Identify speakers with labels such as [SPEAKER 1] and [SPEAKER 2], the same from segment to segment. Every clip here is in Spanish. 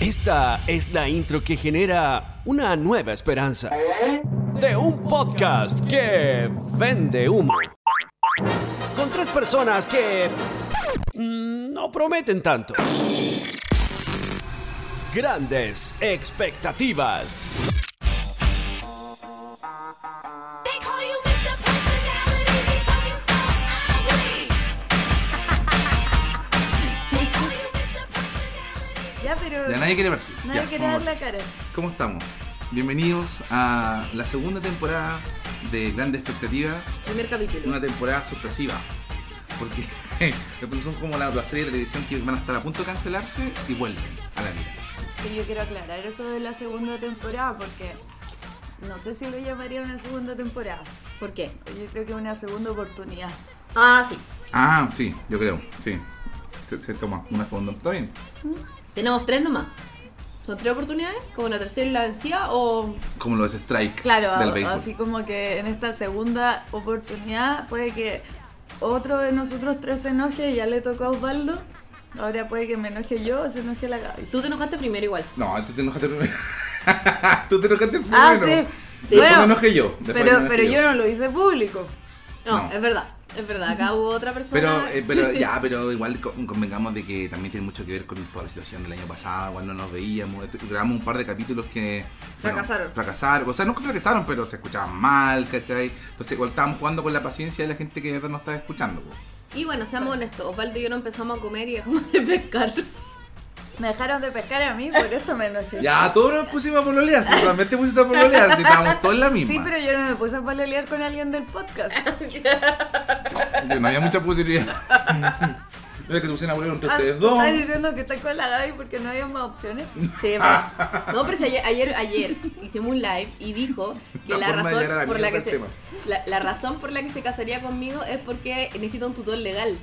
[SPEAKER 1] Esta es la intro que genera una nueva esperanza de un podcast que vende humo. Con tres personas que mm, no prometen tanto. Grandes expectativas.
[SPEAKER 2] They call you Mr. Personality because you're so ugly. they call you Mr. Personality.
[SPEAKER 3] Ya, pero.
[SPEAKER 4] Ya nadie quiere partir.
[SPEAKER 3] Nadie
[SPEAKER 4] Ya,
[SPEAKER 3] quiere
[SPEAKER 4] vamos
[SPEAKER 3] dar la
[SPEAKER 4] a partir.
[SPEAKER 3] cara.
[SPEAKER 4] ¿Cómo estamos? Bienvenidos a la segunda temporada de Grandes Expectativas,
[SPEAKER 3] Primer capítulo.
[SPEAKER 4] una temporada sorpresiva. Porque después son como la, la serie de televisión que van a estar a punto de cancelarse y vuelven a la vida.
[SPEAKER 3] Sí, yo quiero aclarar eso de la segunda temporada porque no sé si lo llamaría una segunda temporada.
[SPEAKER 5] ¿Por qué?
[SPEAKER 3] Yo creo que es una segunda oportunidad.
[SPEAKER 5] Ah, sí.
[SPEAKER 4] Ah, sí, yo creo, sí. Se, se toma una segunda. Está bien.
[SPEAKER 5] Tenemos tres nomás. Son tres oportunidades, como la tercera y la vencida, o
[SPEAKER 4] Como lo es Strike
[SPEAKER 3] Claro,
[SPEAKER 4] del
[SPEAKER 3] a-
[SPEAKER 4] béisbol.
[SPEAKER 3] así como que en esta segunda oportunidad puede que otro de nosotros tres se enoje, ya le tocó a Osvaldo. Ahora puede que me enoje yo o se enoje la Gaby.
[SPEAKER 5] tú te enojaste primero igual.
[SPEAKER 4] No, tú te enojaste primero. tú te enojaste primero.
[SPEAKER 3] Ah, sí.
[SPEAKER 4] Después
[SPEAKER 3] Bueno,
[SPEAKER 4] me enojé yo. después me
[SPEAKER 3] Pero,
[SPEAKER 4] enojé
[SPEAKER 3] pero yo no lo hice público.
[SPEAKER 5] No,
[SPEAKER 4] No.
[SPEAKER 5] es verdad, es verdad. Acá hubo otra persona.
[SPEAKER 4] Pero, eh, pero ya, pero igual co- convengamos de que también tiene mucho que ver con toda la situación del año pasado, cuando no nos veíamos, esto- grabamos un par de capítulos que... bueno,
[SPEAKER 5] Fracasaron.
[SPEAKER 4] fracasaron, o sea, nunca fracasaron, pero se escuchaban mal, ¿cachai? Entonces igual estábamos jugando con la paciencia de la gente que de verdad nos estaba escuchando. po.
[SPEAKER 5] Y bueno, seamos honestos, Osvaldo y yo no empezamos a comer y dejamos de pescar.
[SPEAKER 3] Me dejaron de pescar a mí, por eso me enojé.
[SPEAKER 4] Ya, todos nos pusimos a pololear, si también te pusiste a pololear, si estábamos todos en la misma.
[SPEAKER 3] Sí, pero yo no me puse a palolear con alguien del podcast.
[SPEAKER 4] No había mucha posibilidad. No es que se pusieron a pololear entre
[SPEAKER 3] Ah,
[SPEAKER 4] ustedes dos.
[SPEAKER 3] Estás diciendo que estás con la Gaby porque no había más opciones.
[SPEAKER 5] Sí, pero- No, pero si ayer, ayer, ayer hicimos un live y dijo que
[SPEAKER 4] La
[SPEAKER 5] la,
[SPEAKER 4] forma de
[SPEAKER 5] razón
[SPEAKER 4] llegar a la
[SPEAKER 5] por la
[SPEAKER 4] mierda
[SPEAKER 5] que
[SPEAKER 4] del
[SPEAKER 5] se
[SPEAKER 4] tema.
[SPEAKER 5] la, la razón por la que se casaría conmigo es porque necesita un tutor legal.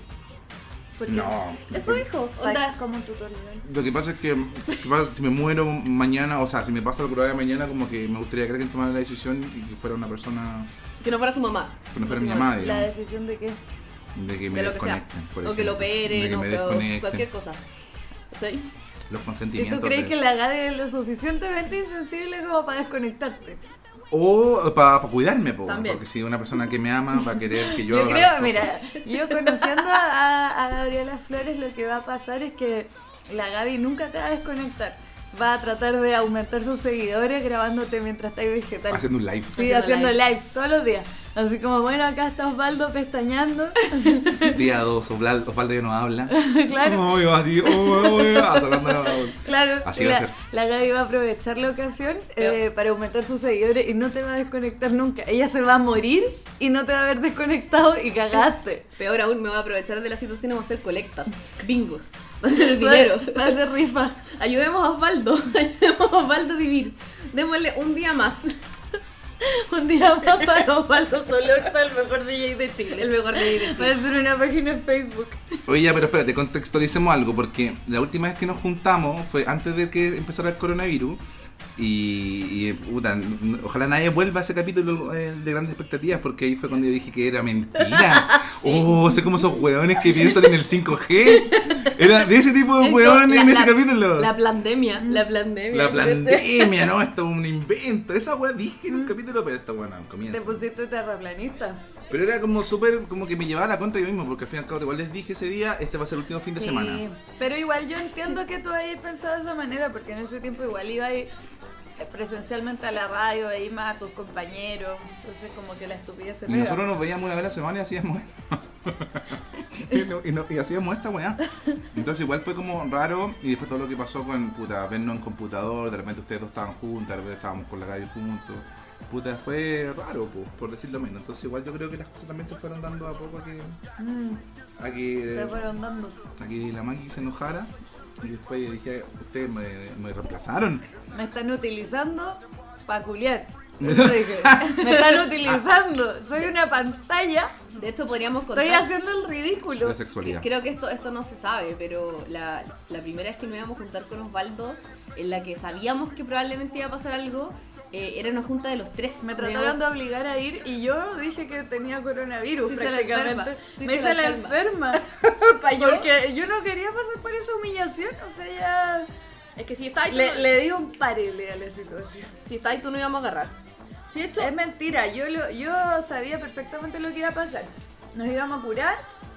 [SPEAKER 5] Porque
[SPEAKER 4] No.
[SPEAKER 5] Eso dijo.
[SPEAKER 3] Estás
[SPEAKER 5] Onda,
[SPEAKER 3] como un tutorial.
[SPEAKER 4] Lo que pasa es que que pasa, si me muero mañana, o sea, si me pasa lo que lo haga mañana, como que me gustaría que alguien tomara la decisión y que fuera una persona
[SPEAKER 5] que no fuera su mamá.
[SPEAKER 4] que no fuera mi mamá,
[SPEAKER 3] La
[SPEAKER 4] digamos,
[SPEAKER 3] decisión de que
[SPEAKER 4] de que me
[SPEAKER 5] de lo que sea.
[SPEAKER 4] desconecten. por
[SPEAKER 5] O que
[SPEAKER 4] ejemplo,
[SPEAKER 5] lo
[SPEAKER 4] de
[SPEAKER 5] operen,
[SPEAKER 4] que
[SPEAKER 5] o
[SPEAKER 4] me
[SPEAKER 5] que- o
[SPEAKER 4] desconecten.
[SPEAKER 5] cualquier cosa. ¿Sí?
[SPEAKER 4] Los
[SPEAKER 3] ¿Y tú
[SPEAKER 4] consentimientos.
[SPEAKER 3] crees
[SPEAKER 4] de-
[SPEAKER 3] que la Gaby es lo suficientemente insensible como para desconectarte?
[SPEAKER 4] O para cuidarme, po,
[SPEAKER 5] También.
[SPEAKER 4] porque si una persona que me ama va a querer que yo.
[SPEAKER 3] Yo,
[SPEAKER 4] haga las
[SPEAKER 3] creo,
[SPEAKER 4] cosas.
[SPEAKER 3] mira, yo conociendo a, a Gabriela Flores lo que va a pasar es que la Gaby nunca te va a desconectar. Va a tratar de aumentar sus seguidores grabándote mientras estás vegetal.
[SPEAKER 4] Haciendo un live.
[SPEAKER 3] Sí, haciendo
[SPEAKER 5] Haciendo
[SPEAKER 3] live. todos los días. Así como, bueno, acá está Osvaldo pestañando.
[SPEAKER 4] Día 2, Osvaldo, Osvaldo ya no habla.
[SPEAKER 3] Claro.
[SPEAKER 4] Ay, va así, oh, ay, va, hablando la-
[SPEAKER 3] Claro,
[SPEAKER 4] Así va
[SPEAKER 3] la,
[SPEAKER 4] a ser.
[SPEAKER 3] la Gaby va a aprovechar la ocasión eh, para aumentar sus seguidores y no te va a desconectar nunca. Ella se va a morir y no te va a haber desconectado y cagaste.
[SPEAKER 5] Peor aún, me voy a aprovechar de la situación y vamos a hacer colectas, bingos, va a hacer dinero.
[SPEAKER 3] Va a ser rifa.
[SPEAKER 5] Ayudemos a Osvaldo, ayudemos a Osvaldo a vivir. Démosle un día más,
[SPEAKER 3] Un día más para Osvaldo Solorza, el mejor DJ de Chile.
[SPEAKER 5] el mejor de
[SPEAKER 3] Va a ser una página en Facebook.
[SPEAKER 4] Oye, ya, pero espérate, contextualicemos algo, porque la última vez que nos juntamos fue antes de que empezara el coronavirus. Y, y, puta, n- ojalá nadie vuelva a ese capítulo eh, de grandes expectativas, porque ahí fue cuando yo dije que era mentira. Oh, sé como esos hueones que piensan en el 5G. Era de ese tipo de hueones en ese capítulo.
[SPEAKER 5] La pandemia,
[SPEAKER 3] Mm.
[SPEAKER 5] la pandemia.
[SPEAKER 4] La pandemia, no, esto es un invento. Esa hueá dije en un capítulo, pero esta hueá no, al comienzo.
[SPEAKER 3] Te pusiste terraplanista.
[SPEAKER 4] Pero era como súper, como que me llevaba la contra yo mismo, porque al fin y al cabo, igual les dije ese día, este va a ser el último fin de
[SPEAKER 3] Sí,
[SPEAKER 4] semana.
[SPEAKER 3] Pero igual yo entiendo que tú hayas pensado de esa manera, porque en ese tiempo igual iba ahí eh, presencialmente a la radio, ahí más a tus compañeros, entonces como que la estupidez se
[SPEAKER 4] Y
[SPEAKER 3] pega.
[SPEAKER 4] nosotros nos veíamos una vez a la semana y hacíamos esto. y, no- y no- y hacíamos esta weá. Entonces igual fue como raro y después todo lo que pasó con puta, vernos en computador, de repente ustedes dos estaban juntos, de repente estábamos con la calle juntos. Puta, fue raro, po, por decirlo menos. Entonces igual yo creo que las cosas también se fueron dando a poco a que,
[SPEAKER 3] Mm,
[SPEAKER 4] a que,
[SPEAKER 3] te fueron dando.
[SPEAKER 4] a que la Maki se enojara. Y después dije, ustedes me, me reemplazaron.
[SPEAKER 3] Me están utilizando para culiar. Eso dije. Me están utilizando. Soy una pantalla.
[SPEAKER 5] De esto podríamos contar.
[SPEAKER 3] Estoy haciendo el ridículo.
[SPEAKER 4] La sexualidad.
[SPEAKER 5] Creo que esto, esto no se sabe, pero la, la primera vez que nos íbamos a juntar con Osvaldo, en la que sabíamos que probablemente iba a pasar algo, eh, era una junta de los tres.
[SPEAKER 3] Me
[SPEAKER 5] Digamos,
[SPEAKER 3] trataron de obligar a ir y yo dije que tenía coronavirus
[SPEAKER 5] Se hizo la
[SPEAKER 3] prácticamente.
[SPEAKER 5] enferma, se
[SPEAKER 3] Me
[SPEAKER 5] hizo
[SPEAKER 3] hice
[SPEAKER 5] la
[SPEAKER 3] la enferma.
[SPEAKER 5] pa' yo.
[SPEAKER 3] Porque yo no quería pasar por esa humillación, o sea, ya...
[SPEAKER 5] Es que si está ahí, tú
[SPEAKER 3] Le,
[SPEAKER 5] no-
[SPEAKER 3] le di un parele a la situación.
[SPEAKER 5] si está ahí, tú no íbamos a agarrar. Si esto.
[SPEAKER 3] Es mentira, yo, lo, yo sabía perfectamente lo que iba a pasar. Nos íbamos a curar,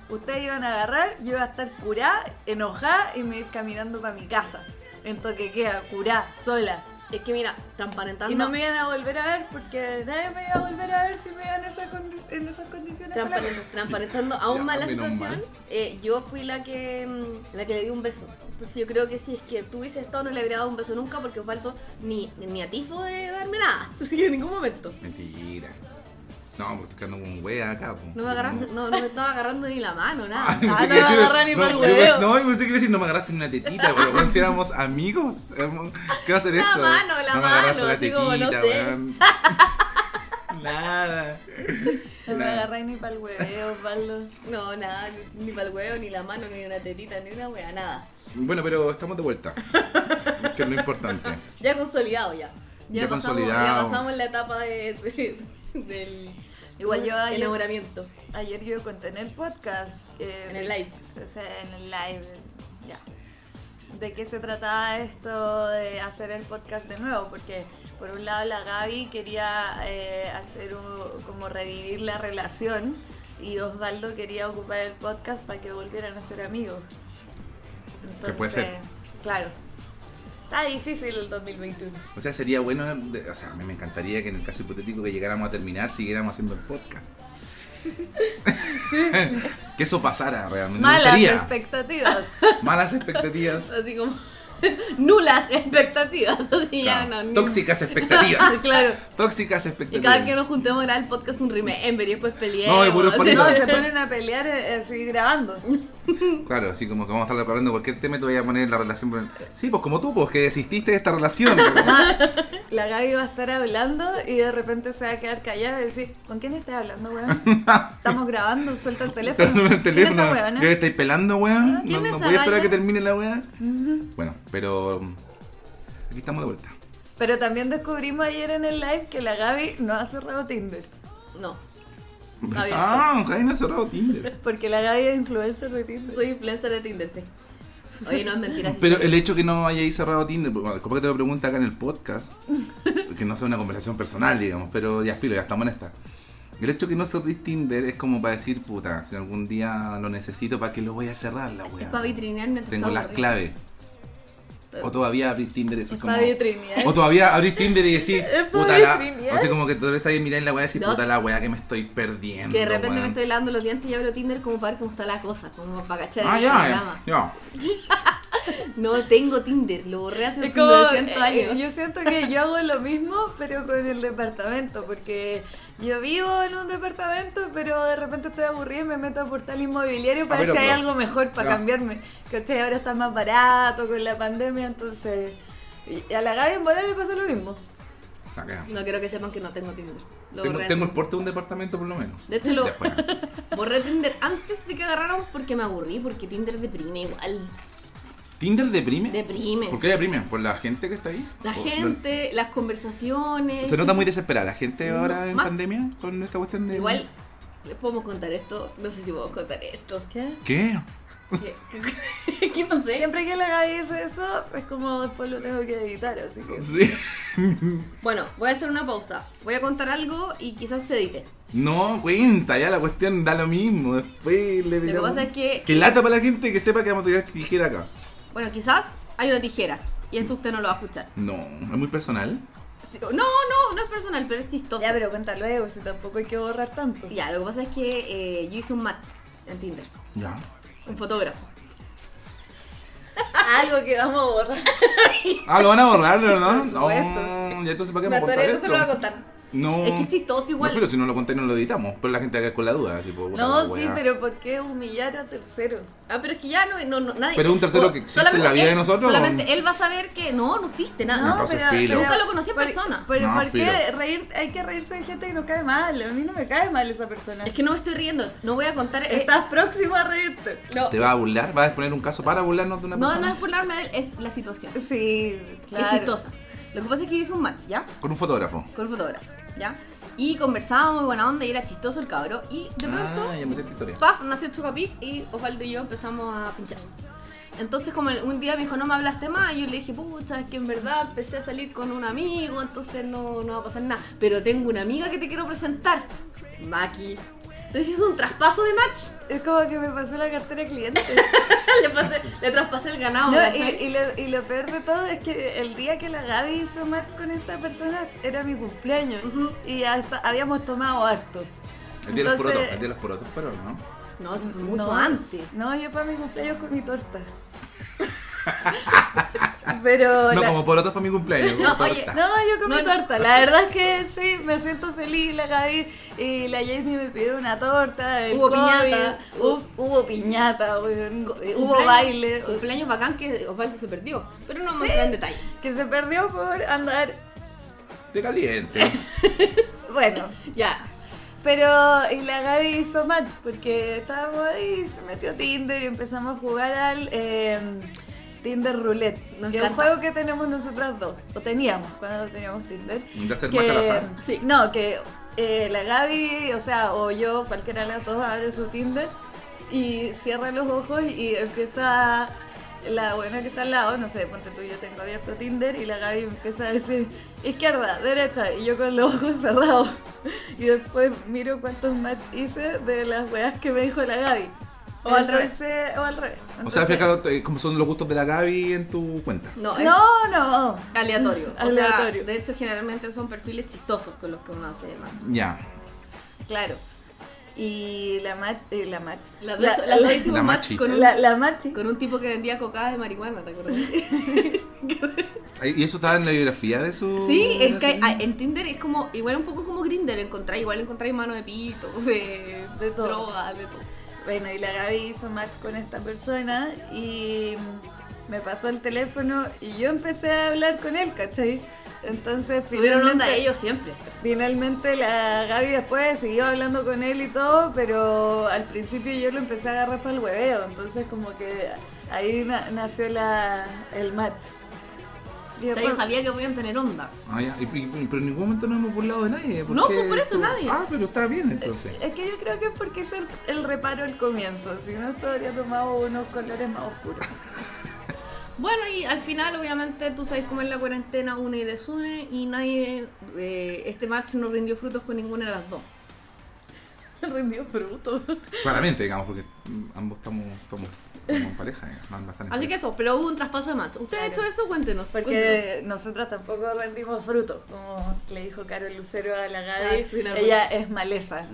[SPEAKER 3] ustedes iban a agarrar, yo iba a estar curada, enojada y me iba a ir caminando para mi casa. En toque queda, curada, sola.
[SPEAKER 5] Es que mira,
[SPEAKER 3] Y
[SPEAKER 5] transparentando.
[SPEAKER 3] no me iban a volver a ver porque nadie me iba a volver a ver si me iban en, esa condi- en esas condiciones. con la-
[SPEAKER 5] Transparent- transparentando aún
[SPEAKER 4] Ya,
[SPEAKER 5] más la
[SPEAKER 4] menos
[SPEAKER 5] situación,
[SPEAKER 4] mal.
[SPEAKER 5] eh, yo fui la que mm, la que le di un beso. Entonces yo creo que si es que tú hubieses estado no le habría dado un beso nunca porque Osvaldo ni, ni a tifo de darme nada. Entonces en ningún momento.
[SPEAKER 4] Mentira. No, pues porque ando con un wea acá. po.
[SPEAKER 5] No me agarraste, no, no me estaba agarrando ni la mano,
[SPEAKER 4] Ah,
[SPEAKER 5] nada.
[SPEAKER 4] yo
[SPEAKER 3] Ah,
[SPEAKER 4] pensé
[SPEAKER 3] no
[SPEAKER 4] que iba
[SPEAKER 3] me
[SPEAKER 4] a decir-
[SPEAKER 3] agarra ni
[SPEAKER 4] no,
[SPEAKER 3] pa'l
[SPEAKER 4] yo
[SPEAKER 3] huevo.
[SPEAKER 4] pensé- No, yo pensé que iba a decir, no me agarraste ni una tetita, pero bueno, si éramos amigos, éramos- ¿qué va a hacer
[SPEAKER 5] La
[SPEAKER 4] eso?
[SPEAKER 5] mano, la
[SPEAKER 4] no me agarraste
[SPEAKER 5] mano,
[SPEAKER 4] la
[SPEAKER 5] así como, no
[SPEAKER 4] tetita,
[SPEAKER 5] sé.
[SPEAKER 4] weón. Nada.
[SPEAKER 3] No me
[SPEAKER 4] Nada.
[SPEAKER 3] agarráis ni para el hueveo, Osvaldo.
[SPEAKER 5] No, nada, ni- ni para el huevo, ni la mano, ni una tetita, ni una wea, nada.
[SPEAKER 4] Bueno, pero estamos de vuelta. que es lo importante.
[SPEAKER 5] Ya consolidado ya.
[SPEAKER 4] Ya
[SPEAKER 5] pasamos,
[SPEAKER 4] consolidado.
[SPEAKER 5] Ya pasamos la etapa de, de- del
[SPEAKER 3] Igual yo- yo-
[SPEAKER 5] enamoramiento.
[SPEAKER 3] Ayer yo conté en el podcast. eh,
[SPEAKER 5] En el live.
[SPEAKER 3] O sea, en el live, ya. De qué se trataba esto de hacer el podcast de nuevo, porque por un lado la Gaby quería eh, hacer un- como revivir la relación y Osvaldo quería ocupar el podcast para que volvieran a ser amigos. Entonces,
[SPEAKER 4] Que puede ser.
[SPEAKER 3] Claro. Está difícil el 2021.
[SPEAKER 4] O sea, sería bueno, de- o sea, a mí me encantaría que en el caso hipotético que llegáramos a terminar, siguiéramos haciendo el podcast. que eso pasara realmente. Me
[SPEAKER 3] Malas
[SPEAKER 4] gustaría.
[SPEAKER 3] expectativas.
[SPEAKER 4] Malas expectativas.
[SPEAKER 5] Así como nulas expectativas. Así ya
[SPEAKER 4] Claro.
[SPEAKER 5] no. ni-
[SPEAKER 4] Tóxicas expectativas.
[SPEAKER 5] claro.
[SPEAKER 4] Tóxicas
[SPEAKER 5] Y cada
[SPEAKER 4] expectativas.
[SPEAKER 5] que nos juntemos a grabar el podcast un remember y después peleemos.
[SPEAKER 4] No, y puros
[SPEAKER 5] así.
[SPEAKER 4] palitos.
[SPEAKER 3] no, se ponen a pelear eh, así grabando.
[SPEAKER 4] Claro, así como que vamos a estar hablando de cualquier tema y te voy a poner en la relación. con- Sí, pues como tú, pues que desististe de esta relación.
[SPEAKER 5] Ah,
[SPEAKER 3] La Gaby va a estar hablando y de repente se va a quedar callada y decir, ¿con quién estás hablando, weón? Estamos grabando, suelta el teléfono.
[SPEAKER 4] Estás en el
[SPEAKER 3] ¿Quién es esa
[SPEAKER 4] teléfono.
[SPEAKER 3] weona?
[SPEAKER 4] Yo le estoy pelando, weón.
[SPEAKER 5] Ah, ¿Quién
[SPEAKER 4] No,
[SPEAKER 5] es
[SPEAKER 4] no
[SPEAKER 5] esa
[SPEAKER 4] voy a esperar
[SPEAKER 5] galla?
[SPEAKER 4] a que termine la weá. Bueno, pero um, aquí estamos de vuelta.
[SPEAKER 3] Pero también descubrimos ayer en el live que la Gaby no ha cerrado Tinder.
[SPEAKER 5] No. Está bien.
[SPEAKER 4] Ah, Javi no ha cerrado Tinder.
[SPEAKER 3] Porque la Gaby es influencer de Tinder.
[SPEAKER 5] Soy influencer de Tinder, sí. Oye, no es mentira. sí
[SPEAKER 4] Pero
[SPEAKER 5] soy.
[SPEAKER 4] el hecho que no hayáis cerrado Tinder, porque, bueno, como que te lo pregunta acá en el podcast, que no sea una conversación personal, digamos, pero ya filo, ya estamos en esta. El hecho que no cerréis Tinder es como para decir, puta, si algún día lo necesito, ¿para qué lo voy a cerrar la
[SPEAKER 5] Es
[SPEAKER 4] weá?
[SPEAKER 5] para vitrinear mientras
[SPEAKER 4] Tengo las
[SPEAKER 5] estaba
[SPEAKER 4] claves. O todavía abrís Tinder y decís como...
[SPEAKER 3] Está de Trinidad.
[SPEAKER 4] O todavía abrís Tinder y decís,
[SPEAKER 3] para
[SPEAKER 4] puta la...
[SPEAKER 3] vitrinear.
[SPEAKER 4] Así como que todavía estás ahí mirando la weá y decís,
[SPEAKER 5] No.
[SPEAKER 4] puta la weá que me estoy perdiendo.
[SPEAKER 5] Que de repente
[SPEAKER 4] weón.
[SPEAKER 5] me estoy lavando los dientes y abro Tinder como para ver cómo está la cosa, como para cachar
[SPEAKER 4] Ah,
[SPEAKER 5] el
[SPEAKER 4] ya,
[SPEAKER 5] panorama.
[SPEAKER 4] eh, ya.
[SPEAKER 5] No tengo Tinder, lo borré hace
[SPEAKER 3] Es como,
[SPEAKER 5] 900
[SPEAKER 3] eh,
[SPEAKER 5] años.
[SPEAKER 3] yo siento que yo hago lo mismo, pero con el departamento, porque yo vivo en un departamento, pero de repente estoy aburrida y me meto a portal inmobiliario para
[SPEAKER 4] Ah,
[SPEAKER 3] ver
[SPEAKER 4] pero-
[SPEAKER 3] si hay
[SPEAKER 4] pero-
[SPEAKER 3] algo mejor para
[SPEAKER 4] ya.
[SPEAKER 3] cambiarme. Que ahora está más barato con la pandemia, entonces. y a la Gaby en bola le pasa lo mismo.
[SPEAKER 4] Ah, ya.
[SPEAKER 5] No quiero que sepan que no tengo Tinder. Lo
[SPEAKER 4] Tengo,
[SPEAKER 5] borré
[SPEAKER 4] tengo el
[SPEAKER 5] hace-
[SPEAKER 4] porte de un departamento por lo menos.
[SPEAKER 5] De hecho, lo
[SPEAKER 4] Después.
[SPEAKER 5] borré Tinder antes de que agarráramos porque me aburrí, porque Tinder deprime igual.
[SPEAKER 4] ¿Tinder deprime?
[SPEAKER 5] Deprime.
[SPEAKER 4] ¿Por qué deprime? ¿Por la gente que está ahí?
[SPEAKER 5] La
[SPEAKER 4] ¿Por-
[SPEAKER 5] gente, las conversaciones.
[SPEAKER 4] Oh, Se nota muy desesperada la gente
[SPEAKER 5] No,
[SPEAKER 4] ahora en
[SPEAKER 5] más-
[SPEAKER 4] pandemia con esta cuestión de.
[SPEAKER 5] Igual, les podemos contar esto. No sé si podemos contar esto.
[SPEAKER 3] ¿Qué?
[SPEAKER 4] ¿Qué?
[SPEAKER 5] Que- que- que no sé.
[SPEAKER 3] Siempre que la Gaby dice eso, es como después lo tengo que editar, así que.
[SPEAKER 4] Sí.
[SPEAKER 5] Bueno, voy a hacer una pausa. Voy a contar algo y quizás se edite.
[SPEAKER 4] No, cuenta, ya la cuestión da lo mismo. Después le
[SPEAKER 5] Lo que pasa es que-
[SPEAKER 4] Que lata para la gente que sepa que vamos a tirar tijera acá.
[SPEAKER 5] Bueno, quizás hay una tijera. Y esto usted no lo va a escuchar.
[SPEAKER 4] No, es muy personal.
[SPEAKER 5] Sí, No, no, no es personal, pero es chistoso.
[SPEAKER 3] Ya, pero cuenta luego, si tampoco hay que borrar tanto.
[SPEAKER 5] Ya, lo que pasa es que eh, yo hice un match en Tinder.
[SPEAKER 4] Ya.
[SPEAKER 5] Un fotógrafo.
[SPEAKER 3] Algo que vamos a borrar.
[SPEAKER 4] Ah, lo van a borrar, ¿no?
[SPEAKER 3] Por supuesto.
[SPEAKER 4] No, ya entonces para qué
[SPEAKER 5] Me
[SPEAKER 4] vamos a
[SPEAKER 5] atoré,
[SPEAKER 4] contar
[SPEAKER 5] entonces no lo voy a
[SPEAKER 4] esto?
[SPEAKER 5] contar.
[SPEAKER 4] No.
[SPEAKER 5] Es que es chistoso igual.
[SPEAKER 4] No, pero si no lo conté no lo editamos. Pero la gente acá con la duda. Así, pues, puta,
[SPEAKER 3] No,
[SPEAKER 4] la
[SPEAKER 3] sí,
[SPEAKER 4] weá.
[SPEAKER 3] pero ¿por qué humillar a terceros?
[SPEAKER 5] Ah, pero es que ya no, no, no nadie.
[SPEAKER 4] Pero un tercero
[SPEAKER 5] Bueno,
[SPEAKER 4] que existe en la vida de
[SPEAKER 5] él-
[SPEAKER 4] nosotros,
[SPEAKER 5] Solamente
[SPEAKER 4] ¿o?
[SPEAKER 5] él va a saber que no, no existe nada.
[SPEAKER 4] No, entonces filo.
[SPEAKER 5] Nunca lo conocí en persona.
[SPEAKER 3] Pero
[SPEAKER 4] Ah, No,
[SPEAKER 3] ¿por qué
[SPEAKER 4] filo.
[SPEAKER 3] reír, hay que reírse de gente que nos cae mal? A mí no me cae mal esa persona.
[SPEAKER 5] Es que no me estoy riendo. No voy a contar. eh,
[SPEAKER 3] Estás próximo a reírte.
[SPEAKER 5] lo-
[SPEAKER 4] ¿Te va a burlar? ¿Vas a exponer un caso para burlarnos de una
[SPEAKER 5] no, no
[SPEAKER 4] persona?
[SPEAKER 5] es burlarme de él, es la situación.
[SPEAKER 3] Sí, claro.
[SPEAKER 5] Es chistosa. Lo que pasa es que yo hice un match, ¿ya?
[SPEAKER 4] Con un fotógrafo.
[SPEAKER 5] Con el fotógrafo, ¿ya? Y conversábamos, buena onda, y era chistoso el cabro. Y de pronto,
[SPEAKER 4] Ah, ya me sé esta historia.
[SPEAKER 5] paf, nació Chupapic y Osvaldo y yo empezamos a pinchar. Entonces como el- un día me dijo, no me hablaste más, y yo le dije, pucha, es que en verdad empecé a salir con un amigo, entonces no, no va a pasar nada. Pero tengo una amiga que te quiero presentar, Maki. Entonces hizo un traspaso de match,
[SPEAKER 3] Es como que me pasó la cartera de cliente.
[SPEAKER 5] le, pasé- le traspasé el ganado.
[SPEAKER 3] No, eh, y,
[SPEAKER 5] ¿cachai?
[SPEAKER 3] y lo, y lo peor de todo es que el día que la Gaby hizo match con esta persona era mi cumpleaños y hasta habíamos tomado harto.
[SPEAKER 4] El día de los
[SPEAKER 3] Entonces-
[SPEAKER 4] porotos, el día de los porotos fueron, ¿no?
[SPEAKER 5] No, eso fue mucho
[SPEAKER 3] No,
[SPEAKER 5] antes.
[SPEAKER 3] No, yo para mi cumpleaños con mi torta. Pero
[SPEAKER 4] No,
[SPEAKER 3] la-
[SPEAKER 4] como porotos para mi cumpleaños. como
[SPEAKER 5] No,
[SPEAKER 4] torta.
[SPEAKER 5] oye,
[SPEAKER 3] No, yo comí
[SPEAKER 5] No, no.
[SPEAKER 3] torta. La verdad es que sí, me siento feliz. La Gaby y la Jamie me pidieron una torta. el
[SPEAKER 5] Hubo
[SPEAKER 3] COVID,
[SPEAKER 5] piñata.
[SPEAKER 3] Hubo, hubo piñata, weón, Eh, hubo
[SPEAKER 5] Cumpleaños-
[SPEAKER 3] baile.
[SPEAKER 5] Cumpleaños bacán que Osvaldo se perdió, pero no mostré en detalle.
[SPEAKER 3] Que se perdió por andar.
[SPEAKER 4] De caliente.
[SPEAKER 3] Bueno,
[SPEAKER 5] Ya,
[SPEAKER 3] pero. Y la Gaby hizo match porque estábamos ahí, se metió Tinder y empezamos a jugar al. eh, Tinder Roulette,
[SPEAKER 5] Nos
[SPEAKER 3] que es un
[SPEAKER 5] encanta.
[SPEAKER 3] juego que tenemos nosotras dos, o teníamos cuando teníamos Tinder.
[SPEAKER 4] De hacer
[SPEAKER 3] que-
[SPEAKER 4] más al azar.
[SPEAKER 5] Sí.
[SPEAKER 3] No, que eh, la Gaby, o sea, o yo, cualquiera de las dos, abre su Tinder y cierra los ojos y empieza la buena que está al lado, no sé, ponte tú, yo tengo abierto Tinder y la Gaby empieza a decir izquierda, derecha, y yo con los ojos cerrados. Y después miro cuántos match hice de las weas que me dijo la Gaby.
[SPEAKER 5] O al revés.
[SPEAKER 3] Entonces- O al revés.
[SPEAKER 4] O sea,
[SPEAKER 3] Entonces-
[SPEAKER 4] fíjate cómo eh, son los gustos de la Gaby en tu cuenta.
[SPEAKER 5] no, es-
[SPEAKER 3] No, no.
[SPEAKER 5] Aleatorio. O sea,
[SPEAKER 3] Aleatorio.
[SPEAKER 5] de hecho, generalmente son perfiles chistosos con los que uno hace match.
[SPEAKER 4] Ya.
[SPEAKER 3] Claro. Y la match. eh, la match.
[SPEAKER 5] La, de hecho, las dos hicimos
[SPEAKER 4] la
[SPEAKER 5] match
[SPEAKER 4] machi.
[SPEAKER 5] con un,
[SPEAKER 3] la, la Mati.
[SPEAKER 5] con un tipo que vendía cocadas de marihuana, ¿te acuerdas?
[SPEAKER 4] ¿Y eso estaba en la biografía de su.?
[SPEAKER 5] sí, es
[SPEAKER 4] de
[SPEAKER 5] que
[SPEAKER 4] su-
[SPEAKER 5] ah, en Tinder es como, igual un poco como Grinder, encontrar, igual encontrar mano de pito, de,
[SPEAKER 3] De todo.
[SPEAKER 5] droga, de todo.
[SPEAKER 3] Bueno, y la Gaby hizo match con esta persona y me pasó el teléfono y yo empecé a hablar con él, ¿cachai? Entonces,
[SPEAKER 5] Tuvieron
[SPEAKER 3] finalmente-
[SPEAKER 5] onda ellos siempre.
[SPEAKER 3] Finalmente la Gaby después siguió hablando con él y todo, pero al principio yo lo empecé a agarrar para el hueveo, entonces como que ahí na- nació la, el match. Y
[SPEAKER 5] O sea,
[SPEAKER 3] después-
[SPEAKER 5] yo sabía que podían tener onda.
[SPEAKER 4] Ah, ya. Y- y- pero en ningún momento nos hemos burlado de nadie.
[SPEAKER 5] No,
[SPEAKER 4] qué
[SPEAKER 5] pues, por eso
[SPEAKER 4] tú-
[SPEAKER 5] nadie.
[SPEAKER 4] Ah, pero está bien entonces.
[SPEAKER 3] Es que yo creo que es porque es el, el reparo al comienzo, si no esto habría tomado unos colores más oscuros.
[SPEAKER 5] Bueno, y al final, obviamente, tú sabes cómo es la cuarentena, una y desune, y nadie, eh, este match no rindió frutos con ninguna de las dos.
[SPEAKER 3] Rendió fruto.
[SPEAKER 4] Claramente, digamos, porque mm, ambos estamos, estamos, estamos en pareja. digamos, ambas están en
[SPEAKER 5] Así que
[SPEAKER 4] pareja.
[SPEAKER 5] eso, pero hubo un traspaso de match. ¿Usted ha
[SPEAKER 3] Claro.
[SPEAKER 5] hecho eso? Cuéntenos. cuéntenos.
[SPEAKER 3] Porque nosotras tampoco rendimos frutos, como le dijo Carol Lucero a la Gaby.
[SPEAKER 5] Ah, sí, la
[SPEAKER 3] ella es maleza,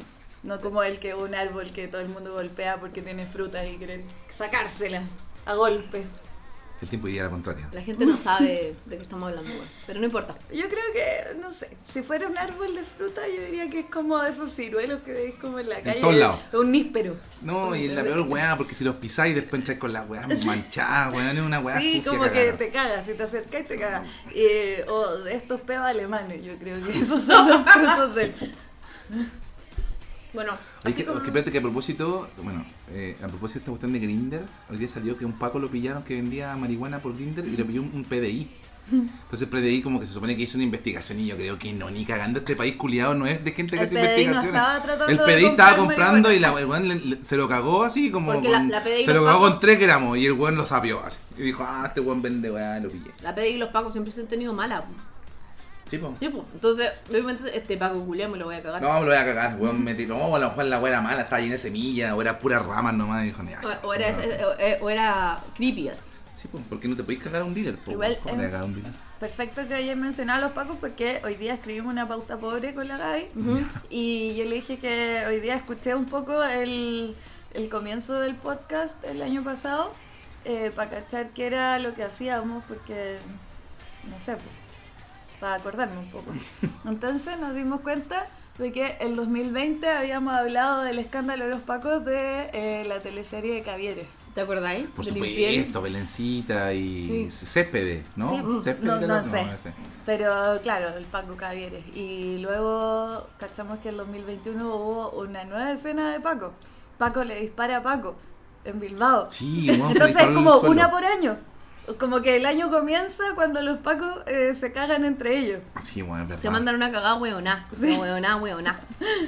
[SPEAKER 3] no como el que un árbol que todo el mundo golpea porque tiene frutas y quieren sacárselas a golpes.
[SPEAKER 4] El tiempo iría a la contraria.
[SPEAKER 5] La gente no sabe de qué estamos hablando, güey, pero no importa.
[SPEAKER 3] Yo creo que, no sé, si fuera un árbol de fruta, yo diría que es como de esos ciruelos que veis como en la calle.
[SPEAKER 4] todos lados.
[SPEAKER 3] Un níspero.
[SPEAKER 4] No, y es la peor weá, porque si los pisáis después entráis con la weá manchada, weón, es una weá
[SPEAKER 3] Sí,
[SPEAKER 4] sucia.
[SPEAKER 3] como que
[SPEAKER 4] cagada.
[SPEAKER 3] te cagas, si te acercas y te cagas. Eh, o de estos peos alemanes, yo creo que esos son los frutos del...
[SPEAKER 5] Bueno,
[SPEAKER 4] Oye,
[SPEAKER 5] así
[SPEAKER 4] que,
[SPEAKER 5] como...
[SPEAKER 4] que espérate que a propósito, bueno, eh, a propósito de esta cuestión de Grinder, hoy día salió que un Paco lo pillaron que vendía marihuana por Grinder y le pilló un, un PDI. Entonces el PDI como que se supone que hizo una investigación y yo creo que no, ni cagando este país culiado no es de gente que
[SPEAKER 3] El
[SPEAKER 4] hace
[SPEAKER 3] PDI no
[SPEAKER 4] investigaciones.
[SPEAKER 3] estaba tratando
[SPEAKER 4] el
[SPEAKER 3] de
[SPEAKER 4] PDI
[SPEAKER 3] comprar
[SPEAKER 4] estaba comprando y la el weón le- le- se lo cagó así como
[SPEAKER 5] Porque la-
[SPEAKER 4] con,
[SPEAKER 5] la PDI
[SPEAKER 4] se lo
[SPEAKER 5] los
[SPEAKER 4] cagó
[SPEAKER 5] Pacos-
[SPEAKER 4] con 3 gramos y el weón lo sabió así. Y dijo, ah, este weón vende weá, lo pillé.
[SPEAKER 5] La PDI y los pacos siempre se han tenido mala.
[SPEAKER 4] Sí, po.
[SPEAKER 5] Tipo, entonces, obviamente, este paco culiao me lo voy a cagar.
[SPEAKER 4] No, me lo voy a cagar, weón, me tiró, no, a lo mejor la weá era mala, estaba llena de semillas, o era puras ramas nomás, y dijo, "Nah,
[SPEAKER 5] O, o era, ese- o- eh, o era creepy así.
[SPEAKER 4] Sí, pues, porque no te podéis cagar a un dealer. po?
[SPEAKER 3] Igual,
[SPEAKER 4] ¿Cómo te
[SPEAKER 3] eh,
[SPEAKER 4] cagas a un dealer?
[SPEAKER 3] Perfecto que hayas mencionado a los Pacos porque hoy día escribimos una pauta pobre con la Gaby y yo le dije que hoy día escuché un poco el, el comienzo del podcast el año pasado para cachar qué era lo que hacíamos porque, no sé, para acordarme un poco. Entonces nos dimos cuenta de que en 2020 habíamos hablado del escándalo de los Pacos de eh, la teleserie de Cavieres.
[SPEAKER 5] ¿Te acordáis?
[SPEAKER 4] Por
[SPEAKER 5] Del
[SPEAKER 4] supuesto,
[SPEAKER 5] infiel.
[SPEAKER 4] Belencita y
[SPEAKER 5] Sí.
[SPEAKER 4] Céspedes, ¿no?
[SPEAKER 3] Sí, mm,
[SPEAKER 4] Céspedes
[SPEAKER 3] no,
[SPEAKER 4] era
[SPEAKER 3] no
[SPEAKER 4] otro,
[SPEAKER 3] sé.
[SPEAKER 4] ese.
[SPEAKER 3] Pero claro, el Paco Cavieres. Y luego cachamos que en 2021 hubo una nueva escena de Paco. Paco le dispara a Paco en Bilbao.
[SPEAKER 4] Sí, weón,
[SPEAKER 3] Entonces
[SPEAKER 4] película
[SPEAKER 3] es
[SPEAKER 4] en
[SPEAKER 3] como
[SPEAKER 4] el suelo.
[SPEAKER 3] una por año. Como que el año comienza cuando los Pacos eh, se cagan entre ellos.
[SPEAKER 4] Sí, bueno, es verdad.
[SPEAKER 5] Se mandan una cagada hueoná.
[SPEAKER 3] Sí.
[SPEAKER 5] Hueoná, hueoná.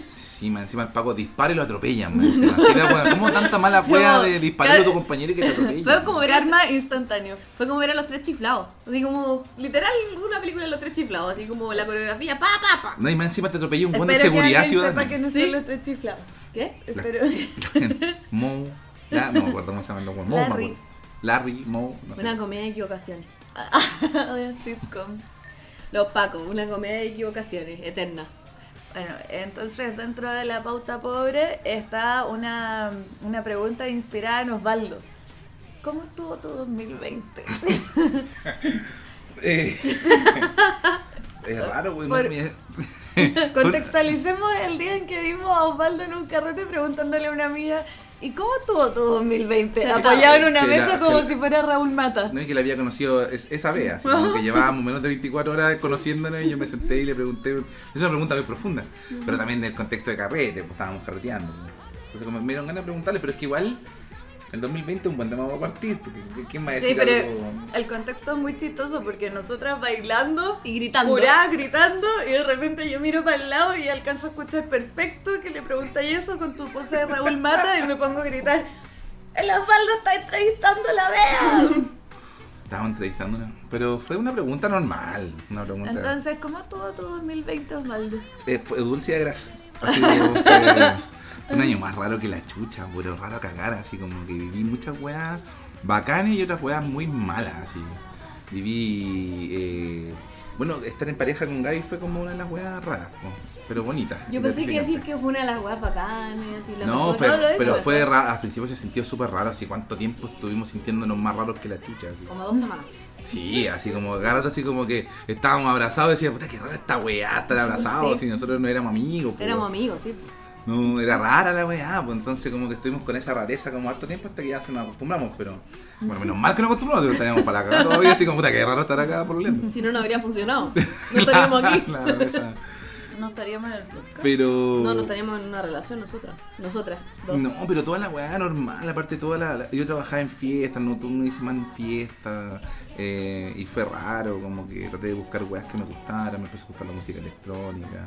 [SPEAKER 4] Sí, más encima el Paco dispara y lo atropellan. más encima. Así que, bueno, ¿Cómo tanta mala wea
[SPEAKER 3] No,
[SPEAKER 4] de dispararle a tu
[SPEAKER 3] claro.
[SPEAKER 4] compañero y que te
[SPEAKER 5] Fue
[SPEAKER 4] atropella?
[SPEAKER 5] como ver a-
[SPEAKER 3] Karma instantáneo.
[SPEAKER 5] Fue como ver a los tres chiflados. Así como, literal, una película de los tres chiflados. Así como la coreografía, pa, pa, pa.
[SPEAKER 4] No, y más encima te atropella un buen de
[SPEAKER 3] Espero que
[SPEAKER 4] seguridad
[SPEAKER 3] alguien sepa
[SPEAKER 4] ciudadana.
[SPEAKER 3] que no
[SPEAKER 5] Sí.
[SPEAKER 3] son los tres chiflados.
[SPEAKER 5] ¿Qué?
[SPEAKER 3] Espero.
[SPEAKER 4] Mo. La, no me acuerdo cómo se llaman los buenos. Mo, me
[SPEAKER 3] Larry.
[SPEAKER 4] acuerdo. Larry, Mo. No sé.
[SPEAKER 5] Una comedia de equivocaciones.
[SPEAKER 3] Ah, Una sitcom.
[SPEAKER 5] Los Pacos, una comedia de equivocaciones, eterna.
[SPEAKER 3] Bueno, entonces dentro de la pauta pobre está una, una pregunta inspirada en Osvaldo. ¿Cómo estuvo tu 2020?
[SPEAKER 4] Eh, es raro, güey.
[SPEAKER 3] Por-
[SPEAKER 4] no me-
[SPEAKER 3] Contextualicemos el día en que vimos a Osvaldo en un carrete preguntándole a una amiga, ¿y cómo estuvo tu 2020?
[SPEAKER 5] Se
[SPEAKER 3] Apoyado en una
[SPEAKER 4] Que la-
[SPEAKER 3] mesa
[SPEAKER 4] que
[SPEAKER 3] como
[SPEAKER 4] la-
[SPEAKER 3] si fuera Raúl Mata.
[SPEAKER 4] No es que la había conocido es- esa vez, así como que llevábamos menos de 24 horas conociéndonos y yo me senté y le pregunté. Es una pregunta muy profunda, pero también en el contexto de carrete, pues estábamos carreteando. ¿no? Entonces, como me dieron ganas de preguntarle, pero es que igual el 2020 es un buen tema para partir, porque ¿quién va a
[SPEAKER 3] Sí,
[SPEAKER 4] decir
[SPEAKER 3] pero
[SPEAKER 4] algo?
[SPEAKER 3] el contexto es muy chistoso porque nosotras bailando
[SPEAKER 5] Y gritando.
[SPEAKER 3] Jurás gritando y de repente yo miro para el lado y alcanzo a escuchar perfecto que le preguntáis eso con tu pose de Raúl Mata y me pongo a gritar ¡El Osvaldo está entrevistando a la Bea!
[SPEAKER 4] Estábamos entrevistándonos, pero fue una pregunta normal, una pregunta.
[SPEAKER 3] Entonces, ¿cómo estuvo tu 2020, Osvaldo?
[SPEAKER 4] Eh, fue dulce de grasa. Así como fue un año más raro que la chucha, pero raro a cagar, así como que viví muchas weas bacanas y otras weas muy malas, así. Viví... eh, bueno, estar en pareja con Gaby fue como una de las weas raras, po, pero bonita.
[SPEAKER 5] Yo pensé que decir que fue una de las weas bacanas y la
[SPEAKER 4] No,
[SPEAKER 5] mejor-
[SPEAKER 4] fue-
[SPEAKER 5] lo
[SPEAKER 4] pero
[SPEAKER 5] dijo.
[SPEAKER 4] fue raro, al principio se sintió súper raro, así cuánto tiempo estuvimos sintiéndonos más raros que la chucha. Así.
[SPEAKER 5] Como dos semanas.
[SPEAKER 4] Sí, así como cada rato así como que estábamos abrazados y decíamos, puta, qué rara esta weá, estar abrazados,
[SPEAKER 5] Sí.
[SPEAKER 4] si nosotros no éramos amigos. po.
[SPEAKER 5] Éramos amigos, sí.
[SPEAKER 4] No, era rara la weá, pues entonces como que estuvimos con esa rareza como harto tiempo hasta que ya se nos acostumbramos, pero bueno, menos mal que nos acostumbramos, porque estaríamos para acá todavía, así como puta, que raro estar acá por lo lejos.
[SPEAKER 5] Si no, no habría funcionado. No estaríamos aquí.
[SPEAKER 4] La rareza.
[SPEAKER 3] No estaríamos en el podcast.
[SPEAKER 4] Pero...
[SPEAKER 5] No, no estaríamos en una relación nosotras. Nosotras. Dos.
[SPEAKER 4] No, pero toda la weá normal, aparte toda la... la- Yo trabajaba en fiestas, no, tú no hice más en fiestas, eh, y fue raro, como que traté de buscar weás que me gustaran, me empezó a gustar la música electrónica,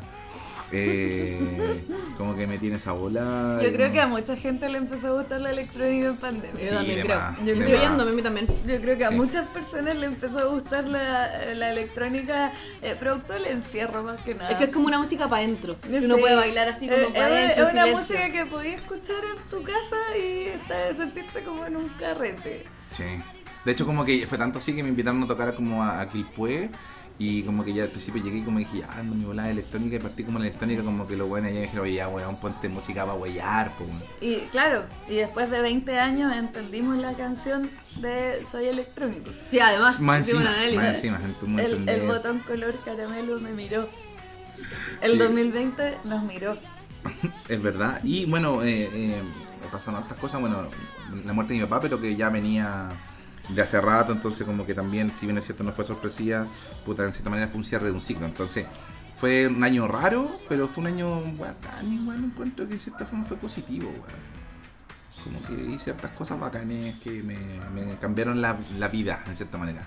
[SPEAKER 4] eh, como que me tiene esa bola.
[SPEAKER 3] Yo creo
[SPEAKER 4] digamos.
[SPEAKER 3] que a mucha gente le empezó a gustar la electrónica en pandemia.
[SPEAKER 5] Yo
[SPEAKER 4] Sí,
[SPEAKER 5] también
[SPEAKER 4] de
[SPEAKER 5] creo.
[SPEAKER 4] más,
[SPEAKER 5] Yo
[SPEAKER 4] de
[SPEAKER 5] incluyéndome
[SPEAKER 4] más.
[SPEAKER 5] a mí también.
[SPEAKER 3] Yo creo que a
[SPEAKER 4] Sí.
[SPEAKER 3] muchas personas le empezó a gustar la, la electrónica, eh, producto del encierro más que nada.
[SPEAKER 5] Es que es como una música para adentro.
[SPEAKER 3] No
[SPEAKER 5] Uno
[SPEAKER 3] sé.
[SPEAKER 5] puede bailar así
[SPEAKER 3] Eh,
[SPEAKER 5] como
[SPEAKER 3] es una-
[SPEAKER 5] para adentro.
[SPEAKER 3] Es una música que podías escuchar en tu casa y estar- sentirte como en un carrete.
[SPEAKER 4] Sí. De hecho, como que fue tanto así que me invitaron a tocar como a, a Quilpué. Y como que ya al principio llegué y como dije, ah, ando mi volada electrónica y partí como la electrónica, como que lo bueno, y ya me dijeron, oye, ya weón, ponte música para huellar, pues.
[SPEAKER 3] Y claro, y después de 20 años entendimos la canción de Soy Electrónico.
[SPEAKER 5] Sí, además.
[SPEAKER 4] Más encima,
[SPEAKER 5] hicimos un análisis.
[SPEAKER 4] más encima, en tu muy
[SPEAKER 3] El, el
[SPEAKER 4] entender.
[SPEAKER 3] botón color caramelo me miró. El
[SPEAKER 4] Sí.
[SPEAKER 3] 2020 nos miró.
[SPEAKER 4] Es verdad. Y bueno, eh, eh, pasaron hartas cosas. Bueno, la muerte de mi papá, pero que ya venía de hace rato. Entonces, como que también, si bien es cierto, no fue sorpresiva, puta, en cierta manera fue un cierre de un ciclo. Entonces, fue un año raro, pero fue un año bacán. Igual encuentro que de cierta forma fue positivo, weón. Como que hice ciertas cosas bacanes que me, me cambiaron la, la vida, en cierta manera.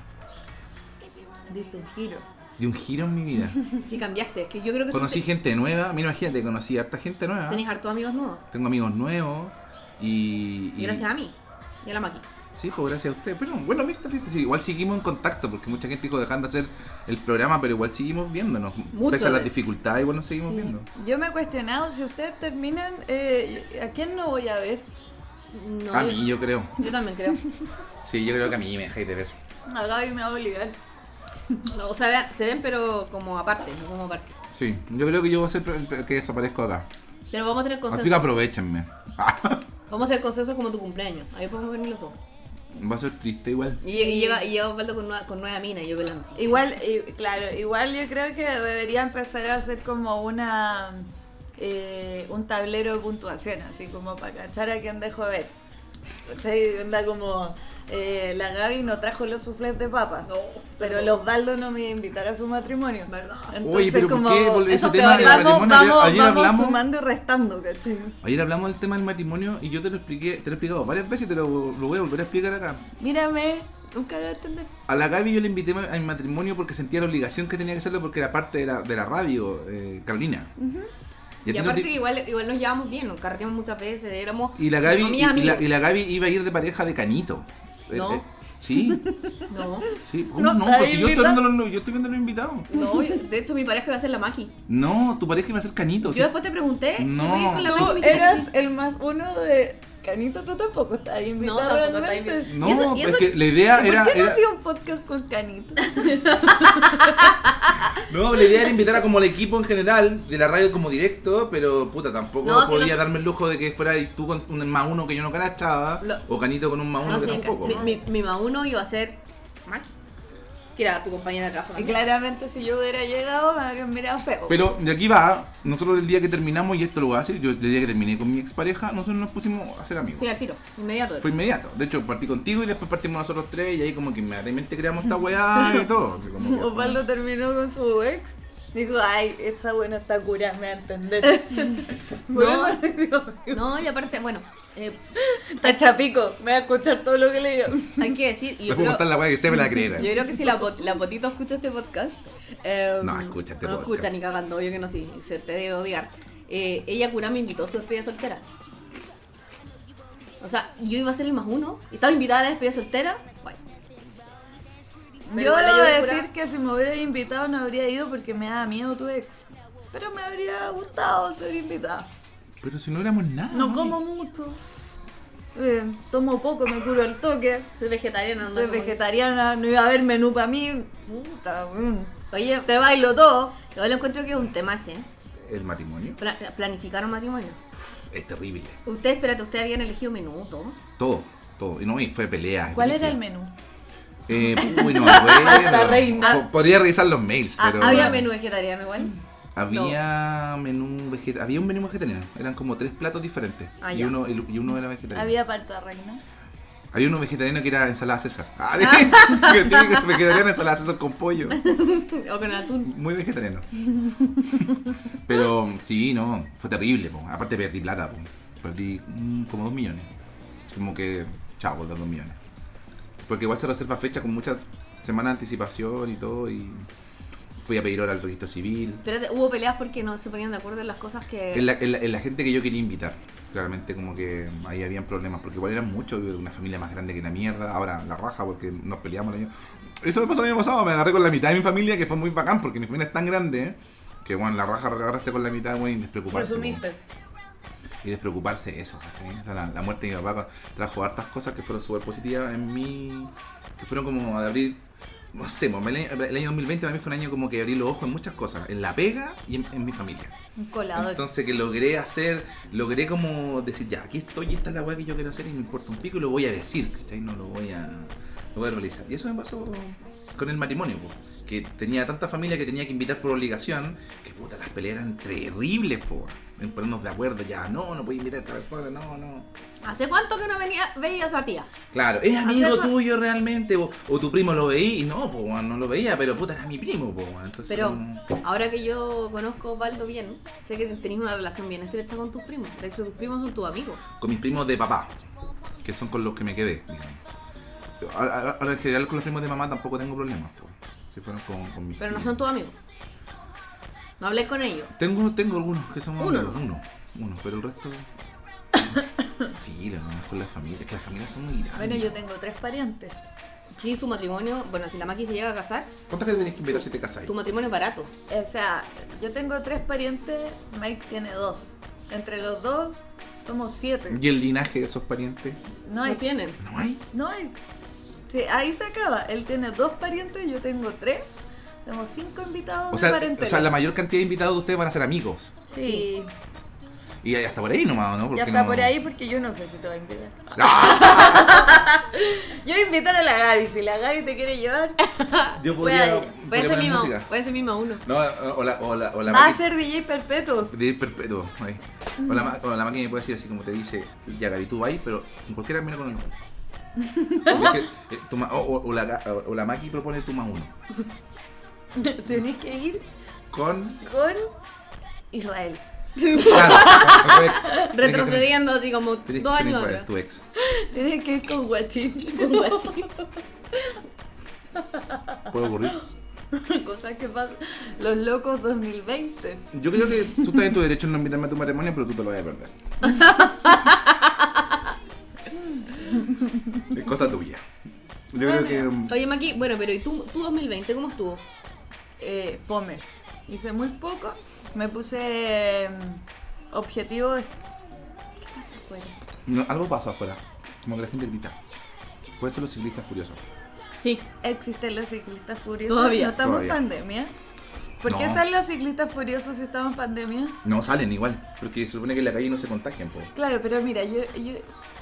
[SPEAKER 3] Diste un giro.
[SPEAKER 4] Di un giro en mi vida.
[SPEAKER 5] Sí, cambiaste. Es que yo creo que. tú
[SPEAKER 4] Conocí
[SPEAKER 5] te-
[SPEAKER 4] gente nueva. Mira, imagínate, conocí harta gente nueva.
[SPEAKER 5] Tenés hartos amigos nuevos.
[SPEAKER 4] Tengo amigos nuevos. Y,
[SPEAKER 5] Y gracias a mí. Y a la máquina.
[SPEAKER 4] Sí, pues gracias a usted. Pero bueno, mira, fíjate, sí, igual seguimos en contacto porque mucha gente dijo dejando de hacer el programa, pero igual seguimos viéndonos.
[SPEAKER 5] Mucho,
[SPEAKER 4] Pese a las
[SPEAKER 5] eh.
[SPEAKER 4] dificultades, igual nos seguimos viendo.
[SPEAKER 3] Yo me he cuestionado si ustedes terminan, eh, ¿a quién no voy a ver?
[SPEAKER 5] No,
[SPEAKER 4] a
[SPEAKER 5] yo-
[SPEAKER 4] mí, yo creo.
[SPEAKER 5] Yo también creo.
[SPEAKER 4] Sí, yo creo que a mí me dejáis de ver.
[SPEAKER 3] A Gaby me va a obligar.
[SPEAKER 5] No, o sea, vean- se ven, pero como aparte, no como aparte.
[SPEAKER 4] Sí, yo creo que yo voy a ser el el que desaparezco acá.
[SPEAKER 5] Pero vamos a tener
[SPEAKER 4] Así que
[SPEAKER 5] consenso.
[SPEAKER 4] aprovechenme.
[SPEAKER 5] Vamos a tener consenso como tu cumpleaños. Ahí podemos venir los dos.
[SPEAKER 4] Va a ser triste igual.
[SPEAKER 5] Y, llega- y llega, y llega Osvaldo con nueva, con nueva mina y yo velando.
[SPEAKER 3] Igual, i- claro, igual yo creo que debería empezar a hacer como una eh, un tablero de puntuación, así como para cachar a quién dejo de ver. ¿Cachai? Onda como eh, la Gaby no trajo los suflés de papa,
[SPEAKER 5] No,
[SPEAKER 3] pero
[SPEAKER 5] no.
[SPEAKER 3] los Osvaldo no me iba a invitar a su matrimonio.
[SPEAKER 5] ¿Verdad?
[SPEAKER 4] Oye, pero ¿por qué volver a
[SPEAKER 5] eso
[SPEAKER 4] ese
[SPEAKER 5] es
[SPEAKER 4] tema
[SPEAKER 5] peor,
[SPEAKER 4] del
[SPEAKER 3] vamos,
[SPEAKER 4] matrimonio? Ayer-
[SPEAKER 3] vamos,
[SPEAKER 4] Ayer
[SPEAKER 3] vamos
[SPEAKER 4] hablamos.
[SPEAKER 3] sumando y restando, ¿cachai?
[SPEAKER 4] Ayer hablamos del tema del matrimonio y yo te lo expliqué, te lo he explicado varias veces y te lo, lo voy a volver a explicar acá.
[SPEAKER 3] Mírame, nunca voy a entender.
[SPEAKER 4] A la Gaby yo le invité a mi matrimonio porque sentía la obligación que tenía que hacerlo porque era parte de la, de la radio, eh, Carolina. Y, a
[SPEAKER 5] Y
[SPEAKER 4] ti no
[SPEAKER 5] aparte
[SPEAKER 4] te-
[SPEAKER 5] que igual, igual nos llevamos bien, nos carreteamos muchas veces, éramos
[SPEAKER 4] y la
[SPEAKER 5] entre
[SPEAKER 4] Gaby y,
[SPEAKER 5] comillas,
[SPEAKER 4] y la,
[SPEAKER 5] amigos.
[SPEAKER 4] y la Gaby iba a ir de pareja de Cañito. Eh,
[SPEAKER 5] No.
[SPEAKER 4] eh, sí,
[SPEAKER 5] No,
[SPEAKER 4] sí. ¿Cómo no?
[SPEAKER 3] No,
[SPEAKER 4] Pues si
[SPEAKER 3] ahí
[SPEAKER 4] yo estoy,
[SPEAKER 3] invita-
[SPEAKER 4] viendo los, yo estoy viendo los invitados.
[SPEAKER 5] no, yo- de hecho mi pareja iba a ser la Maki.
[SPEAKER 4] No, tu pareja iba a ser Cañito. sí.
[SPEAKER 5] Yo después te pregunté, si
[SPEAKER 4] No.
[SPEAKER 5] voy a ir con la
[SPEAKER 4] Tú
[SPEAKER 3] Tú
[SPEAKER 5] Maki? Me dijiste que
[SPEAKER 3] eras
[SPEAKER 5] sí.
[SPEAKER 3] el más uno de Canito, tú tampoco estás invitado.
[SPEAKER 5] No, tampoco está
[SPEAKER 3] realmente.
[SPEAKER 5] invitado.
[SPEAKER 4] No,
[SPEAKER 5] ¿Y eso- y
[SPEAKER 4] es
[SPEAKER 5] eso-
[SPEAKER 4] que la idea
[SPEAKER 3] ¿Por
[SPEAKER 4] era.
[SPEAKER 3] qué no
[SPEAKER 4] era-
[SPEAKER 3] hacía un podcast con Canito?
[SPEAKER 4] No, la idea era invitar a como el equipo en general de la radio como directo, pero puta, tampoco
[SPEAKER 5] No, si
[SPEAKER 4] podía
[SPEAKER 5] no-
[SPEAKER 4] darme el lujo de que fuera y tú con un más uno que yo no carachaba,
[SPEAKER 5] Lo-
[SPEAKER 4] o Canito con un más uno
[SPEAKER 5] No
[SPEAKER 4] que
[SPEAKER 5] sé,
[SPEAKER 4] tampoco.
[SPEAKER 5] mi, mi, mi más uno iba a ser Maki, que era tu compañera de trabajo.
[SPEAKER 3] Y
[SPEAKER 5] también.
[SPEAKER 3] claramente si yo hubiera llegado me habrían mirado feo.
[SPEAKER 4] Pero de aquí va, nosotros el día que terminamos, y esto lo voy a decir, yo el día que terminé con mi expareja, nosotros nos pusimos a ser amigos.
[SPEAKER 5] Sí, al tiro, inmediato.
[SPEAKER 4] Fue inmediato. De hecho, partí contigo y después partimos nosotros tres y ahí como que inmediatamente creamos esta weá y todo. así como que-
[SPEAKER 3] Osvaldo terminó con su ex. Dijo, ay, esa buena está curada, me va a entender.
[SPEAKER 5] No.
[SPEAKER 3] Por eso le digo,
[SPEAKER 5] No, y aparte, bueno, eh,
[SPEAKER 3] está chapico, me va a escuchar todo lo que le digo.
[SPEAKER 5] hay que decir, y
[SPEAKER 4] Fue
[SPEAKER 5] yo
[SPEAKER 4] como
[SPEAKER 5] creo,
[SPEAKER 4] está la weá que se me la
[SPEAKER 5] yo
[SPEAKER 4] creerá.
[SPEAKER 5] creo que si la, pot- la potito escucha este podcast, eh,
[SPEAKER 4] No, escucha este
[SPEAKER 5] no
[SPEAKER 4] podcast.
[SPEAKER 5] escucha ni cagando, yo que no sí, se te debe odiar. Eh, ella cura me invitó a su despedida soltera. O sea, yo iba a ser el más uno, y estaba invitada a la despedida soltera, bueno. Pero
[SPEAKER 3] yo
[SPEAKER 5] igual la
[SPEAKER 3] debo
[SPEAKER 5] ayuda
[SPEAKER 3] decir
[SPEAKER 5] cura-
[SPEAKER 3] que si me hubiera invitado no habría ido porque me daba miedo tu ex. Pero me habría gustado ser invitada.
[SPEAKER 4] Pero si no éramos nada.
[SPEAKER 3] No
[SPEAKER 4] mami.
[SPEAKER 3] como mucho. Eh, tomo poco, me curo el toque.
[SPEAKER 5] Soy vegetariana, no
[SPEAKER 3] Soy
[SPEAKER 5] como-
[SPEAKER 3] vegetariana, no iba a haber menú para mí. Puta, mm.
[SPEAKER 5] Oye,
[SPEAKER 3] te bailo todo.
[SPEAKER 5] yo lo encuentro que es un tema ese, ¿eh?
[SPEAKER 4] El matrimonio
[SPEAKER 5] Pla- planificar un matrimonio.
[SPEAKER 4] es terrible.
[SPEAKER 5] Usted, espérate, usted habían elegido menú, todo.
[SPEAKER 4] Todo, todo. Y no, y fue pelea.
[SPEAKER 3] ¿Cuál era el menú?
[SPEAKER 4] Eh, uy, no, me acuerdo.
[SPEAKER 3] Hasta reina.
[SPEAKER 4] Po- Podría revisar los mails,
[SPEAKER 5] Ah,
[SPEAKER 4] pero.
[SPEAKER 5] había menú vegetariano igual.
[SPEAKER 4] Había menú vegeta- Había un menú vegetariano. Eran como tres platos diferentes.
[SPEAKER 5] Ah,
[SPEAKER 4] y,
[SPEAKER 5] ya.
[SPEAKER 4] uno, y y uno era vegetariano.
[SPEAKER 3] Había parta reina.
[SPEAKER 4] Había uno vegetariano que era ensalada César. Ah, que típico vegetariano ensalada César con pollo.
[SPEAKER 5] o con atún.
[SPEAKER 4] Muy vegetariano. Pero sí, no, fue terrible. po. Aparte perdí plata. po. Perdí mm, como dos millones. Como que, chao, los dos millones. Porque igual se reserva fecha con muchas semanas de anticipación y todo. Y fui a pedir hora al registro civil.
[SPEAKER 5] Espérate, hubo peleas porque no se ponían de acuerdo en las cosas que.
[SPEAKER 4] En la, en la- en la gente que yo quería invitar. Claramente como que ahí habían problemas, porque igual eran muchos, yo de una familia más grande que la mierda, ahora la raja porque nos peleamos el año. Eso me pasó el año pasado, me agarré con la mitad de mi familia, que fue muy bacán, porque mi familia es tan grande, que bueno, la raja agarrarse con la mitad, güey, y despreocuparse.
[SPEAKER 3] Resumiste.
[SPEAKER 4] po. Y despreocuparse eso, ¿cachai? O sea, la, la muerte de mi papá trajo hartas cosas que fueron súper positivas en mí, que fueron como de abrir, no sé, po, el año, el año 2020 para mí fue un año como que abrí los ojos en muchas cosas, en la pega y en- en mi familia.
[SPEAKER 3] Un colador.
[SPEAKER 4] Entonces que logré hacer, logré como decir, ya, aquí estoy, y esta es la weá que yo quiero hacer y me importa un pico y lo voy a decir, ¿cachai? No lo voy a, lo voy a realizar. Y eso me pasó con el matrimonio, po, que tenía tanta familia que tenía que invitar por obligación, que puta, las peleas eran terribles, po, en ponernos de acuerdo, ya, no, no puedo invitar a esta persona, no, no.
[SPEAKER 5] ¿Hace cuánto que no venía, veías a tía?
[SPEAKER 4] Claro, es amigo
[SPEAKER 5] Hacerlo-
[SPEAKER 4] tuyo realmente, po, o tu primo lo veí, y no, po, weón, no lo veía, pero puta, era mi primo, po, weón. entonces...
[SPEAKER 5] Pero
[SPEAKER 4] como-
[SPEAKER 5] ahora que yo conozco a Osvaldo bien, sé que tenéis una relación bien estrecha con tus primos. De hecho, tus primos son tus amigos.
[SPEAKER 4] con mis primos de papá, que son con los que me quedé. digamos. Ahora, ahora- ahora en general con los primos de mamá tampoco tengo problemas. po. Si fueron con, con mis
[SPEAKER 5] Pero no
[SPEAKER 4] primos.
[SPEAKER 5] son tus amigos. No hablé con ellos.
[SPEAKER 4] Tengo, tengo algunos que son
[SPEAKER 5] Uno.
[SPEAKER 4] amigos, uno, uno, pero el resto. Sí, lo nomás con las familias, es que las familias son muy grandes.
[SPEAKER 3] Bueno, yo tengo tres parientes.
[SPEAKER 5] Sí, su matrimonio. Bueno, si la Maki se llega a casar,
[SPEAKER 4] ¿Cuántas veces tenés que invitar si te casáis?
[SPEAKER 5] tu matrimonio es barato.
[SPEAKER 3] O sea, yo tengo tres parientes, Mike tiene dos. Entre los dos somos siete.
[SPEAKER 4] ¿Y el linaje de esos parientes?
[SPEAKER 3] No
[SPEAKER 5] No,
[SPEAKER 3] hay.
[SPEAKER 5] tienen.
[SPEAKER 4] ¿No hay?
[SPEAKER 3] No hay. Sí, ahí se acaba. Él tiene dos parientes, yo tengo tres. Tenemos cinco invitados
[SPEAKER 4] O sea,
[SPEAKER 3] de
[SPEAKER 4] o
[SPEAKER 3] parentela.
[SPEAKER 4] sea, la mayor cantidad de invitados de ustedes van a ser amigos.
[SPEAKER 3] Sí.
[SPEAKER 4] Y hasta por ahí nomás, ¿no?
[SPEAKER 3] Ya
[SPEAKER 4] Porque
[SPEAKER 3] está
[SPEAKER 4] no-
[SPEAKER 3] por ahí porque yo no sé si te va a invitar.
[SPEAKER 4] ¡Ah!
[SPEAKER 3] Yo voy a invitar a la Gaby. Si la Gaby te quiere llevar,
[SPEAKER 4] Yo
[SPEAKER 3] Voy a-
[SPEAKER 4] podría.
[SPEAKER 3] voy
[SPEAKER 4] podría
[SPEAKER 5] Puede ser
[SPEAKER 4] poner
[SPEAKER 5] mi
[SPEAKER 4] música.
[SPEAKER 5] mamá. Puede ser mi mamá uno.
[SPEAKER 4] No, o la, o la, o la
[SPEAKER 3] va a
[SPEAKER 4] Maki-
[SPEAKER 3] ser DJ perpetuo.
[SPEAKER 4] De ir perpetuo, ahí. O la, ma- o la máquina me puede decir así como te dice, ya Gaby, tú vas, pero en cualquier manera con el ojo. Como que, eh, tu ma- o, o- o la, ga- o la Maki propone tu más uno.
[SPEAKER 3] Tenés que ir
[SPEAKER 4] Con.
[SPEAKER 3] con Israel.
[SPEAKER 4] Claro, con tu ex.
[SPEAKER 5] Retrocediendo así como
[SPEAKER 4] Tienes que tener- tienes que tener
[SPEAKER 5] dos años
[SPEAKER 4] cuál es
[SPEAKER 5] atrás.
[SPEAKER 4] Tu ex.
[SPEAKER 3] Tienes que ir con Guachín.
[SPEAKER 5] Con guachín.
[SPEAKER 4] ¿Puede ocurrir?
[SPEAKER 3] Cosas que pasan. Los locos 2020.
[SPEAKER 4] Yo creo que tú estás en tu derecho en no invitarme a tu matrimonio, pero tú te lo vas a perder. es cosa tuya. Yo creo que. um,
[SPEAKER 5] Oye, Maki, bueno, pero ¿y tú, tú 2020 cómo estuvo?
[SPEAKER 3] eh, fome. Hice muy poco. Me puse eh, objetivo. ¿Qué pasa afuera?
[SPEAKER 4] mm, no, algo pasa afuera. Como que la gente grita. Puede ser los ciclistas furiosos.
[SPEAKER 5] Sí.
[SPEAKER 3] Existen los ciclistas furiosos.
[SPEAKER 5] Todavía.
[SPEAKER 3] No estamos
[SPEAKER 4] Todavía.
[SPEAKER 3] en pandemia. ¿Por qué
[SPEAKER 4] No.
[SPEAKER 3] salen los ciclistas furiosos si estamos en pandemia?
[SPEAKER 4] No salen igual, porque se supone que en la calle no se contagian. po.
[SPEAKER 3] Claro, pero mira, yo, yo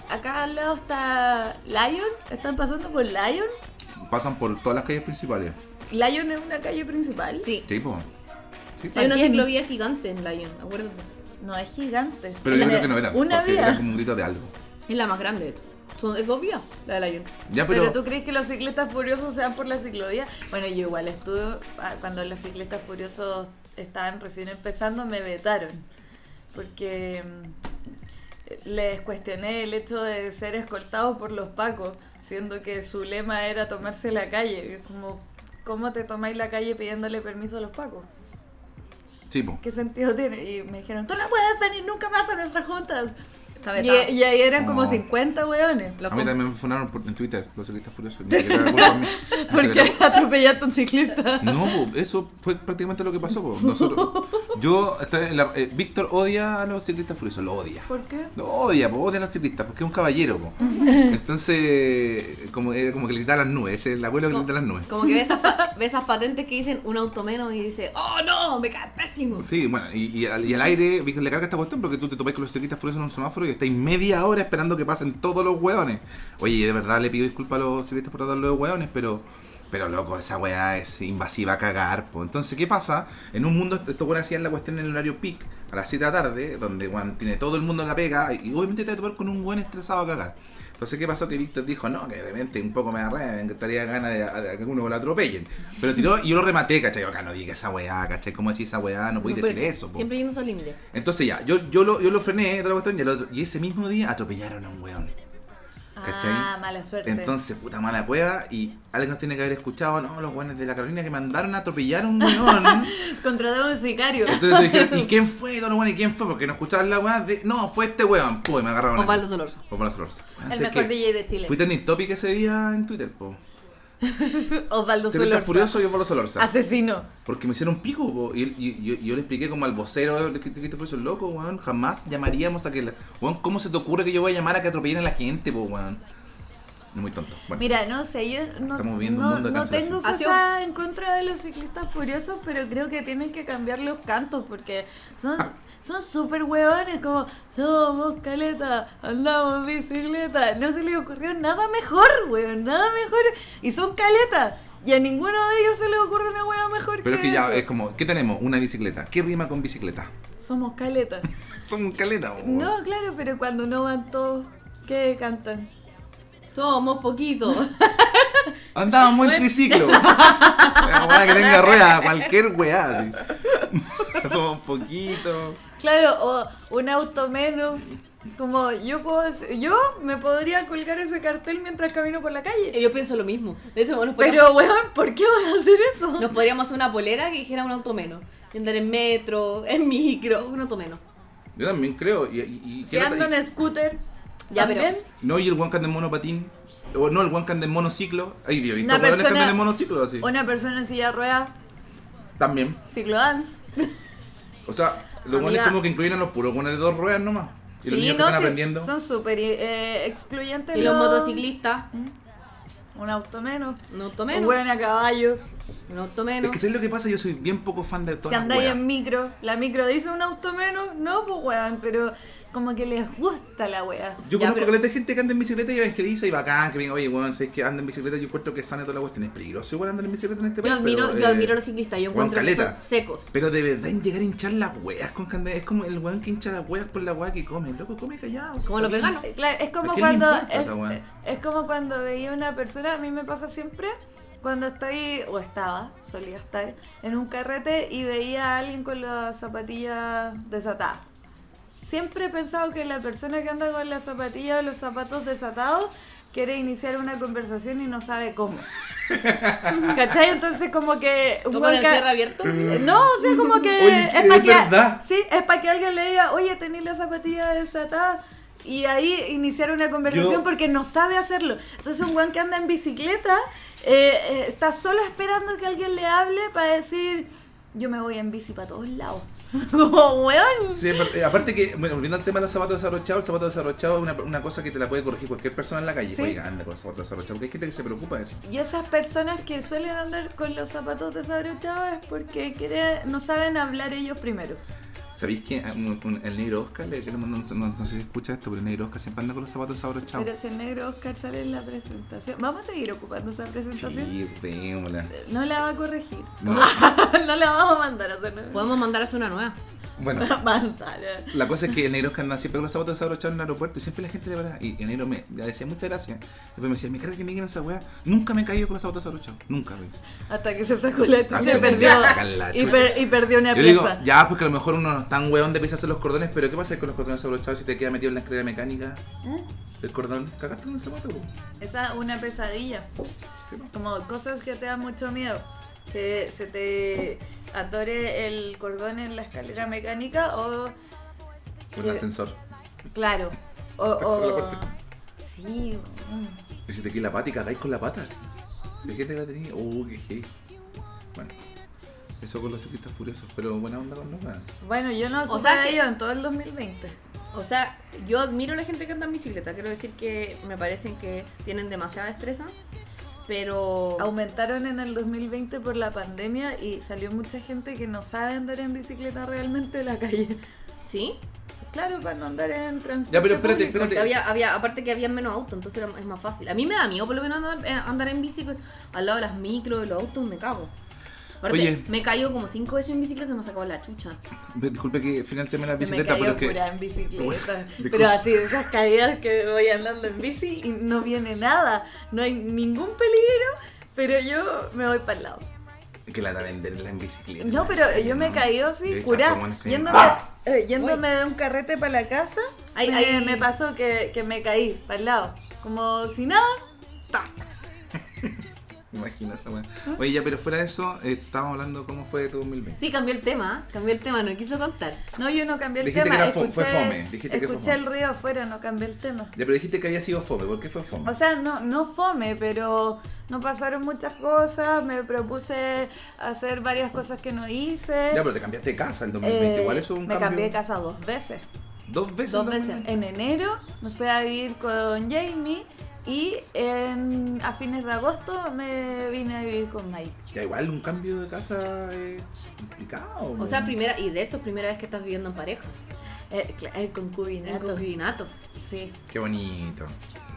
[SPEAKER 3] acá al lado está Lion. Están pasando por Lion.
[SPEAKER 4] Pasan por todas las calles principales.
[SPEAKER 3] Lion es una calle principal.
[SPEAKER 5] Sí.
[SPEAKER 4] Sí, po. Sí, po.
[SPEAKER 5] Hay una
[SPEAKER 3] También.
[SPEAKER 5] ciclovía gigante en Lyon, acuérdate.
[SPEAKER 3] No es gigante.
[SPEAKER 4] Pero
[SPEAKER 3] Mira,
[SPEAKER 4] yo creo que no eran.
[SPEAKER 3] Una
[SPEAKER 4] porque
[SPEAKER 3] vía.
[SPEAKER 4] Era como un grito de algo.
[SPEAKER 5] Es la más grande de todas. Son es dos vías, la de Lyon.
[SPEAKER 4] Ya,
[SPEAKER 3] Pero,
[SPEAKER 4] pero.
[SPEAKER 3] tú crees que los ciclistas furiosos sean por la ciclovía? Bueno, yo igual estuve ah, cuando los ciclistas furiosos estaban recién empezando, me vetaron. Porque mm, les cuestioné el hecho de ser escoltados por los pacos, siendo que su lema era tomarse la calle. Y es Como, ¿cómo te tomáis la calle pidiéndole permiso a los pacos?
[SPEAKER 4] Sí, po.
[SPEAKER 3] ¿Qué sentido tiene? Y me dijeron, tú no puedes venir nunca más a nuestras juntas.
[SPEAKER 5] Está
[SPEAKER 3] Y,
[SPEAKER 5] vetado.
[SPEAKER 3] y ahí eran como
[SPEAKER 4] Oh.
[SPEAKER 3] 50 weones.
[SPEAKER 5] Lo
[SPEAKER 4] a mí
[SPEAKER 5] compro.
[SPEAKER 4] también me funaron por- en Twitter los ciclistas furiosos. Ni siquiera era culpa mía. Ni
[SPEAKER 3] ¿Por
[SPEAKER 4] siquiera
[SPEAKER 3] qué atropellaste Ah, a un ciclista?
[SPEAKER 4] No, po, eso fue prácticamente lo que pasó. po. Nosotros, yo, está en la- eh, Víctor odia a los ciclistas furiosos, lo odia.
[SPEAKER 3] ¿Por qué?
[SPEAKER 4] Lo odia, po, odia a los ciclistas, porque es un caballero. po. Entonces, como, era como que le quitaba las nubes, ese es el abuelo que le quitaba las nubes.
[SPEAKER 5] Como que ve esas, pa- ve esas patentes que dicen un auto menos y dice, oh no, me cae pésimo.
[SPEAKER 4] Sí, bueno, y, y al, y al aire, Víctor le carga esta cuestión porque tú te topáis con los ciclistas furiosos en un semáforo y estáis media hora esperando que pasen todos los hueones. Oye, de verdad le pido disculpas a los ciclistas por tratarlo de hueones, pero. Pero loco, esa weá es invasiva a cagar, po. Entonces, ¿qué pasa? En un mundo, estos weones hacían la cuestión en el horario peak, a las 7 de la tarde, donde weón, tiene todo el mundo en la pega, y obviamente te vas a topar con un weón estresado a cagar. Entonces, ¿qué pasó? Que Víctor dijo, no, que de repente un poco me arreven, que estaría ganas de, de que uno lo atropellen. Pero tiró y yo lo rematé, ¿cachai? Yo, Acá no diga esa weá, ¿cachai? ¿Cómo decís esa weá? No podéis
[SPEAKER 5] No,
[SPEAKER 4] decir
[SPEAKER 5] pero
[SPEAKER 4] eso, po.
[SPEAKER 5] Siempre yendo al límite.
[SPEAKER 4] Entonces ya, yo, yo, lo, yo lo frené, otra cuestión, y, el otro- y ese mismo día atropellaron a un weón. ¿Cachai?
[SPEAKER 3] Ah, mala suerte.
[SPEAKER 4] Entonces, puta mala cueva, y alguien nos tiene que haber escuchado, no, los weones de la Carolina que mandaron a atropellar a un weón.
[SPEAKER 3] Contrataron a un sicario.
[SPEAKER 4] Entonces te dijeron, ¿y quién fue? Todos los weones, ¿y quién fue? Porque no escuchaban la weá de. No, fue este weón. Pum, y me agarraron. a mí.
[SPEAKER 5] Osvaldo Solorza.
[SPEAKER 4] Osvaldo Solorza.
[SPEAKER 3] El
[SPEAKER 4] Así
[SPEAKER 3] mejor
[SPEAKER 4] que
[SPEAKER 3] DJ de Chile.
[SPEAKER 4] Fui trending topic ese día en Twitter, po.
[SPEAKER 3] Osvaldo
[SPEAKER 4] Celeta
[SPEAKER 3] Solorza.
[SPEAKER 4] Furioso y Osvaldo Solorza.
[SPEAKER 3] Asesino.
[SPEAKER 4] Porque me hicieron pico, po. Y, y- y- yo- yo le expliqué como al vocero de que este que te fuese loco, weón. Jamás llamaríamos a que. la- Weón, ¿cómo se te ocurre que yo voy a llamar a que atropellen a la gente, po, weón? Muy tonto. Bueno,
[SPEAKER 3] Mira, no sé, yo no,
[SPEAKER 4] Estamos viviendo un
[SPEAKER 3] no-
[SPEAKER 4] mundo de
[SPEAKER 3] no tengo
[SPEAKER 4] cancelación.
[SPEAKER 5] Ha sido-
[SPEAKER 3] cosas en contra de los ciclistas furiosos, pero creo que tienen que cambiar los cantos porque son
[SPEAKER 4] Ah.
[SPEAKER 3] son súper huevones, como somos caleta, andamos en bicicleta. No se les ocurrió nada mejor, weón, nada mejor. Y son caleta. Y a ninguno de ellos se les ocurre una hueva mejor
[SPEAKER 4] pero es que
[SPEAKER 3] eso.
[SPEAKER 4] ya es como, ¿qué tenemos? Una bicicleta. ¿Qué rima con bicicleta?
[SPEAKER 3] Somos caleta.
[SPEAKER 4] Son caleta, po, weón.
[SPEAKER 3] No, claro, pero cuando no van todos, ¿qué cantan?
[SPEAKER 5] Somos poquitos.
[SPEAKER 4] Andábamos en triciclo. La weá que tenga rueda, cualquier weá. Así. Somos poquitos.
[SPEAKER 3] Claro, o un auto menos. Como yo puedo, decir- yo me podría colgar ese cartel mientras camino por la calle.
[SPEAKER 5] Yo pienso lo mismo. De hecho, bueno, nos podríamos-
[SPEAKER 3] Pero, weón, ¿por qué voy a hacer eso?
[SPEAKER 5] nos podríamos hacer una polera que dijera un auto menos. Y andar en metro, en micro, un auto menos.
[SPEAKER 4] Yo también creo. Y, y- y-
[SPEAKER 3] Si ando en scooter,
[SPEAKER 5] Ya,
[SPEAKER 3] ya
[SPEAKER 5] pero-
[SPEAKER 3] ven.
[SPEAKER 4] No, y el one can de monopatín. O no, el one can de monociclo. Ay, yo he visto
[SPEAKER 3] Una
[SPEAKER 4] weones que
[SPEAKER 3] persona-
[SPEAKER 4] andan en monociclo así.
[SPEAKER 3] Una persona en silla de ruedas,
[SPEAKER 4] También.
[SPEAKER 3] ciclodance.
[SPEAKER 4] O sea, los
[SPEAKER 5] Amiga.
[SPEAKER 4] buenos como que incluyen a los puros buenos de dos ruedas nomás. Y los
[SPEAKER 3] Sí,
[SPEAKER 4] niños que
[SPEAKER 3] no,
[SPEAKER 4] están
[SPEAKER 3] sí,
[SPEAKER 4] aprendiendo.
[SPEAKER 3] Son súper eh, excluyentes.
[SPEAKER 5] Y los motociclistas,
[SPEAKER 3] Un auto menos.
[SPEAKER 5] un auto
[SPEAKER 3] Un
[SPEAKER 5] menos.
[SPEAKER 3] weón a caballo.
[SPEAKER 5] Un auto menos.
[SPEAKER 4] Es que ¿sabes lo que pasa? Yo soy bien poco fan de todas
[SPEAKER 3] Si
[SPEAKER 4] las
[SPEAKER 3] andáis
[SPEAKER 4] weas.
[SPEAKER 3] en micro, la micro dice un auto menos, no, pues weón, pero como que les gusta la wea.
[SPEAKER 4] Yo
[SPEAKER 5] Ya,
[SPEAKER 4] conozco
[SPEAKER 5] pero-
[SPEAKER 4] caleta de gente que anda en bicicleta y evangeliza y bacán, que me digan, oye, weón, sabes que anda en bicicleta yo encuentro que sana toda la cuestión. Es peligroso igual andar en bicicleta en este
[SPEAKER 5] Yo
[SPEAKER 4] país.
[SPEAKER 5] admiro,
[SPEAKER 4] pero,
[SPEAKER 5] yo
[SPEAKER 4] eh,
[SPEAKER 5] admiro a los ciclistas, yo
[SPEAKER 4] weón,
[SPEAKER 5] encuentro que son
[SPEAKER 4] caleta.
[SPEAKER 5] secos.
[SPEAKER 4] Pero de verdad en llegar a hinchar las weas con candela. Es como el weón que hincha las weas por la wea que come. Loco, come callado.
[SPEAKER 5] Como
[SPEAKER 4] está
[SPEAKER 5] los
[SPEAKER 4] bien.
[SPEAKER 5] veganos.
[SPEAKER 3] Eh, Claro, es como
[SPEAKER 4] ¿A quién le
[SPEAKER 3] cuando
[SPEAKER 4] importa
[SPEAKER 3] es,
[SPEAKER 4] esa weá?
[SPEAKER 3] es como cuando veía una persona, a mí me pasa siempre cuando estoy o estaba, solía estar en un carrete y veía a alguien con las zapatillas desatadas. Siempre he pensado que la persona que anda con las zapatillas o los zapatos desatados quiere iniciar una conversación y no sabe cómo. ¿Cachai? Entonces como que... un
[SPEAKER 5] ¿Como
[SPEAKER 3] weón
[SPEAKER 5] en el
[SPEAKER 3] que-
[SPEAKER 5] cierre abierto?
[SPEAKER 3] No, o sea, como que...
[SPEAKER 4] Oye, que
[SPEAKER 3] es para
[SPEAKER 4] es verdad.
[SPEAKER 3] que, sí, es para que alguien le diga, oye, tenés la zapatilla desatada. Y ahí iniciar una conversación
[SPEAKER 4] Yo-
[SPEAKER 3] porque no sabe hacerlo. Entonces un guan que anda en bicicleta eh, eh, está solo esperando que alguien le hable para decir, yo me voy en bici para todos lados. Como, weón.
[SPEAKER 4] Sí, pero, eh, aparte que, bueno, volviendo al tema de los zapatos desabrochados, el zapato desabrochado es una, una cosa que te la puede corregir cualquier persona en la calle.
[SPEAKER 3] Sí.
[SPEAKER 4] Oiga, anda con el zapato desabrochado, porque hay gente que se preocupa de eso.
[SPEAKER 3] Y esas personas que suelen andar con los zapatos desabrochados es porque quiere- no saben hablar ellos primero.
[SPEAKER 4] ¿Sabéis que a un- un- el negro Oscar, le, yo le mando un- no, no sé si escucha esto, pero el negro Oscar siempre anda con los zapatos desabrochados?
[SPEAKER 3] Pero si el negro Oscar sale en la presentación, vamos a seguir ocupando esa presentación.
[SPEAKER 4] Sí, vémosla.
[SPEAKER 3] No la va a corregir.
[SPEAKER 4] No.
[SPEAKER 3] no la vamos a mandar a hacer. ¿no?
[SPEAKER 5] Podemos mandar a hacer una nueva.
[SPEAKER 4] Bueno,
[SPEAKER 3] Mandar. eh.
[SPEAKER 4] la cosa es que el negro Oscar anda siempre con los zapatos desabrochados en el aeropuerto y siempre la gente le paraba. Y el negro me le decía muchas gracias. Después me decía, me carga que me digan esa weá. Nunca me he caído con los zapatos desabrochados. Nunca, ¿ves?
[SPEAKER 3] Hasta que se sacó la chucha
[SPEAKER 4] Hasta
[SPEAKER 3] y
[SPEAKER 4] que
[SPEAKER 3] perdió,
[SPEAKER 4] se sacan la
[SPEAKER 3] y,
[SPEAKER 4] chucha.
[SPEAKER 3] per- y perdió una
[SPEAKER 4] Yo le digo,
[SPEAKER 3] pieza.
[SPEAKER 4] ya, porque a lo mejor uno no es tan weón de pisarse los cordones, pero ¿qué pasa con los cordones abrochados si te queda metido en la escalera mecánica?
[SPEAKER 3] ¿Eh?
[SPEAKER 4] El cordón, cagaste con el zapato, po?
[SPEAKER 3] Esa es una pesadilla.
[SPEAKER 4] pues.
[SPEAKER 3] Como cosas que te dan mucho miedo. Que se te atore el cordón en la escalera mecánica o.
[SPEAKER 4] Con
[SPEAKER 3] que-
[SPEAKER 4] el ascensor.
[SPEAKER 3] Claro. O.
[SPEAKER 4] Solo
[SPEAKER 3] o-
[SPEAKER 4] corte.
[SPEAKER 3] sí. mm.
[SPEAKER 4] Y si te queda la pata y cagáis con la pata. así. ¿De qué te la tenías? Oh, qué heavy. Bueno, eso con los ciclistas furiosos, pero buena onda con los weón.
[SPEAKER 3] Bueno, yo no supe
[SPEAKER 5] O sea
[SPEAKER 3] de
[SPEAKER 5] que-
[SPEAKER 3] ello en todo el 2020.
[SPEAKER 5] O sea, yo admiro a la gente que anda en bicicleta. Quiero decir que me parecen que tienen demasiada destreza, pero...
[SPEAKER 3] Aumentaron en el 2020 por la pandemia y salió mucha gente que no sabe andar en bicicleta realmente en la calle.
[SPEAKER 5] ¿Sí?
[SPEAKER 3] Claro, para no andar en transporte.
[SPEAKER 4] Ya, pero espérate,
[SPEAKER 3] público.
[SPEAKER 5] Porque
[SPEAKER 4] espérate.
[SPEAKER 5] había, había, aparte que había menos autos, entonces era, es más fácil. A mí me da miedo por lo menos andar, eh, andar en bici que al lado de las micros, de los autos, me cago. Aparte,
[SPEAKER 4] Oye.
[SPEAKER 5] me he caído como cinco veces en bicicleta y me ha sacado la chucha.
[SPEAKER 4] Ve, Disculpe que al final el tema de la
[SPEAKER 3] Yo
[SPEAKER 4] bicicleta,
[SPEAKER 3] me
[SPEAKER 4] pero
[SPEAKER 3] caí
[SPEAKER 4] que.
[SPEAKER 3] curada en bicicleta.
[SPEAKER 4] Disculpa.
[SPEAKER 3] Pero así, de esas caídas que voy andando en bici y no viene nada. No hay ningún peligro, pero yo me voy para el lado.
[SPEAKER 4] Que la de venderla en bicicleta.
[SPEAKER 3] No, pero yo me he
[SPEAKER 4] No.
[SPEAKER 3] caído
[SPEAKER 4] Yo he
[SPEAKER 3] así,
[SPEAKER 4] visto
[SPEAKER 3] curada.
[SPEAKER 4] hartos buenos que-
[SPEAKER 3] Yéndome,
[SPEAKER 4] ¡Ah!
[SPEAKER 3] eh, yéndome de un carrete para la casa,
[SPEAKER 5] Ay,
[SPEAKER 3] me,
[SPEAKER 5] ay.
[SPEAKER 3] me pasó que, que me caí para el lado. Como si nada, ¡tac!
[SPEAKER 4] Me imagino esa weón. Oye, ya, pero fuera de eso, eh, estábamos hablando cómo fue tu 2020.
[SPEAKER 5] Sí, cambió el tema, ¿eh? cambió el tema, no quiso contar.
[SPEAKER 3] No, yo no cambié el
[SPEAKER 4] Dijiste
[SPEAKER 3] tema.
[SPEAKER 4] que era fo-
[SPEAKER 3] escuché
[SPEAKER 4] fue fome, dijiste que fue
[SPEAKER 3] escuché el
[SPEAKER 4] fome.
[SPEAKER 3] ruido afuera, no cambié el tema.
[SPEAKER 4] Ya, pero dijiste que había sido fome. ¿Por qué fue fome?
[SPEAKER 3] O sea, no, no fome, pero no pasaron muchas cosas, me propuse hacer varias cosas que no hice.
[SPEAKER 4] Ya, pero te cambiaste de casa el 2020,
[SPEAKER 3] Eh,
[SPEAKER 4] igual eso es un
[SPEAKER 3] me
[SPEAKER 4] cambio.
[SPEAKER 3] cambié de casa dos veces.
[SPEAKER 4] Dos veces.
[SPEAKER 5] Dos
[SPEAKER 4] ¿no?
[SPEAKER 5] veces.
[SPEAKER 3] En enero nos fui a vivir con Jamie y en, a fines de agosto me vine a vivir con Mike.
[SPEAKER 4] Ya, igual un cambio de casa es complicado.
[SPEAKER 5] O sea,
[SPEAKER 4] weón.
[SPEAKER 5] primera, y de hecho es primera vez que estás viviendo en pareja,
[SPEAKER 3] Eh, cla- el
[SPEAKER 5] en
[SPEAKER 3] concubinato.
[SPEAKER 5] concubinato.
[SPEAKER 3] Sí,
[SPEAKER 4] Qué bonito.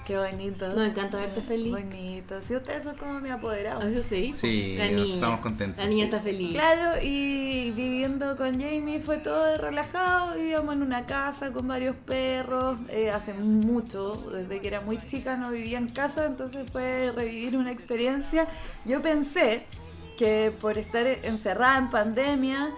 [SPEAKER 3] qué bonito.
[SPEAKER 5] Nos encanta verte feliz.
[SPEAKER 3] Bonito. Sí, ustedes son como mi apoderado.
[SPEAKER 5] Ah, Eso sí.
[SPEAKER 4] Sí,
[SPEAKER 5] la
[SPEAKER 4] nos
[SPEAKER 5] niña.
[SPEAKER 4] estamos contentos.
[SPEAKER 5] La niña está feliz.
[SPEAKER 3] Claro, y viviendo con Jamie fue todo relajado, vivíamos en una casa con varios perros, eh, hace mucho, desde que era muy chica no vivía en casa, entonces fue revivir una experiencia. Yo pensé que por estar encerrada en pandemia,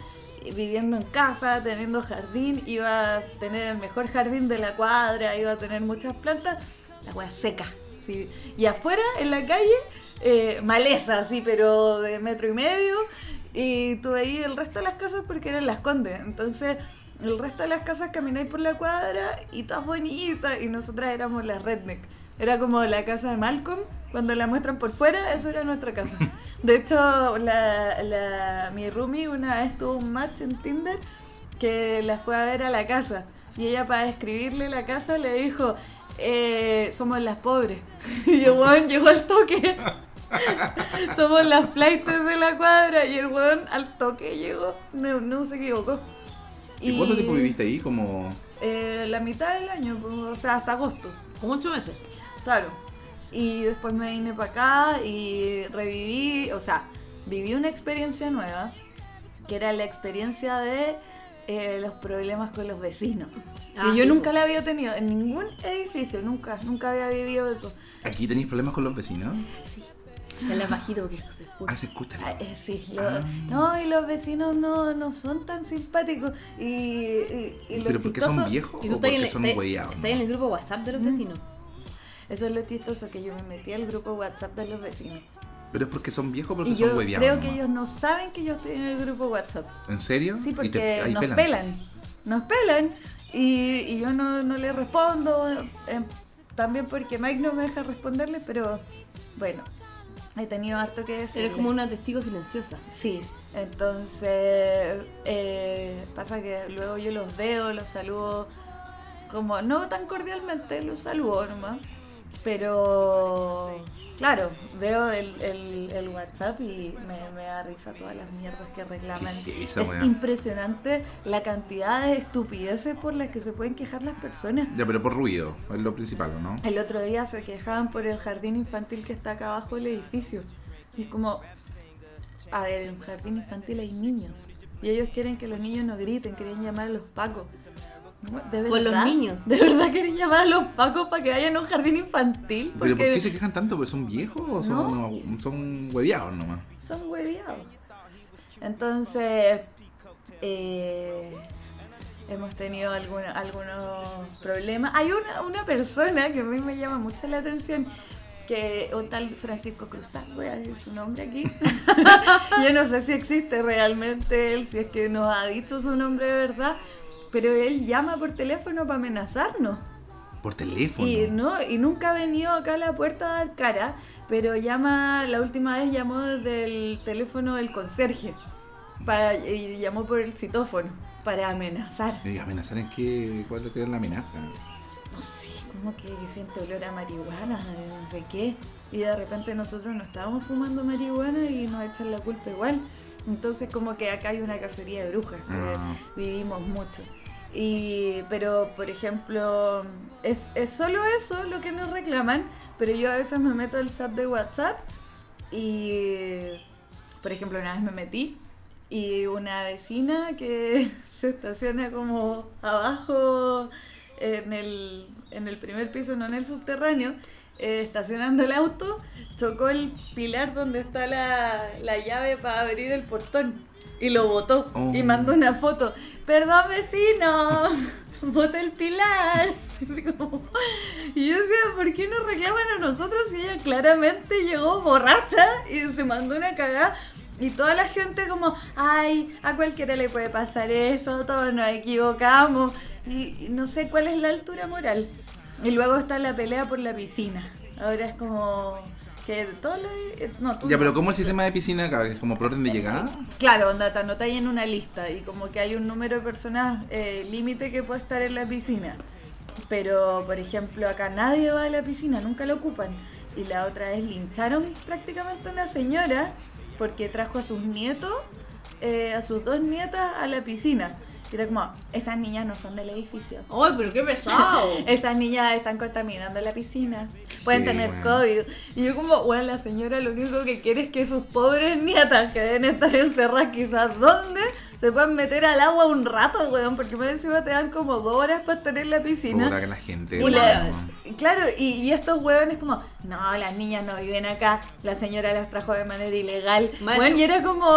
[SPEAKER 3] eh, viviendo en casa, teniendo jardín, iba a tener el mejor jardín de la cuadra, iba a tener muchas plantas, la hueá seca. sí. Y afuera, en la calle, eh, maleza, sí, pero de metro y medio. Y tú ahí el resto de las casas porque eran las condes. Entonces, el resto de las casas camináis por la cuadra y todas bonitas. Y nosotras éramos las redneck. Era como la casa de Malcolm. Cuando la muestran por fuera, esa era nuestra casa. De hecho, la, la- mi roomie una vez tuvo un match en Tinder que la fue a ver a la casa. Y ella para describirle la casa le dijo, eh, somos las pobres. Y el weón llegó al toque. somos las flightes de la cuadra. Y el weón al toque llegó. No, no se equivocó.
[SPEAKER 4] ¿Y cuánto tiempo viviste ahí? Como.
[SPEAKER 3] Eh, la mitad del año, pues, o sea, hasta agosto.
[SPEAKER 5] Como ocho meses.
[SPEAKER 3] Claro. Y después me vine para acá y reviví, o sea, viví una experiencia nueva, que era la experiencia de eh, los problemas con los vecinos.
[SPEAKER 5] Ah,
[SPEAKER 3] y yo
[SPEAKER 5] sí,
[SPEAKER 3] nunca
[SPEAKER 5] po.
[SPEAKER 3] la había tenido en ningún edificio, nunca, nunca había vivido eso.
[SPEAKER 4] ¿Aquí tenéis problemas con los vecinos?
[SPEAKER 3] Sí.
[SPEAKER 5] Se la bajito porque se escucha.
[SPEAKER 4] Ah, se escucha.
[SPEAKER 3] Ah, eh, sí, lo-
[SPEAKER 4] Ah.
[SPEAKER 3] no, y los vecinos no, no son tan simpáticos. Y, y, y lo
[SPEAKER 4] ¿Pero porque
[SPEAKER 3] chistoso-
[SPEAKER 4] son viejos
[SPEAKER 5] Y
[SPEAKER 4] o
[SPEAKER 5] tú estás
[SPEAKER 4] porque
[SPEAKER 5] en, el-
[SPEAKER 4] son
[SPEAKER 5] estás-
[SPEAKER 4] huellados?
[SPEAKER 3] Mm.
[SPEAKER 5] estás en el grupo WhatsApp de los vecinos.
[SPEAKER 3] Eso es lo chistoso, que yo me metí al grupo WhatsApp de los vecinos.
[SPEAKER 4] Pero es porque son viejos, porque
[SPEAKER 3] Y
[SPEAKER 4] son
[SPEAKER 3] yo
[SPEAKER 4] hueviados.
[SPEAKER 3] creo que
[SPEAKER 4] nomás.
[SPEAKER 3] ellos no saben que yo estoy en el grupo WhatsApp.
[SPEAKER 4] ¿En serio?
[SPEAKER 3] Sí,
[SPEAKER 4] Y te-
[SPEAKER 3] porque
[SPEAKER 4] ahí
[SPEAKER 3] nos pelan. Nos pelan y, y yo no, no les respondo. em, también porque Mike no me deja responderles, pero bueno, he tenido harto que decir.
[SPEAKER 5] Eres como una testigo silenciosa.
[SPEAKER 3] Sí, entonces eh, pasa que luego yo los veo, los saludo, como no tan cordialmente, los saludo nomás, pero claro, veo el, el- el WhatsApp y me, me da risa todas las mierdas que reclaman.
[SPEAKER 4] Qué
[SPEAKER 3] Es
[SPEAKER 4] esa weá.
[SPEAKER 3] impresionante la cantidad de estupideces por las que se pueden quejar las personas.
[SPEAKER 4] Ya, pero por ruido, es lo principal, ¿o ¿no?
[SPEAKER 3] El otro día se quejaban por el jardín infantil que está acá abajo del edificio. Y es como, a ver, en un jardín infantil hay niños. Y ellos quieren que los niños no griten, quieren llamar a los pacos. ¿De verdad?
[SPEAKER 5] Por los niños.
[SPEAKER 3] ¿De verdad quieren llamar a los pacos para que vayan a un jardín infantil?
[SPEAKER 4] ¿Pero por
[SPEAKER 3] Porque
[SPEAKER 4] qué se quejan tanto? ¿Porque son viejos o son, son hueviados nomás?
[SPEAKER 3] son hueviados. Entonces, eh, hemos tenido alguno- algunos problemas. Hay una, una persona que a mí me llama mucho la atención, que un tal Francisco Cruzal, voy a decir su nombre aquí. Yo no sé si existe realmente él, si es que nos ha dicho su nombre de verdad, pero él llama por teléfono para amenazarnos.
[SPEAKER 4] Por teléfono.
[SPEAKER 3] Y, no, y nunca ha venido acá a la puerta a dar cara, pero llama, la última vez llamó desde el teléfono del conserje para, y llamó por el citófono para amenazar.
[SPEAKER 4] Y amenazar en qué, cuál es la amenaza.
[SPEAKER 3] No sé, como que siente olor a marihuana, no sé qué. Y de repente nosotros no estábamos fumando marihuana y nos echan la culpa igual. Entonces como que acá hay una cacería de brujas, que
[SPEAKER 4] Ah.
[SPEAKER 3] vivimos mucho. Y, pero, por ejemplo, es, es solo eso lo que nos reclaman, pero yo a veces me meto al chat de WhatsApp y, por ejemplo, una vez me metí y una vecina que se estaciona como abajo en el, en el primer piso, no en el subterráneo, eh, estacionando el auto, chocó el pilar donde está la, la llave para abrir el portón y lo botó
[SPEAKER 4] Oh.
[SPEAKER 3] y mandó una foto. Perdón vecino, boté el pilar. Así como- Y yo decía, ¿por qué nos reclaman a nosotros si ella claramente llegó borracha y se mandó una cagada? Y toda la gente como, ay, a cualquiera le puede pasar eso, todos nos equivocamos. Y y no sé cuál es la altura moral. Y luego está la pelea por la piscina. Ahora es como que todos los... eh, No, tú
[SPEAKER 4] Ya,
[SPEAKER 3] no.
[SPEAKER 4] pero ¿cómo es el sistema de piscina acá? ¿Es como por orden de llegada?
[SPEAKER 3] Claro, onda, te anotáis en una lista y como que hay un número de personas eh, límite que puede estar en la piscina. Pero, por ejemplo, acá nadie va a la piscina, nunca la ocupan. Y la otra es lincharon prácticamente a una señora porque trajo a sus nietos, eh, a sus dos nietas a la piscina. Y era como, esas niñas no son del edificio.
[SPEAKER 5] ¡Ay, pero qué pesado!
[SPEAKER 3] Esas niñas están contaminando la piscina. Pueden
[SPEAKER 4] Sí,
[SPEAKER 3] tener
[SPEAKER 4] bueno.
[SPEAKER 3] COVID. Y yo como, bueno, la señora lo único que quiere es que sus pobres nietas que deben estar encerradas quizás donde se puedan meter al agua un rato, weón, porque por encima te dan como dos horas para estar en la piscina.
[SPEAKER 4] Puta que la gente.
[SPEAKER 3] Y la-
[SPEAKER 4] weón.
[SPEAKER 3] claro, y, y estos huevones como, no, las niñas no viven acá, la señora las trajo de manera ilegal.
[SPEAKER 5] Mal-
[SPEAKER 3] Bueno, y era como,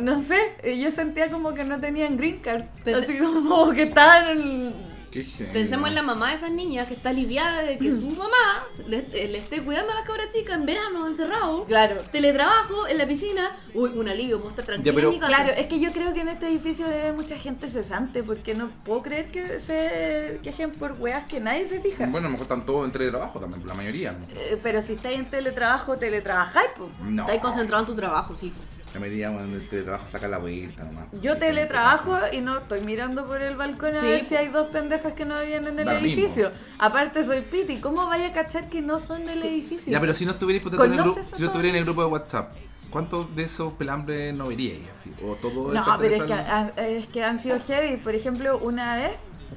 [SPEAKER 3] no sé, yo sentía como que no tenían green card.
[SPEAKER 5] Pero-
[SPEAKER 3] así como que estaban
[SPEAKER 4] Qué genio.
[SPEAKER 5] Pensemos en la mamá de esas niñas que está aliviada de que
[SPEAKER 3] Mm.
[SPEAKER 5] su mamá le, esté- le esté cuidando a las cabras chicas en verano, encerrado.
[SPEAKER 3] Claro.
[SPEAKER 5] Teletrabajo, en la piscina. Uy, un alivio, puedo estar tranquila
[SPEAKER 4] Ya, pero-
[SPEAKER 5] en mi casa.
[SPEAKER 3] Claro, es que yo creo que en este edificio debe mucha gente cesante, porque no puedo creer que se quejen por weas que nadie se fija.
[SPEAKER 4] Bueno, a lo mejor están todos en teletrabajo también, la mayoría. ¿no?
[SPEAKER 3] Eh, pero si estáis en teletrabajo, teletrabajáis, pues.
[SPEAKER 4] No.
[SPEAKER 5] Estás concentrado en tu trabajo, sí.
[SPEAKER 4] La mayoría bueno, del teletrabajo saca la vuelta nomás.
[SPEAKER 3] Yo
[SPEAKER 4] Sí,
[SPEAKER 3] teletrabajo y no estoy mirando por el balcón a
[SPEAKER 5] Sí,
[SPEAKER 3] ver
[SPEAKER 5] po.
[SPEAKER 3] si hay dos pendejas que no viven en el
[SPEAKER 4] Da lo mismo.
[SPEAKER 3] edificio. Aparte soy piti, ¿cómo vaya a cachar que no son del edificio?
[SPEAKER 4] Ya, pero si no estuvierais ponte tú en el
[SPEAKER 3] ¿Conoces
[SPEAKER 4] grupo,
[SPEAKER 3] a
[SPEAKER 4] si no estuviera en el grupo de WhatsApp, ¿cuántos de esos pelambres no veríais? así? O todo
[SPEAKER 3] No,
[SPEAKER 4] el
[SPEAKER 3] pero es
[SPEAKER 4] personal-
[SPEAKER 3] que, ah, han- es que han sido heavy. Por ejemplo, una vez,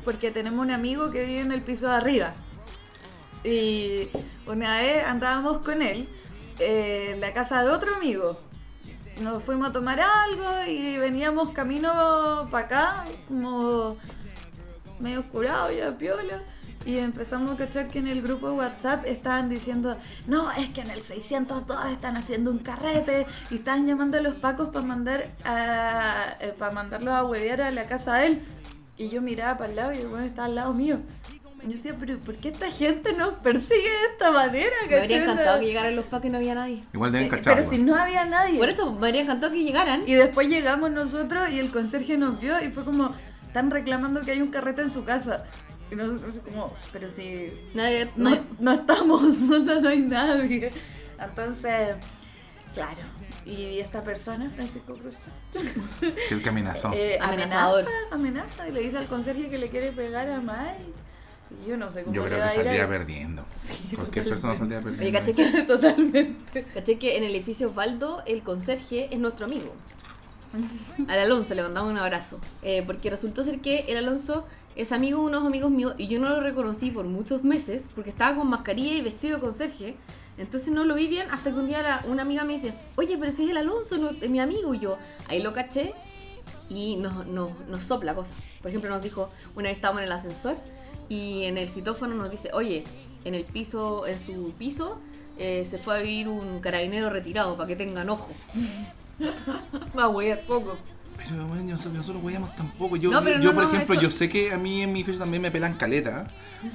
[SPEAKER 3] porque tenemos un amigo que vive en el piso de arriba. Y una vez andábamos con él eh, en la casa de otro amigo. Nos fuimos a tomar algo y veníamos camino para acá, como medio oscurado, ya piola. Y empezamos a cachar que en el grupo de WhatsApp estaban diciendo, no, es que en el 602 están haciendo un carrete y estaban llamando a los pacos para mandar a, eh, para mandarlos a huevear a la casa de él. Y yo miraba para el lado y el weón estaba al lado mío. Yo decía, pero ¿por qué esta gente nos persigue de esta manera?
[SPEAKER 5] Me habría
[SPEAKER 3] cachai? Eh,
[SPEAKER 5] encantado que llegaran los pacos y no había nadie.
[SPEAKER 4] Igual deben cachar.
[SPEAKER 3] Pero si
[SPEAKER 4] weón.
[SPEAKER 3] no había nadie.
[SPEAKER 5] Por eso me habría encantado que llegaran.
[SPEAKER 3] Y después llegamos nosotros y el conserje nos vio y fue como, están reclamando que hay un carrete en su casa. Y nosotros así como, pero si
[SPEAKER 5] Nadie,
[SPEAKER 3] no,
[SPEAKER 5] nadie-
[SPEAKER 3] no estamos, no, no hay nadie. Entonces, claro. Y esta persona, Francisco Cruz,
[SPEAKER 4] Que el caminazo.
[SPEAKER 3] eh,
[SPEAKER 5] Amenazador.
[SPEAKER 3] amenaza, amenaza y le dice al conserje que le quiere pegar a Mai. Y yo no sé cómo
[SPEAKER 4] Yo
[SPEAKER 3] le
[SPEAKER 4] creo
[SPEAKER 3] va
[SPEAKER 4] que
[SPEAKER 3] a ir
[SPEAKER 4] saldría
[SPEAKER 3] a-
[SPEAKER 4] perdiendo.
[SPEAKER 3] Sí,
[SPEAKER 4] Cualquier persona saldría perdiendo.
[SPEAKER 5] Oye, caché que,
[SPEAKER 3] Totalmente.
[SPEAKER 5] caché que en el edificio Osvaldo el conserje es nuestro amigo. Al Alonso le mandamos un abrazo. eh, porque resultó ser que el Alonso es amigo de unos amigos míos y yo no lo reconocí por muchos meses porque estaba con mascarilla y vestido de conserje. Entonces no lo vi bien hasta que un día la- una amiga me dice, oye, pero si es el Alonso, no- es mi amigo. Y yo ahí lo caché y nos, nos, nos sopla cosas. Por ejemplo, nos dijo, una vez estábamos en el ascensor y en el citófono nos dice, oye, en el piso, en su piso eh, se fue a vivir un carabinero retirado para que tengan ojo. Va a huear poco.
[SPEAKER 4] Pero bueno, nosotros, nosotros huellamos tampoco. Yo,
[SPEAKER 5] No, pero
[SPEAKER 4] yo
[SPEAKER 5] no
[SPEAKER 4] por
[SPEAKER 5] nos
[SPEAKER 4] ejemplo,
[SPEAKER 5] esto-
[SPEAKER 4] yo sé que a mí en mi fecha también me pelan caleta.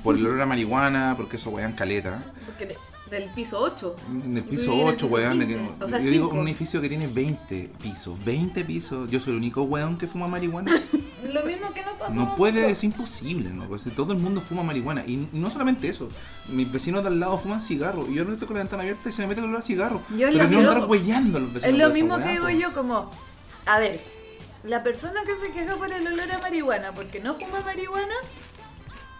[SPEAKER 4] Por el olor a marihuana, porque eso huean caleta.
[SPEAKER 5] Porque de- del piso 8.
[SPEAKER 4] En
[SPEAKER 5] Y
[SPEAKER 4] el
[SPEAKER 5] tú
[SPEAKER 4] piso
[SPEAKER 5] vivías en el
[SPEAKER 4] 8,
[SPEAKER 5] piso
[SPEAKER 4] weón. de
[SPEAKER 5] 15,
[SPEAKER 4] que-
[SPEAKER 5] o sea,
[SPEAKER 4] yo digo,
[SPEAKER 5] cinco.
[SPEAKER 4] un edificio que tiene 20 pisos. 20 pisos. Yo soy el único weón que fuma marihuana.
[SPEAKER 3] Lo mismo que nos pasó. a
[SPEAKER 4] No puede,
[SPEAKER 3] nosotros.
[SPEAKER 4] es imposible, ¿no? Pues, todo el mundo fuma marihuana. Y no solamente eso. Mis vecinos de al lado fuman cigarro. Y yo no toco la ventana abierta y se me mete el olor a cigarro.
[SPEAKER 3] Yo en la
[SPEAKER 4] Pero no andar
[SPEAKER 3] piropo.
[SPEAKER 4] huellando a los vecinos.
[SPEAKER 3] Es lo
[SPEAKER 4] por esa
[SPEAKER 3] mismo
[SPEAKER 4] weá,
[SPEAKER 3] que digo
[SPEAKER 4] po.
[SPEAKER 3] yo, como, a ver, la persona que se queja por el olor a marihuana porque no fuma marihuana,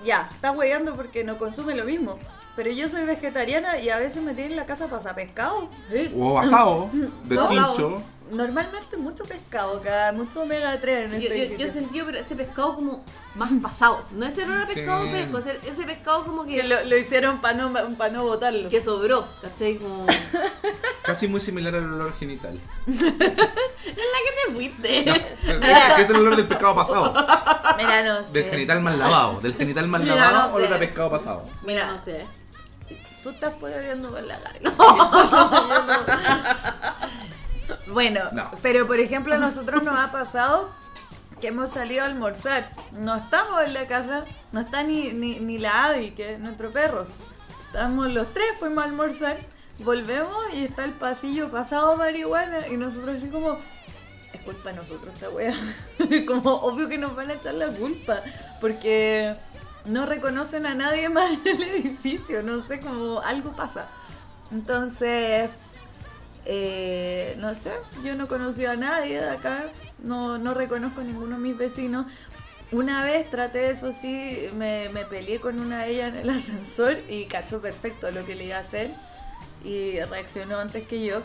[SPEAKER 3] ya, está hueando porque no consume lo mismo. Pero yo soy vegetariana y a veces me tienen la casa para pescado.
[SPEAKER 5] ¿Eh?
[SPEAKER 4] O asado, de
[SPEAKER 5] No,
[SPEAKER 4] tincho.
[SPEAKER 3] Normalmente mucho pescado acá, mucho omega 3 en
[SPEAKER 5] Yo,
[SPEAKER 3] este
[SPEAKER 5] yo, yo
[SPEAKER 3] edificio.
[SPEAKER 5] sentí pero ese pescado como más pasado. No ese olor a pescado
[SPEAKER 4] Sí.
[SPEAKER 5] fresco, ese, ese pescado como
[SPEAKER 3] que
[SPEAKER 5] que,
[SPEAKER 3] lo, lo hicieron para no, pa' no botarlo.
[SPEAKER 5] que sobró, ¿cachai? Como... ¡En
[SPEAKER 4] Casi muy similar al olor genital.
[SPEAKER 5] la que te fuiste!
[SPEAKER 4] que es el olor del pescado pasado.
[SPEAKER 3] Mira, no
[SPEAKER 4] Del
[SPEAKER 3] sé.
[SPEAKER 4] genital mal lavado. Del genital mal
[SPEAKER 5] Mira,
[SPEAKER 4] lavado,
[SPEAKER 5] no sé.
[SPEAKER 4] olor a pescado pasado.
[SPEAKER 5] Mira,
[SPEAKER 3] Mira.
[SPEAKER 5] no sé.
[SPEAKER 3] Tú estás pololeando con la Gaby. bueno,
[SPEAKER 4] No.
[SPEAKER 3] pero por ejemplo a nosotros nos ha pasado que hemos salido a almorzar. No estamos en la casa, no está ni, ni, ni la Abby, que es nuestro perro. Estamos los tres, fuimos a almorzar, volvemos y está el pasillo pasado marihuana y nosotros así como... Es culpa de nosotros esta wea. como obvio que nos van a echar la culpa. Porque no reconocen a nadie más en el edificio. No sé, como algo pasa. Entonces, eh, no sé, yo no conocí a nadie de acá, no, no reconozco a ninguno de mis vecinos. Una vez traté eso, sí, me, me peleé con una de ellas en el ascensor y cachó perfecto lo que le iba a hacer y reaccionó antes que yo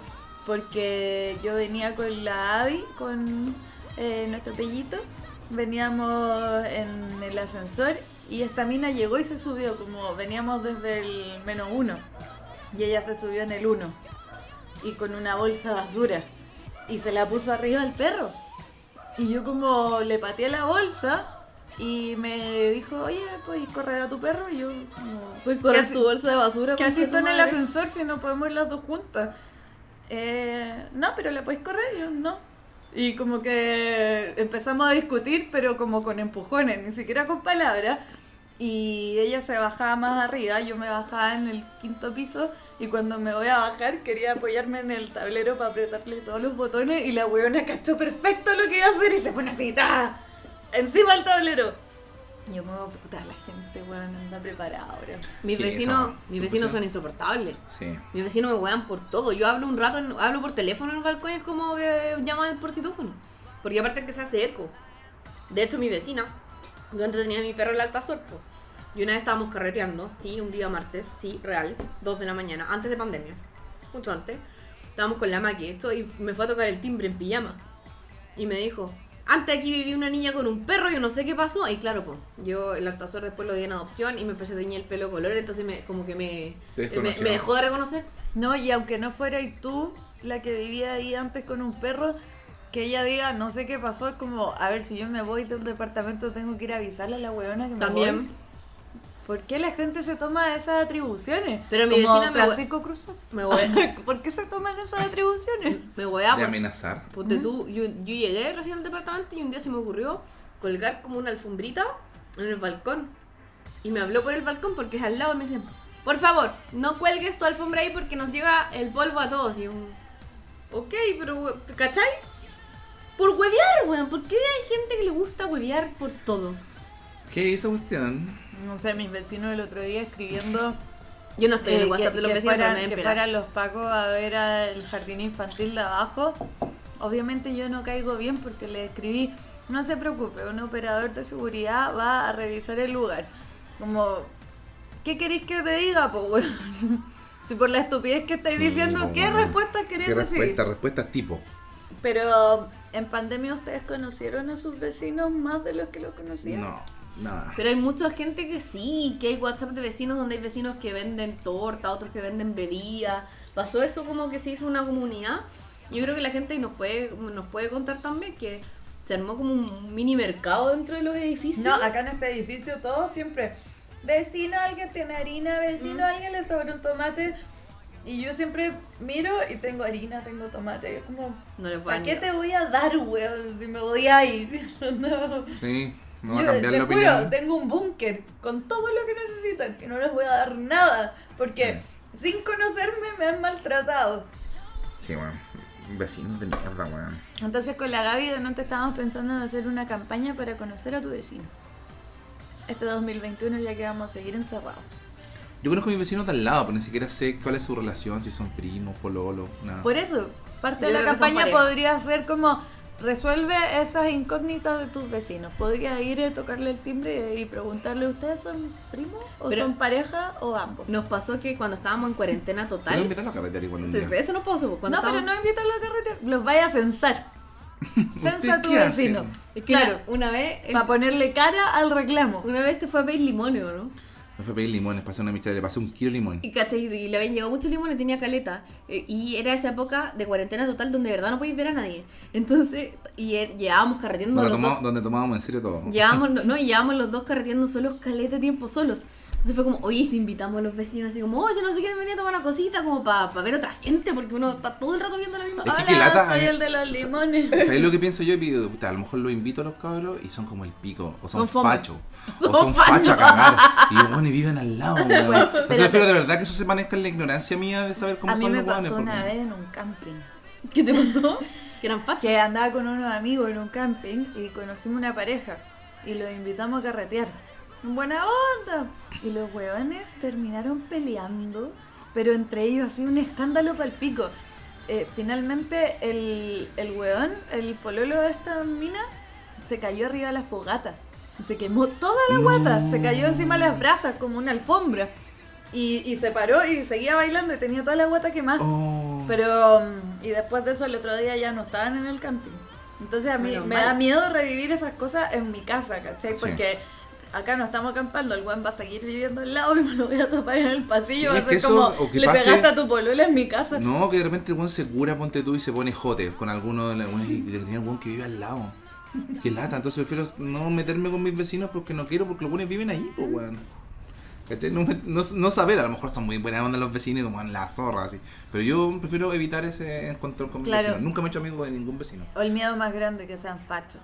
[SPEAKER 3] porque yo venía con la Abby, con eh, nuestro pellito, veníamos en el ascensor y esta mina llegó y se subió, como veníamos desde el menos uno y ella se subió en el uno y con una bolsa de basura y se la puso arriba al perro. Y yo como le pateé la bolsa y me dijo, oye, pues correr a tu perro y yo como...
[SPEAKER 5] Puedes
[SPEAKER 3] ¿qué
[SPEAKER 5] correr
[SPEAKER 3] hace-
[SPEAKER 5] tu bolsa de basura.
[SPEAKER 3] ¿Qué
[SPEAKER 5] concha
[SPEAKER 3] haces tú
[SPEAKER 5] tu
[SPEAKER 3] en el
[SPEAKER 5] madre.
[SPEAKER 3] ascensor si no podemos ir las dos juntas? Eh, no, pero la podéis correr y yo no. Y como que empezamos a discutir, pero como con empujones, ni siquiera con palabras. Y ella se bajaba más arriba, yo me bajaba en el quinto piso y cuando me voy a bajar quería apoyarme en el tablero para apretarle todos los botones y la weona cachó perfecto lo que iba a hacer y se pone así, ¡tá! encima del tablero. Yo me voy a puta, la gente, weón, anda preparada ahora.
[SPEAKER 5] Mis
[SPEAKER 4] Sí,
[SPEAKER 5] vecinos,
[SPEAKER 4] son-
[SPEAKER 5] mis
[SPEAKER 4] son
[SPEAKER 5] vecinos
[SPEAKER 4] personas.
[SPEAKER 5] son insoportables.
[SPEAKER 4] Sí.
[SPEAKER 5] Mis vecinos me wean por todo. Yo hablo un rato, en- hablo por teléfono en el balcón y es como que llaman por citófono. Porque aparte que se hace eco. De hecho, mi vecina, yo antes tenía a mi perro el altazor, po. y una vez estábamos carreteando, sí, un día martes, sí, real, 2 de la mañana, antes de pandemia, mucho antes. Estábamos con la maqui, esto, y me fue a tocar el timbre en pijama. Y me dijo, antes aquí vivía una niña con un perro, yo no sé qué pasó. Y claro, pues, yo el altazor después lo di en adopción y me empecé a teñir el pelo de color, entonces me, como que me,
[SPEAKER 4] Te
[SPEAKER 5] me,
[SPEAKER 4] desconoció.
[SPEAKER 5] me dejó de reconocer.
[SPEAKER 3] No, y aunque no fueras tú la que vivía ahí antes con un perro, que ella diga, no sé qué pasó, es como, a ver, si yo me voy del departamento tengo que ir a avisarle a la huevona que me
[SPEAKER 5] También.
[SPEAKER 3] voy. ¿Por qué la gente se toma esas atribuciones?
[SPEAKER 5] Pero mi
[SPEAKER 3] Como
[SPEAKER 5] vecina me hue-
[SPEAKER 3] Francisco Cruz.
[SPEAKER 5] Me hueá,
[SPEAKER 3] ¿Por qué se toman esas atribuciones?
[SPEAKER 5] me hueá,
[SPEAKER 4] De
[SPEAKER 3] pues.
[SPEAKER 5] por-
[SPEAKER 4] amenazar.
[SPEAKER 5] ponte tú, yo, yo llegué recién al departamento y un día se me ocurrió colgar como una alfombrita en el balcón. Y me habló por el balcón porque es al lado y me dicen, por favor, no cuelgues tu alfombra ahí porque nos llega el polvo a todos. Y yo, ok, pero, we- ¿cachai? Por huevear, weón. ¿Por qué hay gente que le gusta huevear por todo?
[SPEAKER 4] ¿Qué es esa cuestión?
[SPEAKER 3] No sé, mis vecinos el otro día escribiendo
[SPEAKER 5] Yo no estoy en
[SPEAKER 3] eh,
[SPEAKER 5] el WhatsApp
[SPEAKER 3] que,
[SPEAKER 5] de los
[SPEAKER 3] que
[SPEAKER 5] vecinos, pero
[SPEAKER 3] fueran,
[SPEAKER 5] me
[SPEAKER 3] que
[SPEAKER 5] deben pelar.
[SPEAKER 3] fueran los pacos a ver al jardín infantil de abajo. Obviamente yo no caigo bien porque le escribí, no se preocupe, un operador de seguridad va a revisar el lugar. Como, ¿qué queréis que te diga, po, weón? Si por la estupidez que estáis
[SPEAKER 4] Sí,
[SPEAKER 3] diciendo,
[SPEAKER 4] po,
[SPEAKER 3] ¿qué
[SPEAKER 4] weón.
[SPEAKER 3] respuesta queréis
[SPEAKER 4] ¿Qué
[SPEAKER 3] recibir?
[SPEAKER 4] respuesta? Respuestas tipo.
[SPEAKER 3] Pero en pandemia ustedes conocieron a sus vecinos más de los que los conocían.
[SPEAKER 4] No, nada.
[SPEAKER 5] Pero hay mucha gente que sí, que hay WhatsApp de vecinos donde hay vecinos que venden torta, otros que venden bebida. Pasó eso como que se hizo una comunidad. Yo creo que la gente nos puede, nos puede contar también que se armó como un mini mercado dentro de los edificios.
[SPEAKER 3] No, acá en este edificio todo siempre. Vecino, alguien tiene harina, vecino, alguien le sobró un tomate. Y yo siempre miro y tengo harina, tengo tomate. Yo como,
[SPEAKER 5] No les voy a
[SPEAKER 3] ¿para qué
[SPEAKER 5] negar.
[SPEAKER 3] te voy a dar, weón? Si me voy a ir. no.
[SPEAKER 4] Sí, no va a
[SPEAKER 3] Yo,
[SPEAKER 4] cambiar
[SPEAKER 3] te juro,
[SPEAKER 4] la opinión.
[SPEAKER 3] tengo un búnker con todo lo que necesitan, que no les voy a dar nada. Porque sin conocerme me han maltratado.
[SPEAKER 4] Sí, weón. Vecinos de mierda, weón.
[SPEAKER 3] Entonces con la Gaby de Note estábamos pensando en hacer una campaña para conocer a tu vecino. Este 2021 ya que vamos a seguir encerrados.
[SPEAKER 4] Yo conozco a mis vecinos de al lado, pero ni siquiera sé cuál es su relación, si son primos, pololo, nada.
[SPEAKER 3] Por eso, parte
[SPEAKER 5] Yo
[SPEAKER 3] de la
[SPEAKER 5] creo que son
[SPEAKER 3] campaña
[SPEAKER 5] pareja.
[SPEAKER 3] podría ser como resuelve esas incógnitas de tus vecinos. Podría ir a tocarle el timbre y preguntarle, ¿ustedes son primos o
[SPEAKER 5] Pero-
[SPEAKER 3] son pareja o ambos?
[SPEAKER 5] Nos pasó que cuando estábamos en cuarentena
[SPEAKER 4] Quiero
[SPEAKER 5] total.
[SPEAKER 4] invitarlo a carretear igual un
[SPEAKER 5] Sí,
[SPEAKER 4] día.
[SPEAKER 5] Eso no pasó. pues,
[SPEAKER 3] no,
[SPEAKER 5] Cuando
[SPEAKER 3] pero no
[SPEAKER 5] estábamos-
[SPEAKER 3] invitarlo a carretera, los vaya a censar. Censa a tu
[SPEAKER 4] qué hacen?
[SPEAKER 3] vecino.
[SPEAKER 5] Es que
[SPEAKER 3] claro,
[SPEAKER 5] una, una vez.
[SPEAKER 3] para ponerle cara al reclamo.
[SPEAKER 5] Una vez te fue a pedir limones, ¿o ¿no?
[SPEAKER 4] Me fue a pedir limones, pasé una michela, le pasé un kilo de limón.
[SPEAKER 5] Y cachai, y le habían llegado muchos limones, tenía caleta. eh, y era esa época de cuarentena total donde de verdad no podías ver a nadie. Entonces, y er- llevábamos carreteando
[SPEAKER 4] Donde,
[SPEAKER 5] los
[SPEAKER 4] tomamos,
[SPEAKER 5] dos.
[SPEAKER 4] donde tomábamos en serio todo.
[SPEAKER 5] Llevábamos, no, no, y llevábamos los dos carreteando solos caleta de tiempo solos. Entonces fue como, oye, y si invitamos a los vecinos, así como, oye, no sé quieren venir a tomar una cosita, como para ver otra gente, porque uno está todo el rato viendo la misma.
[SPEAKER 4] Es que
[SPEAKER 3] Hola,
[SPEAKER 4] qué lata,
[SPEAKER 3] soy
[SPEAKER 4] eh.
[SPEAKER 3] el de los limones.
[SPEAKER 4] ¿Sabes lo que pienso yo? Y digo, puta, a lo mejor los invito a los cabros y son como el pico, o son,
[SPEAKER 5] Son fome.
[SPEAKER 4] fachos, o
[SPEAKER 5] Son
[SPEAKER 4] son
[SPEAKER 5] facho.
[SPEAKER 4] fachos a cagar. Y yo, bueno, y viven al lado, weón. Entonces
[SPEAKER 3] espérate.
[SPEAKER 4] prefiero de verdad que eso se maneja en la ignorancia mía de saber cómo
[SPEAKER 3] A mí
[SPEAKER 4] son
[SPEAKER 3] me
[SPEAKER 4] los guanes.
[SPEAKER 3] pasó
[SPEAKER 4] porque-
[SPEAKER 3] una vez en un camping.
[SPEAKER 5] ¿Qué te pasó? que eran fachos.
[SPEAKER 3] que andaba con unos amigos en un camping y conocimos una pareja y los invitamos a carretear. Buena onda. Y los huevones terminaron peleando, pero entre ellos así un escándalo palpico. Eh, finalmente el, el huevón, el pololo de esta mina, se cayó arriba de la fogata. Se quemó toda la guata, se cayó encima de las brasas como una alfombra. Y, y se paró y seguía bailando y tenía toda la guata quemada.
[SPEAKER 4] Oh.
[SPEAKER 3] Pero, mm, y después de eso, el otro día ya no estaban en el camping. Entonces a mí
[SPEAKER 5] Menos
[SPEAKER 3] me
[SPEAKER 5] mal.
[SPEAKER 3] da miedo revivir esas cosas en mi casa, ¿cachai?
[SPEAKER 4] Sí.
[SPEAKER 3] Porque acá no estamos acampando, el buen va a seguir viviendo al lado y me lo voy a topar en el pasillo.
[SPEAKER 4] Sí,
[SPEAKER 3] va
[SPEAKER 4] es
[SPEAKER 3] a
[SPEAKER 4] que
[SPEAKER 3] ser
[SPEAKER 4] eso,
[SPEAKER 3] como,
[SPEAKER 4] o que
[SPEAKER 3] le
[SPEAKER 4] pase-
[SPEAKER 3] pegaste a tu polola en mi casa.
[SPEAKER 4] No, que de repente el weón se cura, ponte tú y se pone jote con alguno de la weón y tenía el weón que vive al lado. Qué lata, entonces prefiero no meterme con mis vecinos porque no quiero, porque los buenos viven ahí, pues weón. ¿Cachai? No, me- no- no saber, a lo mejor son muy buenas onda los vecinos y como en la zorra así. Pero yo prefiero evitar ese encuentro con mis
[SPEAKER 3] Claro.
[SPEAKER 4] vecinos. Nunca me he hecho amigo de ningún vecino.
[SPEAKER 3] O el miedo más grande que sean fachos.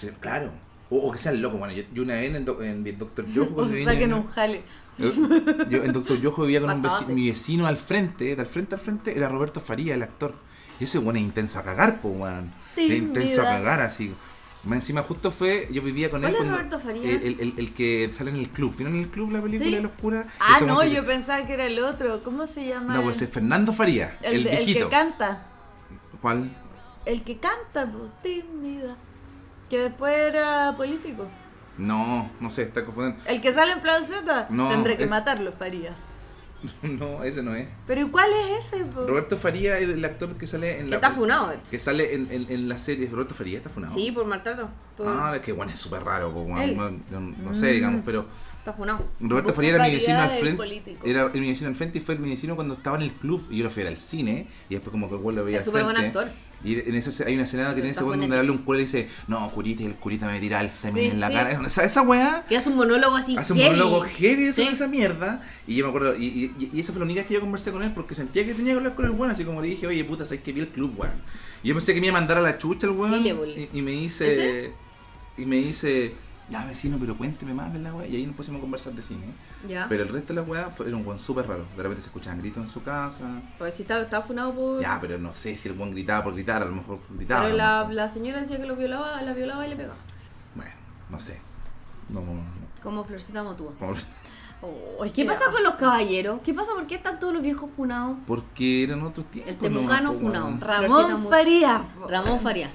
[SPEAKER 4] Que- Claro. O, o que sean locos, bueno, yo, yo una vez en el, doc- en el Doctor Jojo
[SPEAKER 3] O
[SPEAKER 4] cuando
[SPEAKER 3] se
[SPEAKER 4] vine-
[SPEAKER 3] saquen un jale.
[SPEAKER 4] Yo, yo en Doctor Yojo vivía con un
[SPEAKER 5] Bastaba,
[SPEAKER 4] veci-
[SPEAKER 5] sí.
[SPEAKER 4] mi vecino al frente, de al frente al frente, era Roberto Faría, el actor. Y ese weón es intenso a cagar, po, weón.
[SPEAKER 3] Te
[SPEAKER 4] Era intenso a
[SPEAKER 3] invita.
[SPEAKER 4] cagar, así. Más encima, justo fue, yo vivía con él.
[SPEAKER 5] ¿Cuál es
[SPEAKER 4] cuando-
[SPEAKER 5] Roberto Faría?
[SPEAKER 4] El, el- el- el que sale en el club. ¿Vieron el club la película
[SPEAKER 5] Sí.
[SPEAKER 4] de la oscura?
[SPEAKER 3] Ah,
[SPEAKER 4] Ese
[SPEAKER 3] no,
[SPEAKER 4] weón que-
[SPEAKER 3] yo pensaba que era el otro. ¿Cómo se llama?
[SPEAKER 4] No, pues es Fernando Faría, el,
[SPEAKER 3] el, de- el
[SPEAKER 4] viejito.
[SPEAKER 3] que canta.
[SPEAKER 4] ¿Cuál?
[SPEAKER 3] El que canta, po, tímida. Que después era político.
[SPEAKER 4] No, no sé, está confundiendo.
[SPEAKER 3] El que sale en plan Z,
[SPEAKER 4] No,
[SPEAKER 3] tendré que
[SPEAKER 4] es-
[SPEAKER 3] matarlo, Farías.
[SPEAKER 4] No, ese no es.
[SPEAKER 3] Pero ¿y ¿cuál es ese? po?
[SPEAKER 4] Roberto Faría, el, el actor que sale en
[SPEAKER 5] Que
[SPEAKER 4] la.
[SPEAKER 5] está funado, de hecho.
[SPEAKER 4] Que sale en, en, en la serie. ¿Roberto Faría está funado?
[SPEAKER 5] Sí, por maltrato. Por,
[SPEAKER 4] Ah, es que Juan es súper raro, po, weón.
[SPEAKER 5] Él.
[SPEAKER 4] No- no, no
[SPEAKER 5] Mm.
[SPEAKER 4] sé, digamos, pero
[SPEAKER 5] Está funado.
[SPEAKER 4] Roberto
[SPEAKER 3] Busca
[SPEAKER 4] Faría era mi
[SPEAKER 3] calidad
[SPEAKER 4] vecino al
[SPEAKER 3] del
[SPEAKER 4] frente.
[SPEAKER 3] político.
[SPEAKER 4] Era mi vecino al frente y fue mi vecino cuando estaba en el club. Y yo lo fui a ver al cine y después, como que el güey lo veía. al
[SPEAKER 5] Es súper buen
[SPEAKER 4] frente.
[SPEAKER 5] actor.
[SPEAKER 4] Y en esa, hay una escena que tiene ese
[SPEAKER 5] Está
[SPEAKER 4] güey donde
[SPEAKER 5] buena.
[SPEAKER 4] habla un cuero y dice: No, curita, y el curita me tira el semen
[SPEAKER 5] Sí,
[SPEAKER 4] en la
[SPEAKER 5] sí.
[SPEAKER 4] cara. Esa, esa weá.
[SPEAKER 5] Y hace un monólogo así.
[SPEAKER 4] Hace un
[SPEAKER 5] heavy.
[SPEAKER 4] monólogo heavy sobre
[SPEAKER 5] Sí.
[SPEAKER 4] esa mierda. Y yo me acuerdo, y, y, y esa fue la única vez que yo conversé con él porque sentía que tenía que hablar con el weón. Así como le dije, oye puta, sabes que vi el club, weón. Y yo pensé que me iba a mandar a la chucha el weón.
[SPEAKER 5] Sí, le volé.
[SPEAKER 4] y, y me dice. Y me dice, ya vecino, pero cuénteme más de la weá. Y ahí nos pusimos a conversar de cine.
[SPEAKER 5] Ya.
[SPEAKER 4] Pero el resto de las weas fue- era un weón súper raro. De repente se escuchaban gritos en su casa.
[SPEAKER 5] Pues si estaba, estaba funado por.
[SPEAKER 4] Ya, pero no sé si el weón gritaba por gritar, a lo mejor gritaba.
[SPEAKER 5] pero
[SPEAKER 4] a lo
[SPEAKER 5] la,
[SPEAKER 4] mejor.
[SPEAKER 5] la señora decía que lo violaba, la violaba y le pegaba.
[SPEAKER 4] Bueno, no sé. No, no, no.
[SPEAKER 5] Como Florcita Motúa.
[SPEAKER 4] Como-
[SPEAKER 5] Ay, ¿Qué pé pasa con los caballeros? ¿Qué pasa? ¿Por qué están todos los viejos funados?
[SPEAKER 4] Porque eran otros tiempos.
[SPEAKER 5] El temucano
[SPEAKER 4] nomás, po,
[SPEAKER 5] funado.
[SPEAKER 4] weón.
[SPEAKER 5] Florcita
[SPEAKER 3] Ramón
[SPEAKER 5] Mot-
[SPEAKER 3] Faría.
[SPEAKER 5] Ramón Faría.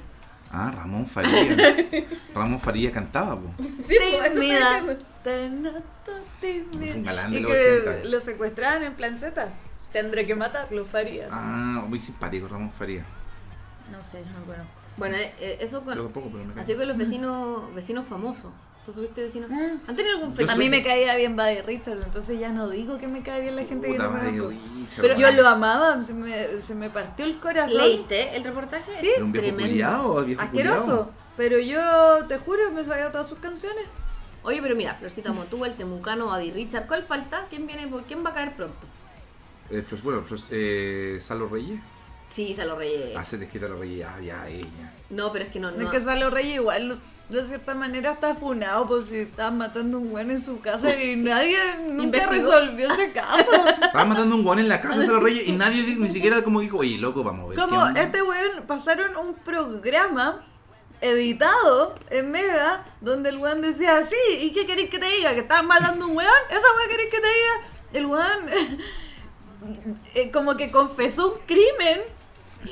[SPEAKER 4] Ah, Ramón Faría. Ramón Faría cantaba, po.
[SPEAKER 5] Sí,
[SPEAKER 3] Tímida. Tan- tan tímida.
[SPEAKER 4] Un galán
[SPEAKER 3] Y
[SPEAKER 4] de los
[SPEAKER 3] que
[SPEAKER 4] 80.
[SPEAKER 3] Lo secuestraban en plan Z. Tendré que matarlo, Farías.
[SPEAKER 4] Ah, muy simpático Ramón Faría.
[SPEAKER 3] No sé, no lo conozco.
[SPEAKER 5] Bueno, eh, eh, eso
[SPEAKER 4] Yo
[SPEAKER 5] con.
[SPEAKER 4] tampoco, pero me
[SPEAKER 5] Así
[SPEAKER 4] cae.
[SPEAKER 5] con los vecinos, vecinos famosos. ¿Tú tuviste vecinos?
[SPEAKER 3] Mm.
[SPEAKER 5] ¿Han tenido algún
[SPEAKER 4] Yo
[SPEAKER 5] fe-
[SPEAKER 3] A
[SPEAKER 4] soy-
[SPEAKER 3] mí me caía bien Buddy Richard, entonces ya no digo que me cae bien la gente que
[SPEAKER 4] Puta
[SPEAKER 3] no
[SPEAKER 4] madre,
[SPEAKER 3] conozco.
[SPEAKER 4] Richard,
[SPEAKER 3] Pero yo
[SPEAKER 4] weón.
[SPEAKER 3] lo amaba, se me, se me partió el corazón.
[SPEAKER 5] ¿Leíste el reportaje?
[SPEAKER 3] Sí.
[SPEAKER 4] ¿Era un viejo culiao, viejo
[SPEAKER 3] Asqueroso.
[SPEAKER 4] culiao?
[SPEAKER 3] Pero yo, te juro, me sabía todas sus canciones.
[SPEAKER 5] Oye, pero mira, Florcita Motúa, el Temucano, Buddy Richard, ¿cuál falta? ¿Quién viene? por- ¿Quién va a caer pronto?
[SPEAKER 4] Eh, Flor- bueno, Flor- eh, Salo Reyes. Ah,
[SPEAKER 5] Sí, se lo reyes.
[SPEAKER 4] Hace desquita la Reyes. Ah, ya, ella.
[SPEAKER 5] No, pero es que no,
[SPEAKER 3] Es
[SPEAKER 5] no.
[SPEAKER 3] que Salo Reyes igual, de cierta manera, está funado por si estaban matando a un buen en su casa y nadie nunca
[SPEAKER 5] Investigó.
[SPEAKER 3] resolvió ese caso.
[SPEAKER 4] Estaba matando un guan en la casa de Salo Reyes y nadie di- ni siquiera como dijo, oye, loco, vamos a ver.
[SPEAKER 3] Como
[SPEAKER 4] ¿qué onda?".
[SPEAKER 3] este weón pasaron un programa editado en Mega donde el weón decía, sí, ¿y qué queréis que te diga? ¿Que estás matando un weón? ¿Esa weón queréis que te diga? El weón eh, como que confesó un crimen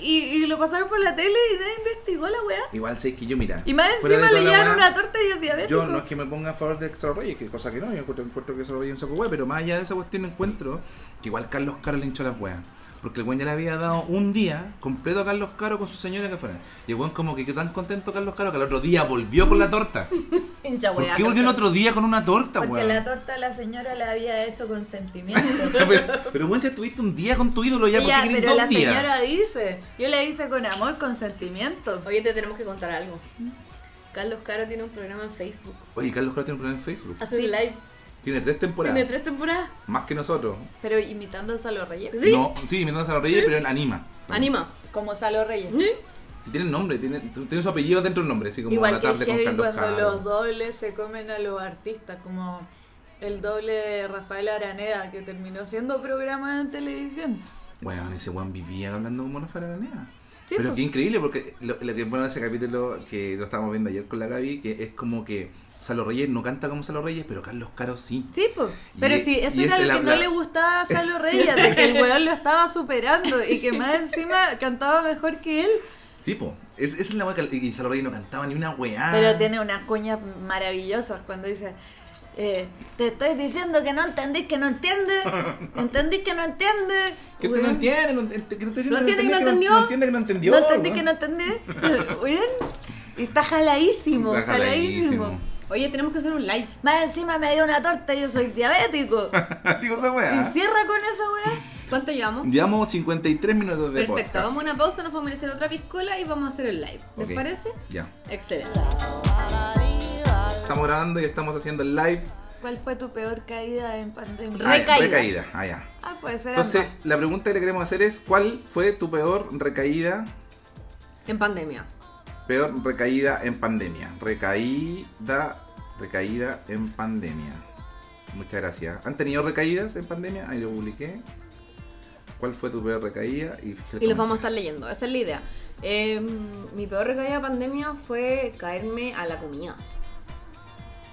[SPEAKER 3] y, y lo pasaron por la tele y nadie investigó la weá.
[SPEAKER 4] Igual sé que yo, mira.
[SPEAKER 3] Y más
[SPEAKER 4] fuera de
[SPEAKER 3] encima
[SPEAKER 4] toda
[SPEAKER 3] le
[SPEAKER 4] la
[SPEAKER 3] llevan
[SPEAKER 4] weá,
[SPEAKER 3] una torta y es diabético.
[SPEAKER 4] Yo no es que me ponga a favor de Salo Reyes, que cosa que no, yo encuentro, encuentro que Salo Reyes es un saco wea, pero más allá de esa cuestión encuentro que igual Carlos Caro le hinchó las weas. Porque el weón ya le había dado un día completo a Carlos Caro con su señora que fuera. Y el weón como que quedó tan contento Carlos Caro que al otro día volvió con la torta.
[SPEAKER 5] Hincha
[SPEAKER 4] ¿Por
[SPEAKER 5] weá,
[SPEAKER 4] qué volvió el
[SPEAKER 5] Carlos.
[SPEAKER 4] otro día con una torta,
[SPEAKER 3] Porque
[SPEAKER 4] weón?
[SPEAKER 3] la torta la señora la había hecho con sentimiento.
[SPEAKER 4] pero, pero weón, si estuviste un día con tu ídolo ya, ¿por qué
[SPEAKER 3] Ya,
[SPEAKER 4] querés
[SPEAKER 3] pero la
[SPEAKER 4] dos días?
[SPEAKER 3] señora dice, yo la hice con amor, con sentimiento.
[SPEAKER 5] Oye, te tenemos que contar algo. Carlos Caro tiene un programa en Facebook.
[SPEAKER 4] Oye, Carlos Caro tiene un programa en Facebook.
[SPEAKER 3] Ah.
[SPEAKER 5] Hace un live.
[SPEAKER 4] Tiene tres temporadas.
[SPEAKER 5] Tiene tres temporadas.
[SPEAKER 4] Más que nosotros.
[SPEAKER 3] Pero imitando a Salo Reyes.
[SPEAKER 5] Sí.
[SPEAKER 4] No, sí, me a los Reyes, pero él anima.
[SPEAKER 5] Anima.
[SPEAKER 3] Como Salo Reyes.
[SPEAKER 4] Si tiene el nombre, tiene, tiene su apellido dentro del nombre, así como
[SPEAKER 3] Igual
[SPEAKER 4] la
[SPEAKER 3] que el
[SPEAKER 4] tarde con
[SPEAKER 3] heavy
[SPEAKER 4] Carlos
[SPEAKER 3] cuando los
[SPEAKER 4] Caro.
[SPEAKER 3] dobles se comen a los artistas, como el doble de Rafael Araneda, que terminó siendo programa en televisión.
[SPEAKER 4] Weón, ese weón vivía hablando como una faranea.
[SPEAKER 3] Sí,
[SPEAKER 4] pero
[SPEAKER 3] pues.
[SPEAKER 4] qué increíble, porque lo, lo que es bueno de ese capítulo que lo estábamos viendo ayer con la Gaby, que es como que Salo Reyes no canta como Salo Reyes, pero Carlos Caro sí.
[SPEAKER 3] Sí, pues.
[SPEAKER 4] Y
[SPEAKER 3] Pero
[SPEAKER 4] e-
[SPEAKER 3] sí, eso
[SPEAKER 4] y
[SPEAKER 3] era
[SPEAKER 4] ese
[SPEAKER 3] lo
[SPEAKER 4] la
[SPEAKER 3] que
[SPEAKER 4] habla-
[SPEAKER 3] no le gustaba a Salo Reyes, de que el weón lo estaba superando y que más encima cantaba mejor que él.
[SPEAKER 4] Tipo, es, esa es la weá que y Salo Reyes no cantaba ni una weá.
[SPEAKER 3] Pero tiene unas cuñas maravillosas cuando dice, eh, te estoy diciendo que no entendís, que no entiendes, entendís que no entiendes.
[SPEAKER 4] Que usted
[SPEAKER 3] Weón,
[SPEAKER 4] no entiende, no, ent- que no, te-
[SPEAKER 5] No entiende que no entendió.
[SPEAKER 4] No entiende que no entendió.
[SPEAKER 3] No entendí
[SPEAKER 4] weón.
[SPEAKER 3] que no entendí. Bien. Y está jaladísimo,
[SPEAKER 4] Está
[SPEAKER 3] jaladísimo.
[SPEAKER 4] jaladísimo.
[SPEAKER 5] Oye, tenemos que hacer un live.
[SPEAKER 3] Más encima me dio una torta, yo soy diabético.
[SPEAKER 4] Digo esa
[SPEAKER 3] Y
[SPEAKER 4] weá.
[SPEAKER 3] cierra con esa weá.
[SPEAKER 5] ¿Cuánto llevamos?
[SPEAKER 4] Llevamos 53 minutos de
[SPEAKER 5] Perfecto.
[SPEAKER 4] podcast.
[SPEAKER 5] Vamos a una pausa, nos vamos a merecer otra piscola y vamos a hacer el live. ¿Les
[SPEAKER 4] Ok,
[SPEAKER 5] parece?
[SPEAKER 4] Ya.
[SPEAKER 5] Excelente.
[SPEAKER 4] Estamos grabando y estamos haciendo el live.
[SPEAKER 3] ¿Cuál fue tu peor caída en pandemia?
[SPEAKER 5] Re- Recaída.
[SPEAKER 4] Ah, recaída. Ah, ya.
[SPEAKER 3] Ah, puede ser. ambas.
[SPEAKER 4] Entonces, la pregunta que le queremos hacer es: ¿Cuál fue tu peor recaída?
[SPEAKER 5] En pandemia.
[SPEAKER 4] Peor recaída en pandemia. Recaída. Recaída en pandemia. Muchas gracias. ¿Han tenido recaídas en pandemia? Ahí lo publiqué. ¿Cuál fue tu peor recaída? Y, fíjate
[SPEAKER 5] Y los
[SPEAKER 4] cómo-
[SPEAKER 5] vamos a estar leyendo. Esa es la idea. Eh, mi peor recaída de pandemia fue caerme a la comida.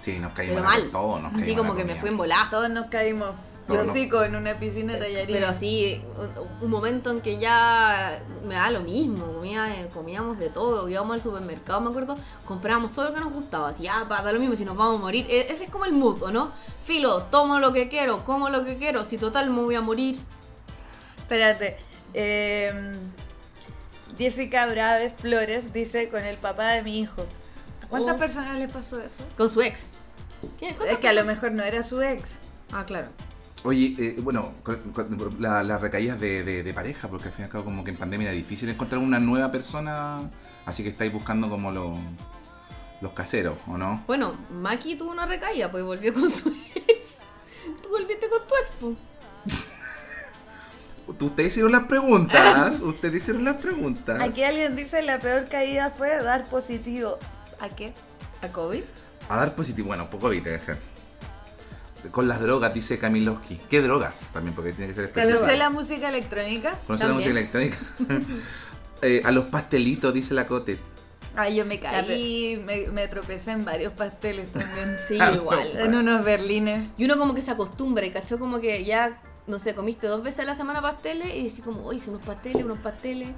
[SPEAKER 4] Sí, nos caímos
[SPEAKER 5] Pero
[SPEAKER 4] la-
[SPEAKER 5] mal.
[SPEAKER 4] todos nos
[SPEAKER 5] Así
[SPEAKER 4] caímos
[SPEAKER 5] como
[SPEAKER 4] la
[SPEAKER 5] que me
[SPEAKER 4] comida.
[SPEAKER 5] fui en volada.
[SPEAKER 3] Todos nos caímos.
[SPEAKER 4] No,
[SPEAKER 3] Yo
[SPEAKER 4] no.
[SPEAKER 3] sí, con una piscina tallarina.
[SPEAKER 5] Eh, Pero así, un- un momento en que ya me da lo mismo, comía- eh, comíamos de todo, íbamos al supermercado, me acuerdo, comprábamos todo lo que nos gustaba, así, ah, pa, da lo mismo si nos vamos a morir, E- ese es como el mood, ¿o no? Filo, tomo lo que quiero, como lo que quiero, si total me voy a morir.
[SPEAKER 3] Espérate. eh, Jessica Braves Flores dice con el papá de mi hijo. ¿A cuántas
[SPEAKER 5] Oh.
[SPEAKER 3] personas les pasó eso?
[SPEAKER 5] Con su ex. ¿Qué? ¿Cuántas
[SPEAKER 3] Es que a lo
[SPEAKER 5] personas?
[SPEAKER 3] mejor no era su ex.
[SPEAKER 5] Ah, claro.
[SPEAKER 4] Oye, eh, bueno, con- con- la- las recaídas de, de- de pareja, porque al fin y al cabo como que en pandemia era difícil encontrar una nueva persona, así que estáis buscando como los los caseros, ¿o no?
[SPEAKER 5] Bueno, Maki tuvo una recaída, pues volvió con su ex. Tú volviste con tu ex, pues, po.
[SPEAKER 4] Ustedes hicieron las preguntas, ustedes hicieron las preguntas.
[SPEAKER 3] Aquí alguien dice la peor caída fue dar positivo. ¿A qué?
[SPEAKER 5] ¿A COVID?
[SPEAKER 4] A dar positivo, bueno, poco COVID debe ser. Con las drogas, dice Kamilowski. ¿Qué drogas? También, porque tiene que ser específico.
[SPEAKER 3] ¿Conoce la música electrónica?
[SPEAKER 4] Conocer la música
[SPEAKER 5] También.
[SPEAKER 4] electrónica. Eh, a los pastelitos, dice la Cote.
[SPEAKER 3] Ay, yo me caí, me, me tropecé en varios pasteles también.
[SPEAKER 5] Sí,
[SPEAKER 4] Ah,
[SPEAKER 5] igual.
[SPEAKER 3] En unos berlines.
[SPEAKER 5] Y uno como que se acostumbra, ¿cachó? Como que ya, no sé, comiste dos veces a la semana pasteles y decís como, uy, hice unos pasteles, unos pasteles.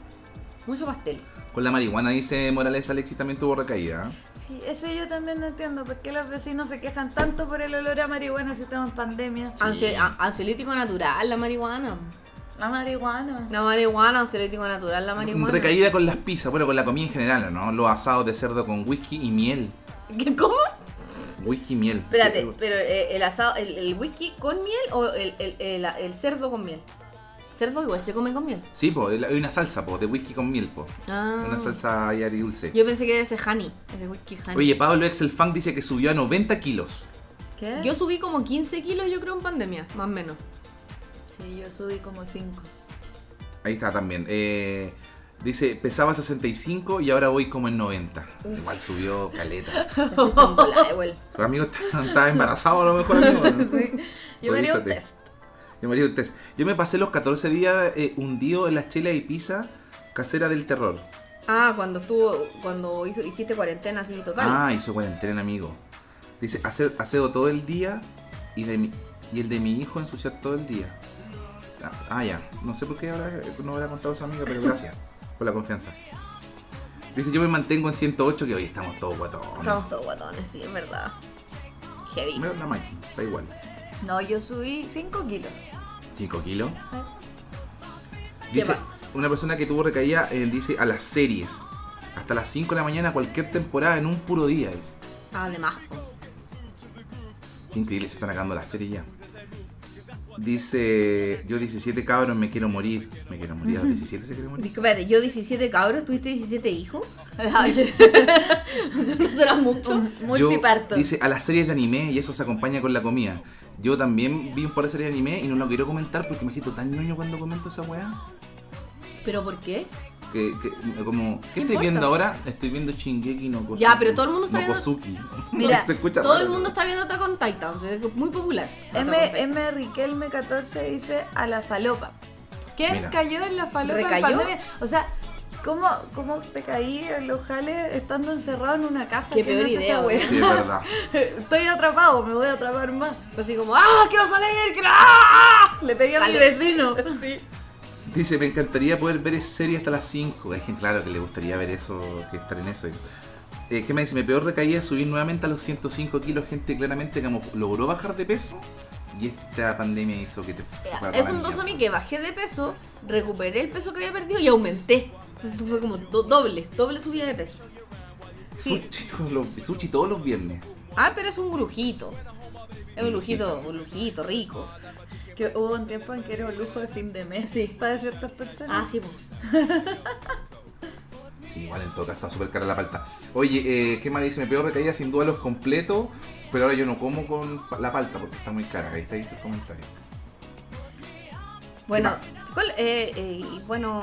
[SPEAKER 5] Mucho pastel.
[SPEAKER 4] Con la marihuana, dice Morales, Alexis también tuvo recaída. ¿eh?
[SPEAKER 3] Sí, eso yo también no entiendo. ¿Por qué los vecinos se quejan tanto por el olor a marihuana si estamos en pandemia?
[SPEAKER 5] Ansio- a- ansiolítico natural, la marihuana.
[SPEAKER 3] La marihuana.
[SPEAKER 5] La marihuana, ansiolítico natural, la marihuana.
[SPEAKER 4] Recaída con las pizzas, bueno, con la comida en general, ¿no? Los asados de cerdo con whisky y miel.
[SPEAKER 5] ¿Qué- ¿Cómo?
[SPEAKER 4] Whisky y miel.
[SPEAKER 5] Espérate, pero eh, el asado, el, el whisky con miel o el, el- el- el cerdo con miel? Cerdo igual se come con miel.
[SPEAKER 4] Sí, po, el- hay una salsa, po, de whisky con miel, po.
[SPEAKER 5] Ah.
[SPEAKER 4] Una salsa ahí dulce.
[SPEAKER 5] Yo pensé que era ese honey, ese whisky honey.
[SPEAKER 4] Oye, Pablo Excel Funk dice que subió a 90 kilos.
[SPEAKER 3] ¿Qué?
[SPEAKER 5] Yo subí como 15 kilos, yo creo, en pandemia, más o menos.
[SPEAKER 3] sí, yo subí como 5.
[SPEAKER 4] Ahí está también. Eh, dice, pesaba 65 y ahora voy como en 90. Igual subió caleta. Su amigo está- estaba embarazado a lo mejor. amigo.
[SPEAKER 3] Yo me haría un
[SPEAKER 4] Revísate.
[SPEAKER 3] test.
[SPEAKER 4] Yo me haría un test. Yo me pasé los 14 días eh, hundido en las chelas y pizza casera del terror.
[SPEAKER 5] Ah, cuando estuvo, cuando hizo- hiciste cuarentena así total.
[SPEAKER 4] Ah, hizo cuarentena, amigo. Dice, "Ace- aseo todo el día y, de mi- y el de mi hijo ensuciar todo el día. Ah, ah, ya. No sé por qué ahora no habrá contado a su amiga, pero gracias por la confianza. Dice, yo me mantengo en 108, que hoy estamos todos guatones.
[SPEAKER 5] Estamos todos guatones, sí, es verdad. Heavy.
[SPEAKER 4] Mira la máquina, da igual.
[SPEAKER 3] No, yo subí 5 kilos.
[SPEAKER 4] 5 kilos.
[SPEAKER 5] ¿Qué
[SPEAKER 4] Dice,
[SPEAKER 5] va?
[SPEAKER 4] una persona que tuvo recaída, él dice, a las series. Hasta las 5 de la mañana, cualquier temporada, en un puro día. Dice.
[SPEAKER 5] Además.
[SPEAKER 4] Qué increíble, se están acabando las series ya. Dice, yo 17 cabros, me quiero morir. Me quiero morir, a los 17 se quiere morir.
[SPEAKER 5] Disculpate, yo 17 cabros, tuviste 17 hijos. no será mucho.
[SPEAKER 4] Yo-
[SPEAKER 3] Multiparto.
[SPEAKER 4] dice, a las series de anime y eso se acompaña con la comida. Yo también vi un par de series de anime y no lo quiero comentar porque me siento tan ñoño cuando comento esa weá.
[SPEAKER 5] ¿Pero por qué?
[SPEAKER 4] Que, que- como, ¿qué, estoy
[SPEAKER 5] importa?
[SPEAKER 4] viendo ahora? Estoy viendo Shingeki no Kozuki.
[SPEAKER 5] Ya, pero todo el mundo está
[SPEAKER 4] no
[SPEAKER 5] viendo-
[SPEAKER 4] Kozuki.
[SPEAKER 3] Mira,
[SPEAKER 4] se escucha
[SPEAKER 5] Todo
[SPEAKER 4] raro,
[SPEAKER 5] el mundo
[SPEAKER 4] ¿no?
[SPEAKER 5] está viendo Attack on Titan, o sea, es muy popular. Attack on
[SPEAKER 3] M,
[SPEAKER 5] Titan.
[SPEAKER 3] M. Riquelme 14 dice a la falopa. ¿Quién
[SPEAKER 4] Mira.
[SPEAKER 3] cayó en la falopa en
[SPEAKER 5] ¿Recayó?
[SPEAKER 3] pandemia? O sea, ¿cómo, ¿cómo te caí en los jales estando encerrado en una casa?
[SPEAKER 5] Qué
[SPEAKER 3] ¿Qué
[SPEAKER 5] peor
[SPEAKER 3] es esa
[SPEAKER 5] idea,
[SPEAKER 3] wea?
[SPEAKER 4] Sí, es verdad.
[SPEAKER 3] Estoy atrapado, me voy a atrapar más.
[SPEAKER 5] Así como, ¡ah! ¡Quiero salir! ¡Quiero!
[SPEAKER 3] ¡Ah! Le pegué a mi
[SPEAKER 5] Dale.
[SPEAKER 3] vecino.
[SPEAKER 5] Sí.
[SPEAKER 4] Dice, me encantaría poder ver esa serie hasta las 5. Hay gente, claro, que le gustaría ver eso, que estar en eso. Eh, ¿Qué me dice? Mi peor recaída es subir nuevamente a los 105 kilos. Gente claramente que mo- logró bajar de peso y esta pandemia hizo que te... fuera
[SPEAKER 5] Eso
[SPEAKER 4] la
[SPEAKER 5] me pasó a
[SPEAKER 4] mierda.
[SPEAKER 5] mí que bajé de peso, recuperé el peso que había perdido y aumenté. Entonces fue como do- doble, doble subida de peso. sí.
[SPEAKER 4] Sushi, todos los, sushi todos los viernes.
[SPEAKER 5] Ah, pero es un brujito. Es un lujito, un lujito rico.
[SPEAKER 3] Que hubo un tiempo en que era un lujo de fin de mes
[SPEAKER 5] Sí.
[SPEAKER 3] para ciertas personas.
[SPEAKER 5] Ah, sí, pues.
[SPEAKER 4] Sí, igual en todo caso está súper cara la palta. Oye, eh, ¿qué más dice? Mi peor recaída sin duda los completos, pero ahora yo no como con pa- la palta porque está muy cara. Ahí está ahí el comentario.
[SPEAKER 5] Bueno,
[SPEAKER 4] más?
[SPEAKER 5] ¿cuál- eh, eh, y bueno,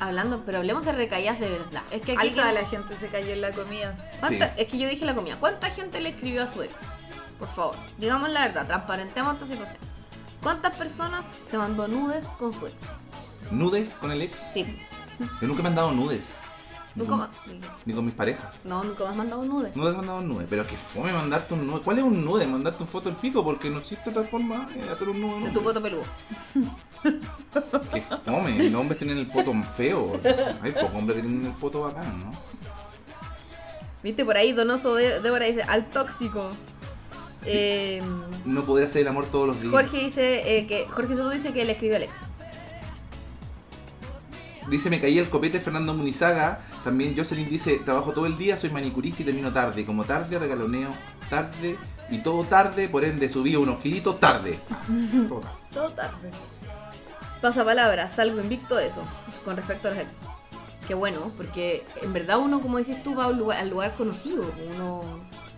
[SPEAKER 5] hablando, pero hablemos de recaídas de verdad.
[SPEAKER 3] Es que aquí
[SPEAKER 5] ¿Alguien-
[SPEAKER 3] toda la gente se cayó en la comida.
[SPEAKER 5] ¿cuánta-
[SPEAKER 4] Sí.
[SPEAKER 5] Es que yo dije la comida. ¿Cuánta gente le escribió a su ex? Por favor, digamos la verdad, transparentemos esta situación. ¿Cuántas personas se mandó nudes con su ex?
[SPEAKER 4] ¿Nudes con el ex?
[SPEAKER 5] Sí.
[SPEAKER 4] Yo nunca me han dado nudes.
[SPEAKER 5] Nunca
[SPEAKER 4] Ni-
[SPEAKER 5] más.
[SPEAKER 4] Ni con mis parejas.
[SPEAKER 5] No, nunca más mandado nudes.
[SPEAKER 4] No te has mandado un nude, pero que fome mandarte un nude. ¿Cuál es un nude? Mandarte un foto al pico porque no existe otra forma de hacer un nude.
[SPEAKER 5] De
[SPEAKER 4] ¿no?
[SPEAKER 5] tu voto peludo.
[SPEAKER 4] Que fome, los hombres tienen el poto feo. Hay pocos hombres que tienen el poto bacán, ¿no?
[SPEAKER 5] Viste por ahí, Donoso de- Débora dice, al tóxico. Eh,
[SPEAKER 4] No poder hacer el amor todos los días.
[SPEAKER 5] Jorge dice eh, que. Jorge Soto dice que le escribió al ex.
[SPEAKER 4] Dice, me caí el copete Fernando Munizaga. También Jocelyn dice, trabajo todo el día, soy manicurista y termino tarde. Como tarde, regaloneo tarde y todo tarde, por ende subí unos kilitos tarde. Ah, Todo tarde.
[SPEAKER 3] Todo tarde.
[SPEAKER 5] Pasa palabra, salgo invicto de eso, con respecto a los ex. Que bueno, porque en verdad uno, como dices tú, va a un lugar- al lugar, conocido. pues Uno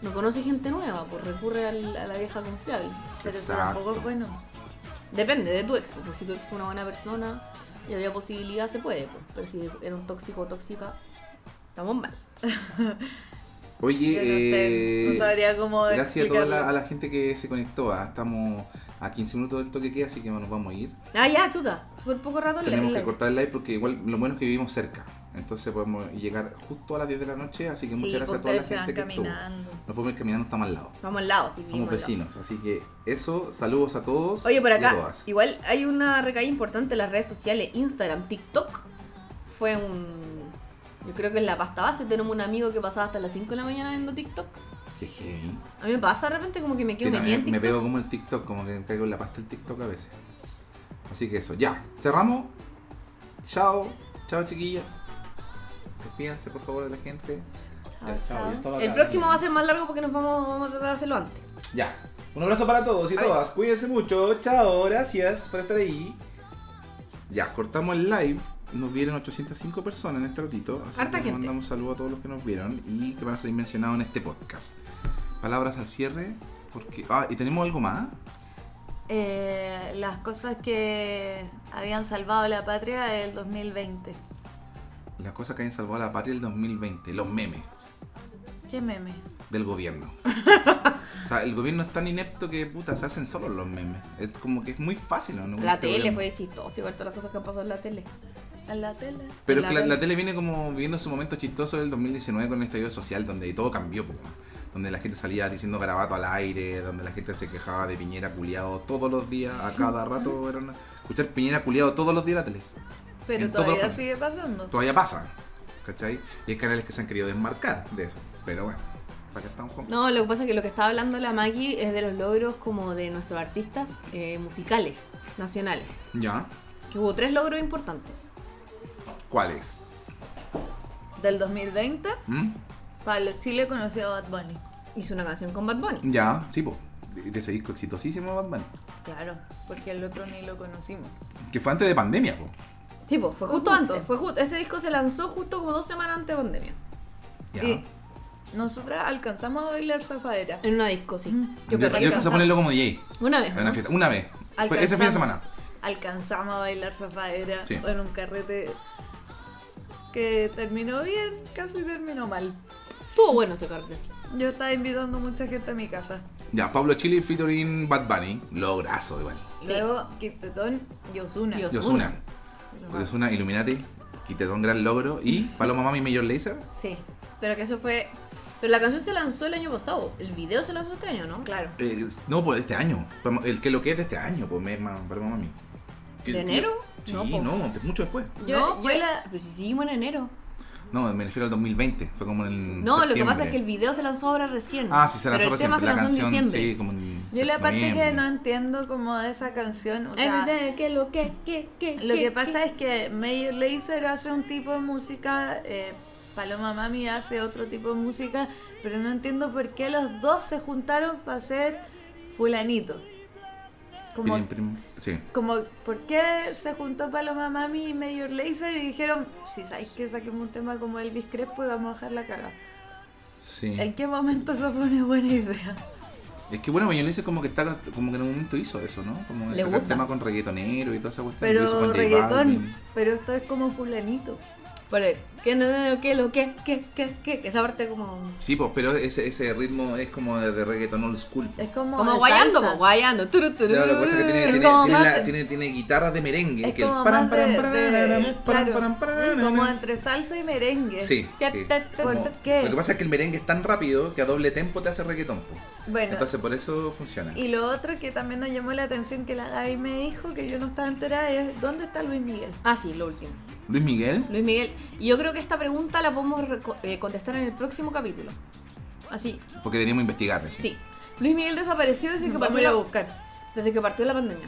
[SPEAKER 5] no conoce gente nueva, pues recurre al- a la vieja confiable.
[SPEAKER 3] Pero eso
[SPEAKER 4] Exacto.
[SPEAKER 3] tampoco es bueno.
[SPEAKER 5] Depende de tu ex, pues si tu ex fue una buena persona y había posibilidad, se puede. pues, Pero si era un tóxico o tóxica, estamos mal.
[SPEAKER 4] Oye,
[SPEAKER 3] Yo no
[SPEAKER 4] eh,
[SPEAKER 3] sé, no sabría cómo
[SPEAKER 4] gracias a toda
[SPEAKER 3] explicarlo.
[SPEAKER 4] la, a la gente que se conectó. ah, Estamos a 15 minutos del toque que queda, así que nos vamos a ir.
[SPEAKER 5] Ah, ya, chuta. Súper poco rato en la-
[SPEAKER 4] Tenemos
[SPEAKER 5] en la-
[SPEAKER 4] que cortar el live porque igual lo bueno es que vivimos cerca. Entonces podemos llegar justo a las 10 de la noche, así que
[SPEAKER 3] Sí,
[SPEAKER 4] muchas gracias a toda la
[SPEAKER 3] ustedes se
[SPEAKER 4] gente
[SPEAKER 3] van
[SPEAKER 4] que estuvo.
[SPEAKER 3] caminando.
[SPEAKER 4] Nos podemos ir caminando, estamos al lado.
[SPEAKER 5] Vamos al lado, sí,
[SPEAKER 4] Somos
[SPEAKER 5] vivimos al lado.
[SPEAKER 4] vecinos, así que eso, saludos a todos.
[SPEAKER 5] Oye, por
[SPEAKER 4] y
[SPEAKER 5] acá,
[SPEAKER 4] a todas.
[SPEAKER 5] igual hay una recaída importante en las redes sociales, Instagram, TikTok. Fue un... Yo creo que en la pasta base tenemos un amigo que pasaba hasta las 5 de la mañana viendo TikTok.
[SPEAKER 4] Qué heavy.
[SPEAKER 5] A mí me pasa de repente como que me
[SPEAKER 4] Que
[SPEAKER 5] quedo metida
[SPEAKER 4] también
[SPEAKER 5] en
[SPEAKER 4] me
[SPEAKER 5] TikTok.
[SPEAKER 4] pego como el TikTok, como que caigo en la pasta el TikTok a veces. Así que eso, ya. Cerramos. Chao. Chao, chiquillas. Despídanse, por favor, de la gente.
[SPEAKER 3] Chao, chao.
[SPEAKER 4] ya estaba
[SPEAKER 5] El
[SPEAKER 4] acá.
[SPEAKER 5] próximo va a ser más largo porque nos vamos, vamos a tratar de hacerlo antes.
[SPEAKER 4] Ya. Un abrazo para todos y
[SPEAKER 5] Ay.
[SPEAKER 4] todas. Cuídense mucho. Chao. Gracias por estar ahí. Ya, cortamos el live. Nos vieron 805 personas en este ratito. Así
[SPEAKER 5] Harta
[SPEAKER 4] que
[SPEAKER 5] gente.
[SPEAKER 4] mandamos saludos a todos los que nos vieron y que van a ser mencionados en este podcast. Palabras al cierre. Porque... Ah, y tenemos algo más.
[SPEAKER 3] Eh, las cosas que habían salvado la patria del 2020.
[SPEAKER 4] Las cosas que hayan salvado a la patria del 2020. Los memes
[SPEAKER 3] ¿Qué meme?
[SPEAKER 4] del gobierno. o sea, el gobierno es tan inepto que puta, se hacen solos los memes. Es como que es muy fácil. ¿no?
[SPEAKER 5] La
[SPEAKER 4] Este
[SPEAKER 5] tele
[SPEAKER 4] gobierno.
[SPEAKER 5] fue chistoso, igual todas las cosas que han pasado en la tele.
[SPEAKER 3] A la tele.
[SPEAKER 4] Pero
[SPEAKER 5] En
[SPEAKER 4] es que
[SPEAKER 5] la
[SPEAKER 4] la, la
[SPEAKER 5] tele.
[SPEAKER 4] tele viene como viviendo su momento chistoso del 2019 con el estallido social, donde todo cambió, po, weón. donde la gente salía diciendo garabato al aire, donde la gente se quejaba de Piñera culiado todos los días, a cada rato era una- escuchar Piñera culiado todos los días en la tele.
[SPEAKER 3] Pero
[SPEAKER 4] en todo
[SPEAKER 3] todavía
[SPEAKER 4] lo-
[SPEAKER 3] sigue pasando.
[SPEAKER 4] Todavía pasa, ¿cachai? Y hay canales que se han querido desmarcar de eso, pero bueno, para acá estamos con...
[SPEAKER 5] No, lo que pasa es que lo que estaba hablando la Maggie es de los logros como de nuestros artistas eh, musicales, nacionales.
[SPEAKER 4] ¿Ya?
[SPEAKER 5] Que hubo tres logros importantes.
[SPEAKER 4] ¿Cuál es?
[SPEAKER 3] Del 2020,
[SPEAKER 4] ¿Mm?
[SPEAKER 3] Pablo Chile conoció a Bad Bunny.
[SPEAKER 5] Hizo una canción con Bad Bunny.
[SPEAKER 4] ¿Ya? Sí, po. De, de ese disco exitosísimo, Bad Bunny,
[SPEAKER 3] Claro, porque el otro ni lo conocimos.
[SPEAKER 4] Que fue antes de pandemia, po.
[SPEAKER 5] Sí, pues, fue justo
[SPEAKER 3] Justo.
[SPEAKER 5] antes. Fue justo, ese disco se lanzó justo como dos semanas antes de pandemia.
[SPEAKER 4] ¿Ya?
[SPEAKER 3] Sí. Nosotras alcanzamos a bailar zafadera.
[SPEAKER 5] En una disco, sí.
[SPEAKER 3] Mm.
[SPEAKER 5] Yo
[SPEAKER 4] Yo,
[SPEAKER 5] creo
[SPEAKER 4] yo
[SPEAKER 5] que
[SPEAKER 4] alcancé a ponerlo como DJ.
[SPEAKER 5] Una vez.
[SPEAKER 4] En una
[SPEAKER 5] ¿no?
[SPEAKER 4] fiesta, una vez. Fue ese fin de semana.
[SPEAKER 3] Alcanzamos a bailar zafadera
[SPEAKER 4] Sí.
[SPEAKER 3] en un carrete que terminó bien, casi terminó mal.
[SPEAKER 5] Estuvo bueno este cartel.
[SPEAKER 3] Yo estaba invitando mucha gente a mi casa.
[SPEAKER 4] Ya, Pablo Chile featuring Bad Bunny. Lograzo, igual.
[SPEAKER 5] Sí.
[SPEAKER 3] Luego, Quistetón y Osuna.
[SPEAKER 5] Y Ozuna.
[SPEAKER 4] Yosuna. Yosuna, Illuminati. Quitetón, gran logro. Y Paloma Mami, Major Laser.
[SPEAKER 5] Sí. Pero que eso fue. Pero la canción se lanzó el año pasado. El video se lanzó este año, ¿no? Claro.
[SPEAKER 4] Eh, no, pues de este año. Paloma- El que lo que es de este año, pues me- ma- Paloma Mami. Que-
[SPEAKER 5] ¿De enero?
[SPEAKER 4] Sí,
[SPEAKER 5] No, pues.
[SPEAKER 4] no,
[SPEAKER 5] po.
[SPEAKER 4] de- mucho después.
[SPEAKER 3] Yo-
[SPEAKER 5] no,
[SPEAKER 3] yo
[SPEAKER 5] fue
[SPEAKER 3] la-
[SPEAKER 5] Pero si seguimos en enero.
[SPEAKER 4] No, me refiero al 2020. Fue como en el.
[SPEAKER 5] No, lo que pasa es que el
[SPEAKER 4] septiembre.
[SPEAKER 5] video se lanzó ahora recién.
[SPEAKER 4] Ah, sí, se lanzó
[SPEAKER 5] Pero el
[SPEAKER 4] recién.
[SPEAKER 5] tema se
[SPEAKER 4] la
[SPEAKER 5] lanzó
[SPEAKER 4] canción,
[SPEAKER 5] en diciembre.
[SPEAKER 4] sí, como en
[SPEAKER 3] Yo la parte que
[SPEAKER 4] noviembre.
[SPEAKER 3] no entiendo como de esa canción, o sea,
[SPEAKER 5] Entender que lo que, que, que,
[SPEAKER 3] lo que pasa es que Major Lazer hace un tipo de música, eh, Paloma Mami hace otro tipo de música, pero no entiendo por qué los dos se juntaron para hacer fulanito. Como,
[SPEAKER 4] Prim- prim- Sí.
[SPEAKER 3] como, ¿por qué se juntó Paloma Mami y Major Lazer y dijeron, si sabéis que saquemos un tema como Elvis Crespo y vamos a dejar la caga?
[SPEAKER 4] Sí.
[SPEAKER 3] ¿En qué momento eso fue una buena idea?
[SPEAKER 4] Es que bueno, Mañoles es como que está como que en un momento hizo eso, ¿no? Como
[SPEAKER 5] Le
[SPEAKER 4] sacar
[SPEAKER 5] gusta.
[SPEAKER 4] tema con reggaetonero y toda esa cuestión. lo hizo
[SPEAKER 3] Pero
[SPEAKER 4] con J
[SPEAKER 3] reggaetón,
[SPEAKER 4] Balvin.
[SPEAKER 3] pero esto es como fulanito.
[SPEAKER 5] Vale, que no, no, que lo que, que, que, que. Esa parte como.
[SPEAKER 4] Sí, pues, pero ese, ese ritmo es como de, de reggaeton old school.
[SPEAKER 3] Es como.
[SPEAKER 5] Como
[SPEAKER 3] de
[SPEAKER 5] guayando,
[SPEAKER 3] salsa.
[SPEAKER 5] como guayando. Turu, turu.
[SPEAKER 4] Claro, pues, lo que pasa es que tiene,
[SPEAKER 3] Es
[SPEAKER 4] tiene,
[SPEAKER 3] como
[SPEAKER 4] tiene,
[SPEAKER 3] más-
[SPEAKER 4] la- tiene- tiene guitarras de merengue.
[SPEAKER 3] Es
[SPEAKER 4] que el
[SPEAKER 3] como
[SPEAKER 4] param,
[SPEAKER 3] más
[SPEAKER 4] param,
[SPEAKER 3] de-
[SPEAKER 4] param,
[SPEAKER 3] de-
[SPEAKER 4] param,
[SPEAKER 3] claro,
[SPEAKER 4] param, param,
[SPEAKER 3] como
[SPEAKER 4] param.
[SPEAKER 3] entre salsa y merengue.
[SPEAKER 4] Sí.
[SPEAKER 5] Que
[SPEAKER 4] sí.
[SPEAKER 5] te- te-
[SPEAKER 4] Como-
[SPEAKER 3] ¿por qué?
[SPEAKER 4] Lo que pasa es que el merengue es tan rápido que a doble tempo te hace reggaetón. po.
[SPEAKER 3] Bueno,
[SPEAKER 4] Entonces por eso funciona.
[SPEAKER 3] y lo otro que también nos llamó la atención que la Gaby me dijo que yo no estaba enterada es: ¿dónde está Luis Miguel?
[SPEAKER 5] Ah, sí, lo último.
[SPEAKER 4] Luis Miguel.
[SPEAKER 5] Luis Miguel, y yo creo que esta pregunta la podemos reco- eh, contestar en el próximo capítulo. Así,
[SPEAKER 4] Porque deberíamos investigar. eso.
[SPEAKER 5] sí. Luis Miguel desapareció desde que
[SPEAKER 3] Vamos
[SPEAKER 5] partió
[SPEAKER 3] a ir
[SPEAKER 5] la,
[SPEAKER 3] a buscar.
[SPEAKER 5] desde que partió la pandemia.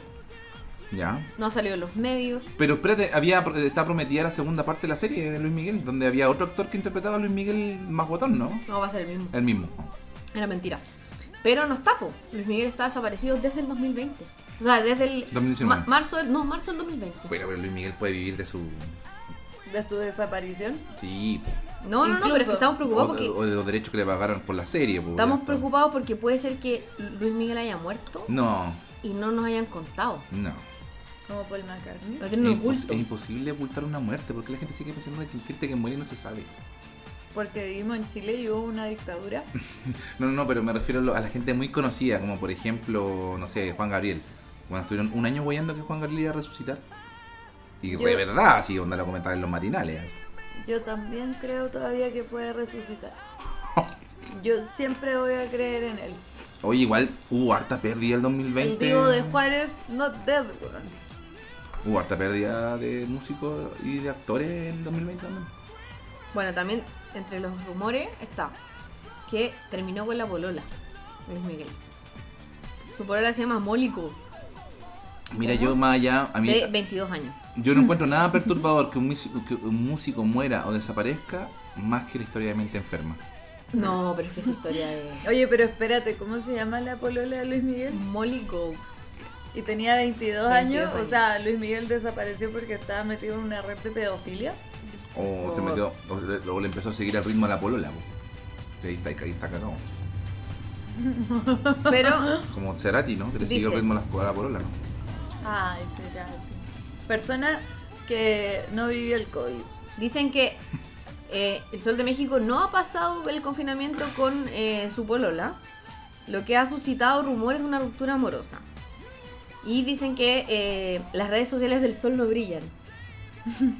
[SPEAKER 4] Ya.
[SPEAKER 5] No ha salido en los medios.
[SPEAKER 4] Pero espérate, había, está prometida la segunda parte de la serie de Luis Miguel, donde había otro actor que interpretaba a Luis Miguel más guatón, ¿no?
[SPEAKER 5] No va a ser el mismo.
[SPEAKER 4] El mismo.
[SPEAKER 5] Era mentira. Pero no está, po. Luis Miguel está desaparecido desde el 2020. O sea, desde el
[SPEAKER 4] 2019.
[SPEAKER 5] ma- marzo, del- no, marzo del 2020.
[SPEAKER 4] Bueno, pero Luis Miguel puede vivir de su...
[SPEAKER 3] De su desaparición.
[SPEAKER 4] Sí, po.
[SPEAKER 5] no, no, no, pero es que
[SPEAKER 3] incluso-
[SPEAKER 5] estamos
[SPEAKER 4] o,
[SPEAKER 5] preocupados porque
[SPEAKER 4] o de los derechos que le pagaron por la serie. po,
[SPEAKER 5] estamos
[SPEAKER 4] ya.
[SPEAKER 5] preocupados porque puede ser que Luis Miguel haya muerto
[SPEAKER 4] No,
[SPEAKER 5] y no nos hayan contado.
[SPEAKER 4] no.
[SPEAKER 3] Como Paul McCartney.
[SPEAKER 5] Lo tienen
[SPEAKER 4] es, impos-
[SPEAKER 5] oculto.
[SPEAKER 4] es imposible ocultar una muerte porque la gente sigue pensando de que el gente que muere no se sabe.
[SPEAKER 3] porque vivimos en Chile y hubo una dictadura.
[SPEAKER 4] No, no, no, pero me refiero a lo- a la gente muy conocida, como por ejemplo, no sé, Juan Gabriel. Bueno, estuvieron un año guayando que Juan Gabriel iba a resucitar. Y
[SPEAKER 3] Yo-
[SPEAKER 4] de verdad, así onda lo comentaban en los matinales.
[SPEAKER 3] Yo también creo todavía que puede resucitar. Yo siempre voy a creer en él.
[SPEAKER 4] Oye, igual hubo harta pérdida el
[SPEAKER 3] El
[SPEAKER 4] 2020.
[SPEAKER 3] vivo de Juárez, not dead, weón.
[SPEAKER 4] Hubo harta pérdida de músicos y de actores en 2020 también.
[SPEAKER 5] Bueno, también entre los rumores está que terminó con la polola, Luis Miguel. Su polola se llama Mólico,
[SPEAKER 4] Mira, yo más allá, a mí,
[SPEAKER 5] de 22 años.
[SPEAKER 4] yo no encuentro nada perturbador que un, músico, que un músico muera o desaparezca más que la historia de mente enferma.
[SPEAKER 5] No, pero es que esa historia es...
[SPEAKER 3] Oye, pero espérate, ¿cómo se llama la polola de Luis Miguel?
[SPEAKER 5] Mólico.
[SPEAKER 3] Y tenía 22,
[SPEAKER 5] 22
[SPEAKER 3] años, o
[SPEAKER 5] años.
[SPEAKER 3] sea, Luis Miguel desapareció porque estaba metido en una red de pedofilia.
[SPEAKER 4] O se
[SPEAKER 5] Oh.
[SPEAKER 4] metió, o le, o le empezó a seguir el ritmo a la polola. po. Y Ahí está, ahí está cagado.
[SPEAKER 5] Pero
[SPEAKER 4] Como Cerati, ¿no? Que le
[SPEAKER 5] Dice.
[SPEAKER 4] siguió el ritmo a la, a la polola. ¿no?
[SPEAKER 3] Ay, será. Persona que no vivió el COVID.
[SPEAKER 5] dicen que eh, el Sol de México no ha pasado el confinamiento con eh, su polola, lo que ha suscitado rumores de una ruptura amorosa. Y dicen que eh, las redes sociales del Sol no brillan.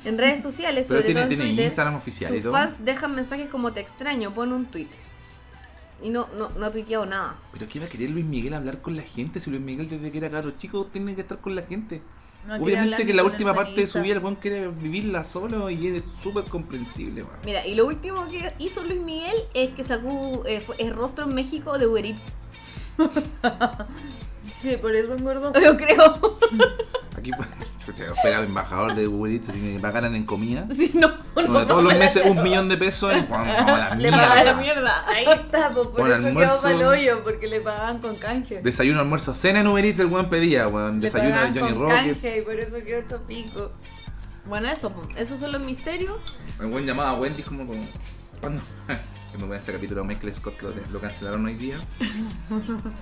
[SPEAKER 5] En redes sociales,
[SPEAKER 4] Pero
[SPEAKER 5] sobre
[SPEAKER 4] tiene,
[SPEAKER 5] todo en
[SPEAKER 4] tiene
[SPEAKER 5] Twitter,
[SPEAKER 4] Instagram oficial y
[SPEAKER 5] Sus
[SPEAKER 4] todo.
[SPEAKER 5] fans dejan mensajes como te extraño, pon un tweet. Y no, no, no ha tuiteado nada.
[SPEAKER 4] Pero ¿qué va a querer Luis Miguel hablar con la gente? Si Luis Miguel desde que era caro chico tiene que estar con la gente.
[SPEAKER 3] No quiere hablar
[SPEAKER 4] Obviamente
[SPEAKER 3] ni
[SPEAKER 4] que la
[SPEAKER 3] con el
[SPEAKER 4] última parte de su
[SPEAKER 3] panelista.
[SPEAKER 4] vida el weón quiere vivirla solo y es súper comprensible, weón.
[SPEAKER 5] Mira, y lo último que hizo Luis Miguel es que sacó eh, fue- el rostro en México de Uber Eats.
[SPEAKER 3] Sí, por eso engordó.
[SPEAKER 5] Yo creo.
[SPEAKER 4] Aquí pues, si fuera el embajador de Uber Eats y me pagaran en comida.
[SPEAKER 5] Si no,
[SPEAKER 4] Donde todos los meses un millón de pesos en Juan, no, la
[SPEAKER 5] le pagaba la
[SPEAKER 4] mierda.
[SPEAKER 5] mierda.
[SPEAKER 3] Ahí está, pues por
[SPEAKER 4] Bueno,
[SPEAKER 3] eso quedó
[SPEAKER 4] almuerzo.
[SPEAKER 3] pa'l hoyo, porque le pagaban con canje.
[SPEAKER 4] Desayuno, almuerzo, cena en Uber Eats el weón pedía, weón.
[SPEAKER 3] le
[SPEAKER 4] Desayuno
[SPEAKER 3] pagaban
[SPEAKER 4] de Johnny
[SPEAKER 3] con
[SPEAKER 4] Rocket.
[SPEAKER 3] canje y por eso quedó esto pico.
[SPEAKER 5] Bueno, eso, po. esos son los misterios.
[SPEAKER 4] El weón llamaba a Wendy como como. ¿Cuándo? Que me voy a ese capítulo de Michael Scott que lo, lo cancelaron hoy día.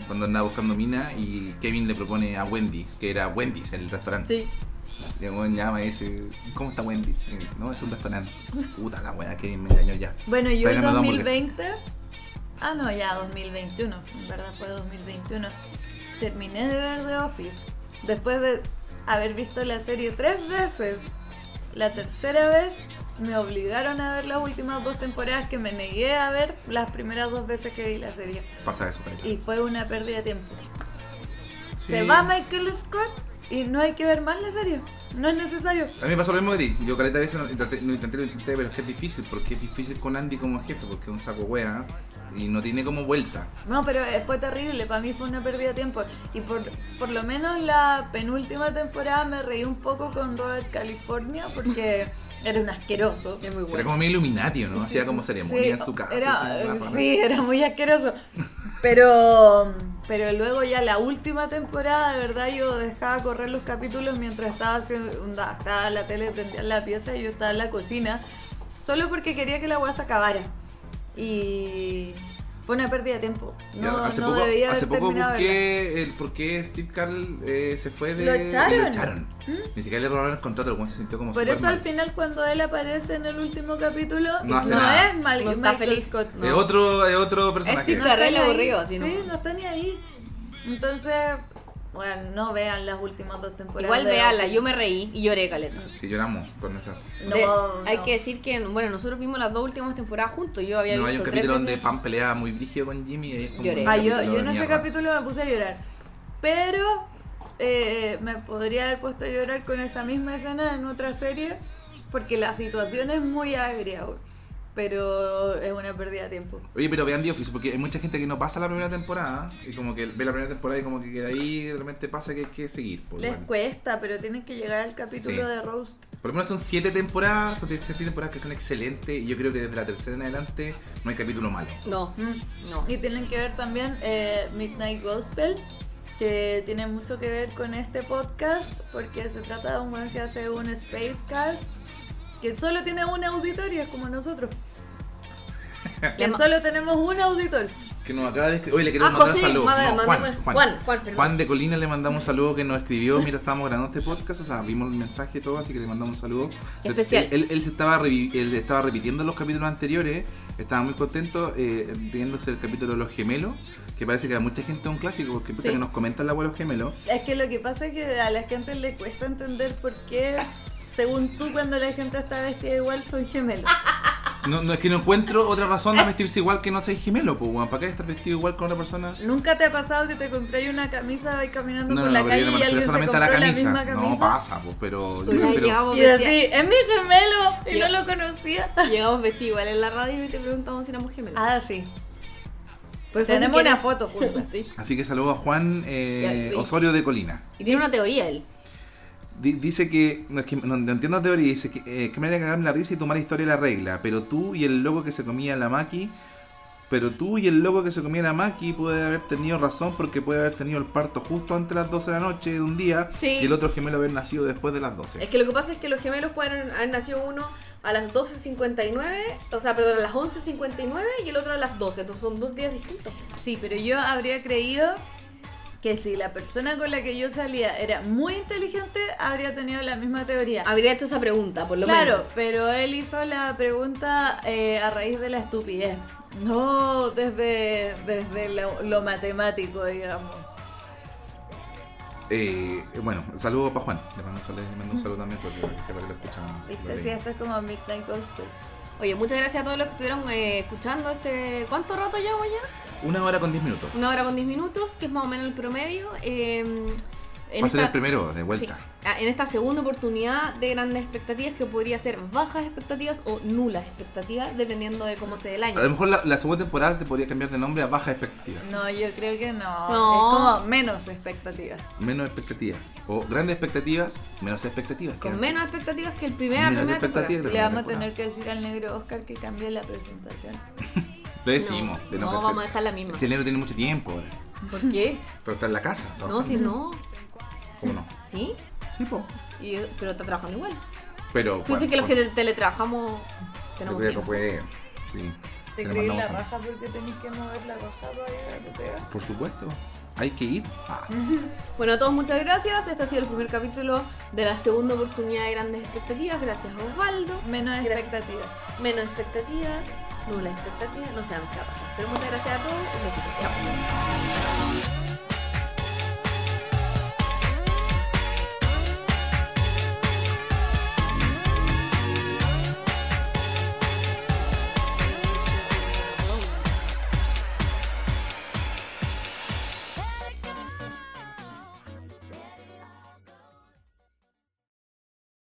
[SPEAKER 4] Cuando andaba buscando mina y Kevin le propone a Wendy's, que era Wendy's el restaurante.
[SPEAKER 5] Sí.
[SPEAKER 4] Y el weón llama y dice, ¿cómo está Wendy's? Y, no, es un restaurante. Puta la weá, Kevin me engañó ya.
[SPEAKER 3] Bueno, yo en
[SPEAKER 4] Tráigame dos hamburguesas.
[SPEAKER 3] 2020. Ah, no, ya, 2021. En verdad fue 2021. Terminé de ver The Office. Después de haber visto la serie tres veces. La tercera vez me obligaron a ver las últimas dos temporadas que me negué a ver las primeras dos veces que vi la serie.
[SPEAKER 4] Pasa eso, cariño.
[SPEAKER 3] Y fue una pérdida de tiempo.
[SPEAKER 4] Sí.
[SPEAKER 3] Se va Michael Scott y no hay que ver más la serie. No es necesario.
[SPEAKER 4] A mí me pasó lo mismo que ti. Yo caleta de veces lo intenté, lo intenté, lo intenté, pero es que es difícil, porque es difícil con Andy como jefe, porque es un saco wea y no tiene como vuelta.
[SPEAKER 3] No, pero eh, fue terrible, para mí fue una pérdida de tiempo. Y por, por lo menos la penúltima temporada me reí un poco con Robert California porque era un asqueroso.
[SPEAKER 5] Es muy
[SPEAKER 4] Era
[SPEAKER 5] bueno.
[SPEAKER 4] como medio Illuminati, ¿no? Hacía como ceremonia
[SPEAKER 3] Sí,
[SPEAKER 4] en su casa. así,
[SPEAKER 3] Era, eh,
[SPEAKER 4] una rara.
[SPEAKER 3] sí, era muy asqueroso. Pero, pero luego ya la última temporada, de verdad, yo dejaba correr los capítulos mientras estaba haciendo, onda, estaba en la tele, prendía la pieza y yo estaba en la cocina, solo porque quería que la weá se acabara. Y fue una pérdida de tiempo.
[SPEAKER 4] Y
[SPEAKER 3] No,
[SPEAKER 4] hace
[SPEAKER 3] no
[SPEAKER 4] poco,
[SPEAKER 3] debía haber
[SPEAKER 4] hace poco
[SPEAKER 3] terminado de verla.
[SPEAKER 4] busqué el por qué Steve Carell eh, se fue de.
[SPEAKER 3] Lo
[SPEAKER 4] y
[SPEAKER 3] echaron. ¿Mm?
[SPEAKER 4] Ni siquiera le robaron el contrato, el weón se sintió como
[SPEAKER 3] Por
[SPEAKER 4] súper
[SPEAKER 3] eso
[SPEAKER 4] mal.
[SPEAKER 3] al final cuando él aparece en el último capítulo,
[SPEAKER 4] No
[SPEAKER 3] no,
[SPEAKER 4] hace nada.
[SPEAKER 3] es mal,
[SPEAKER 5] No está feliz. no.
[SPEAKER 4] Es otro, es otro personaje.
[SPEAKER 5] Steve Carell. Está re
[SPEAKER 3] ni ahí.
[SPEAKER 5] aburrido, así,
[SPEAKER 3] Sí,
[SPEAKER 5] ¿no?
[SPEAKER 3] no está ni ahí. Entonces, bueno, no vean las últimas dos temporadas.
[SPEAKER 5] Igual
[SPEAKER 3] de
[SPEAKER 5] véala,
[SPEAKER 3] Office.
[SPEAKER 5] yo me reí y lloré, caleta.
[SPEAKER 4] Sí, lloramos con esas.
[SPEAKER 3] No,
[SPEAKER 5] De-
[SPEAKER 3] no.
[SPEAKER 5] Hay que decir que, bueno, nosotros vimos las dos últimas temporadas juntos. Yo había
[SPEAKER 4] No, hay un
[SPEAKER 5] visto tres
[SPEAKER 4] capítulo donde
[SPEAKER 5] veces.
[SPEAKER 4] Pam pelea muy brígido con Jimmy y ahí es como
[SPEAKER 5] Lloré.
[SPEAKER 4] un
[SPEAKER 3] Ah, yo,
[SPEAKER 4] capítulo
[SPEAKER 3] yo
[SPEAKER 4] de
[SPEAKER 3] en ese
[SPEAKER 4] mierda.
[SPEAKER 3] capítulo me puse a llorar. Pero eh, me podría haber puesto a llorar con esa misma escena en otra serie. Porque la situación es muy agria, güey. Pero es una pérdida de tiempo.
[SPEAKER 4] Oye, pero vean The Office, porque hay mucha gente que no pasa la primera temporada y como que ve la primera temporada y como que queda ahí y de repente pasa que hay que seguir. Por,
[SPEAKER 3] Les
[SPEAKER 4] igual.
[SPEAKER 3] cuesta, pero tienen que llegar al capítulo
[SPEAKER 4] Sí.
[SPEAKER 3] de Roast.
[SPEAKER 4] Por lo menos son siete temporadas, son siete temporadas que son excelentes y yo creo que desde la tercera en adelante no hay capítulo malo.
[SPEAKER 5] No, no.
[SPEAKER 3] Y tienen que ver también eh, Midnight Gospel, que tiene mucho que ver con este podcast, porque se trata de un weón que hace un spacecast, que solo tiene una auditoria, como nosotros. Que
[SPEAKER 5] ma-
[SPEAKER 3] solo tenemos un auditor.
[SPEAKER 4] que nos acaba de escribir. Oye, le queremos
[SPEAKER 5] A
[SPEAKER 4] mandar
[SPEAKER 5] José,
[SPEAKER 4] saludos.
[SPEAKER 5] manda-
[SPEAKER 4] Juan,
[SPEAKER 5] mandemos-
[SPEAKER 4] Juan,
[SPEAKER 5] Juan, Juan, perdón.
[SPEAKER 4] Juan de Colina le mandamos un saludo que nos escribió mientras estábamos grabando este podcast. O sea, vimos el mensaje y todo, así que le mandamos un saludo. Se-
[SPEAKER 5] Especial.
[SPEAKER 4] él, él se estaba, revi- él estaba repitiendo los capítulos anteriores. Estaba muy contento eh, viéndose el capítulo de los gemelos. Que parece que a mucha gente es un clásico, porque puta
[SPEAKER 5] Sí.
[SPEAKER 4] que nos comentan la abuela de los gemelos.
[SPEAKER 3] Es que lo que pasa es que a la gente le cuesta entender por qué, según tú, cuando la gente está vestida igual son gemelos.
[SPEAKER 4] No, no, es que no encuentro otra razón de vestirse igual que no seas gemelo, pues, weón. ¿Para qué estar vestido igual con otra persona?
[SPEAKER 3] ¿Nunca te ha pasado que te compré una camisa vais caminando
[SPEAKER 4] No, no,
[SPEAKER 3] por
[SPEAKER 4] no,
[SPEAKER 3] la
[SPEAKER 4] pero
[SPEAKER 3] calle
[SPEAKER 4] yo no me
[SPEAKER 3] y
[SPEAKER 4] refiero
[SPEAKER 3] alguien se
[SPEAKER 4] solamente
[SPEAKER 3] compró
[SPEAKER 4] a la
[SPEAKER 3] la
[SPEAKER 4] camisa.
[SPEAKER 3] misma camisa?
[SPEAKER 4] No pasa, pues, pero yo
[SPEAKER 5] Hola,
[SPEAKER 4] prefiero-
[SPEAKER 5] llegamos,
[SPEAKER 3] Y
[SPEAKER 5] vestidas,
[SPEAKER 3] así, es mi gemelo y
[SPEAKER 5] Ya.
[SPEAKER 3] no lo conocía.
[SPEAKER 5] llegamos vestidas igual en la radio y te preguntamos si éramos gemelos.
[SPEAKER 3] Ah, sí.
[SPEAKER 5] Pues fue
[SPEAKER 3] Tenemos
[SPEAKER 5] sin querer.
[SPEAKER 3] una foto juntas.
[SPEAKER 5] Sí.
[SPEAKER 4] Así que saludo a Juan eh,
[SPEAKER 5] Ya, y-
[SPEAKER 4] Osorio de Colina.
[SPEAKER 5] Y tiene una teoría él.
[SPEAKER 4] Di- dice que, no, es que no, no entiendo la teoría, dice que, eh, que me haría cagarme la risa y tomar historia la regla, pero tú y el loco que se comía la maqui, pero tú y el loco que se comía la maqui puede haber tenido razón porque puede haber tenido el parto justo antes de las 12 de la noche de un día
[SPEAKER 5] Sí.
[SPEAKER 4] y el otro gemelo haber nacido después de las 12.
[SPEAKER 5] Es que lo que pasa es que los gemelos pueden haber nacido uno a las 12.59, o sea, perdón, a las 11.59 y el otro a las 12. Entonces son dos días distintos.
[SPEAKER 3] Sí, pero yo habría creído que si la persona con la que yo salía era muy inteligente, habría tenido la misma teoría.
[SPEAKER 5] Habría hecho esa pregunta, por lo
[SPEAKER 3] claro,
[SPEAKER 5] menos.
[SPEAKER 3] pero él hizo la pregunta eh, a raíz de la estupidez. No desde, desde lo, lo matemático, digamos.
[SPEAKER 4] Eh, bueno, saludo para Juan, le mando, un saludo- le mando un saludo también porque sepa que lo escuchan.
[SPEAKER 3] ¿Viste?
[SPEAKER 4] lo
[SPEAKER 3] Si
[SPEAKER 4] leí.
[SPEAKER 3] esto es como Midnight Gospel.
[SPEAKER 5] Oye, muchas gracias a todos los que estuvieron eh, escuchando este... ¿Cuánto rato llevamos ya?
[SPEAKER 4] Una hora con 10 minutos.
[SPEAKER 5] Una hora con 10 minutos, que es más o menos el promedio. Eh, en
[SPEAKER 4] Va a ser el
[SPEAKER 5] esta-
[SPEAKER 4] primero de vuelta.
[SPEAKER 5] Sí. Ah, en esta segunda oportunidad de grandes expectativas, que podría ser bajas expectativas o nulas expectativas, dependiendo de cómo sea el año.
[SPEAKER 4] A lo mejor la, la segunda temporada te podría cambiar de nombre a Baja Expectativa.
[SPEAKER 3] No, yo creo que no.
[SPEAKER 5] No.
[SPEAKER 3] Es como menos expectativas.
[SPEAKER 4] menos expectativas. O grandes expectativas, menos expectativas.
[SPEAKER 5] Con
[SPEAKER 4] Quedan-
[SPEAKER 5] menos expectativas que el primera,
[SPEAKER 4] Menos
[SPEAKER 5] primera
[SPEAKER 4] expectativas.
[SPEAKER 3] Le
[SPEAKER 5] temporada.
[SPEAKER 3] vamos a
[SPEAKER 4] temporada.
[SPEAKER 3] tener que decir al negro Oscar que cambie la presentación.
[SPEAKER 4] Lo decimos.
[SPEAKER 5] No,
[SPEAKER 4] de
[SPEAKER 5] no,
[SPEAKER 4] perder.
[SPEAKER 5] vamos a dejar la misma.
[SPEAKER 4] Si el negro tiene mucho tiempo ahora.
[SPEAKER 5] ¿Por qué?
[SPEAKER 4] Pero está en la casa.
[SPEAKER 5] No,
[SPEAKER 4] trabajando.
[SPEAKER 5] si no.
[SPEAKER 4] ¿Cómo no?
[SPEAKER 5] ¿Sí?
[SPEAKER 4] Sí, po.
[SPEAKER 5] Y- pero está trabajando igual.
[SPEAKER 4] Pero.
[SPEAKER 5] Tú dices que los que te- teletrabajamos
[SPEAKER 4] Yo
[SPEAKER 5] tenemos
[SPEAKER 4] creo que
[SPEAKER 5] tiempo.
[SPEAKER 4] puede. Sí. Se
[SPEAKER 3] Te
[SPEAKER 4] lo
[SPEAKER 3] creí
[SPEAKER 4] mandamos
[SPEAKER 3] la
[SPEAKER 4] a-
[SPEAKER 3] raja porque tenés que mover la raja para llegar a tu pega.
[SPEAKER 4] Por supuesto. Hay que ir. Ah.
[SPEAKER 5] Bueno, a todos muchas gracias. Este ha sido el primer capítulo de la segunda oportunidad de grandes expectativas. Gracias a Osvaldo.
[SPEAKER 3] Menos
[SPEAKER 5] Gracias.
[SPEAKER 3] expectativas.
[SPEAKER 5] Menos expectativas, nula expectativas, no sabemos qué va a pasar. Pero muchas gracias a todos. Un besito. Chao.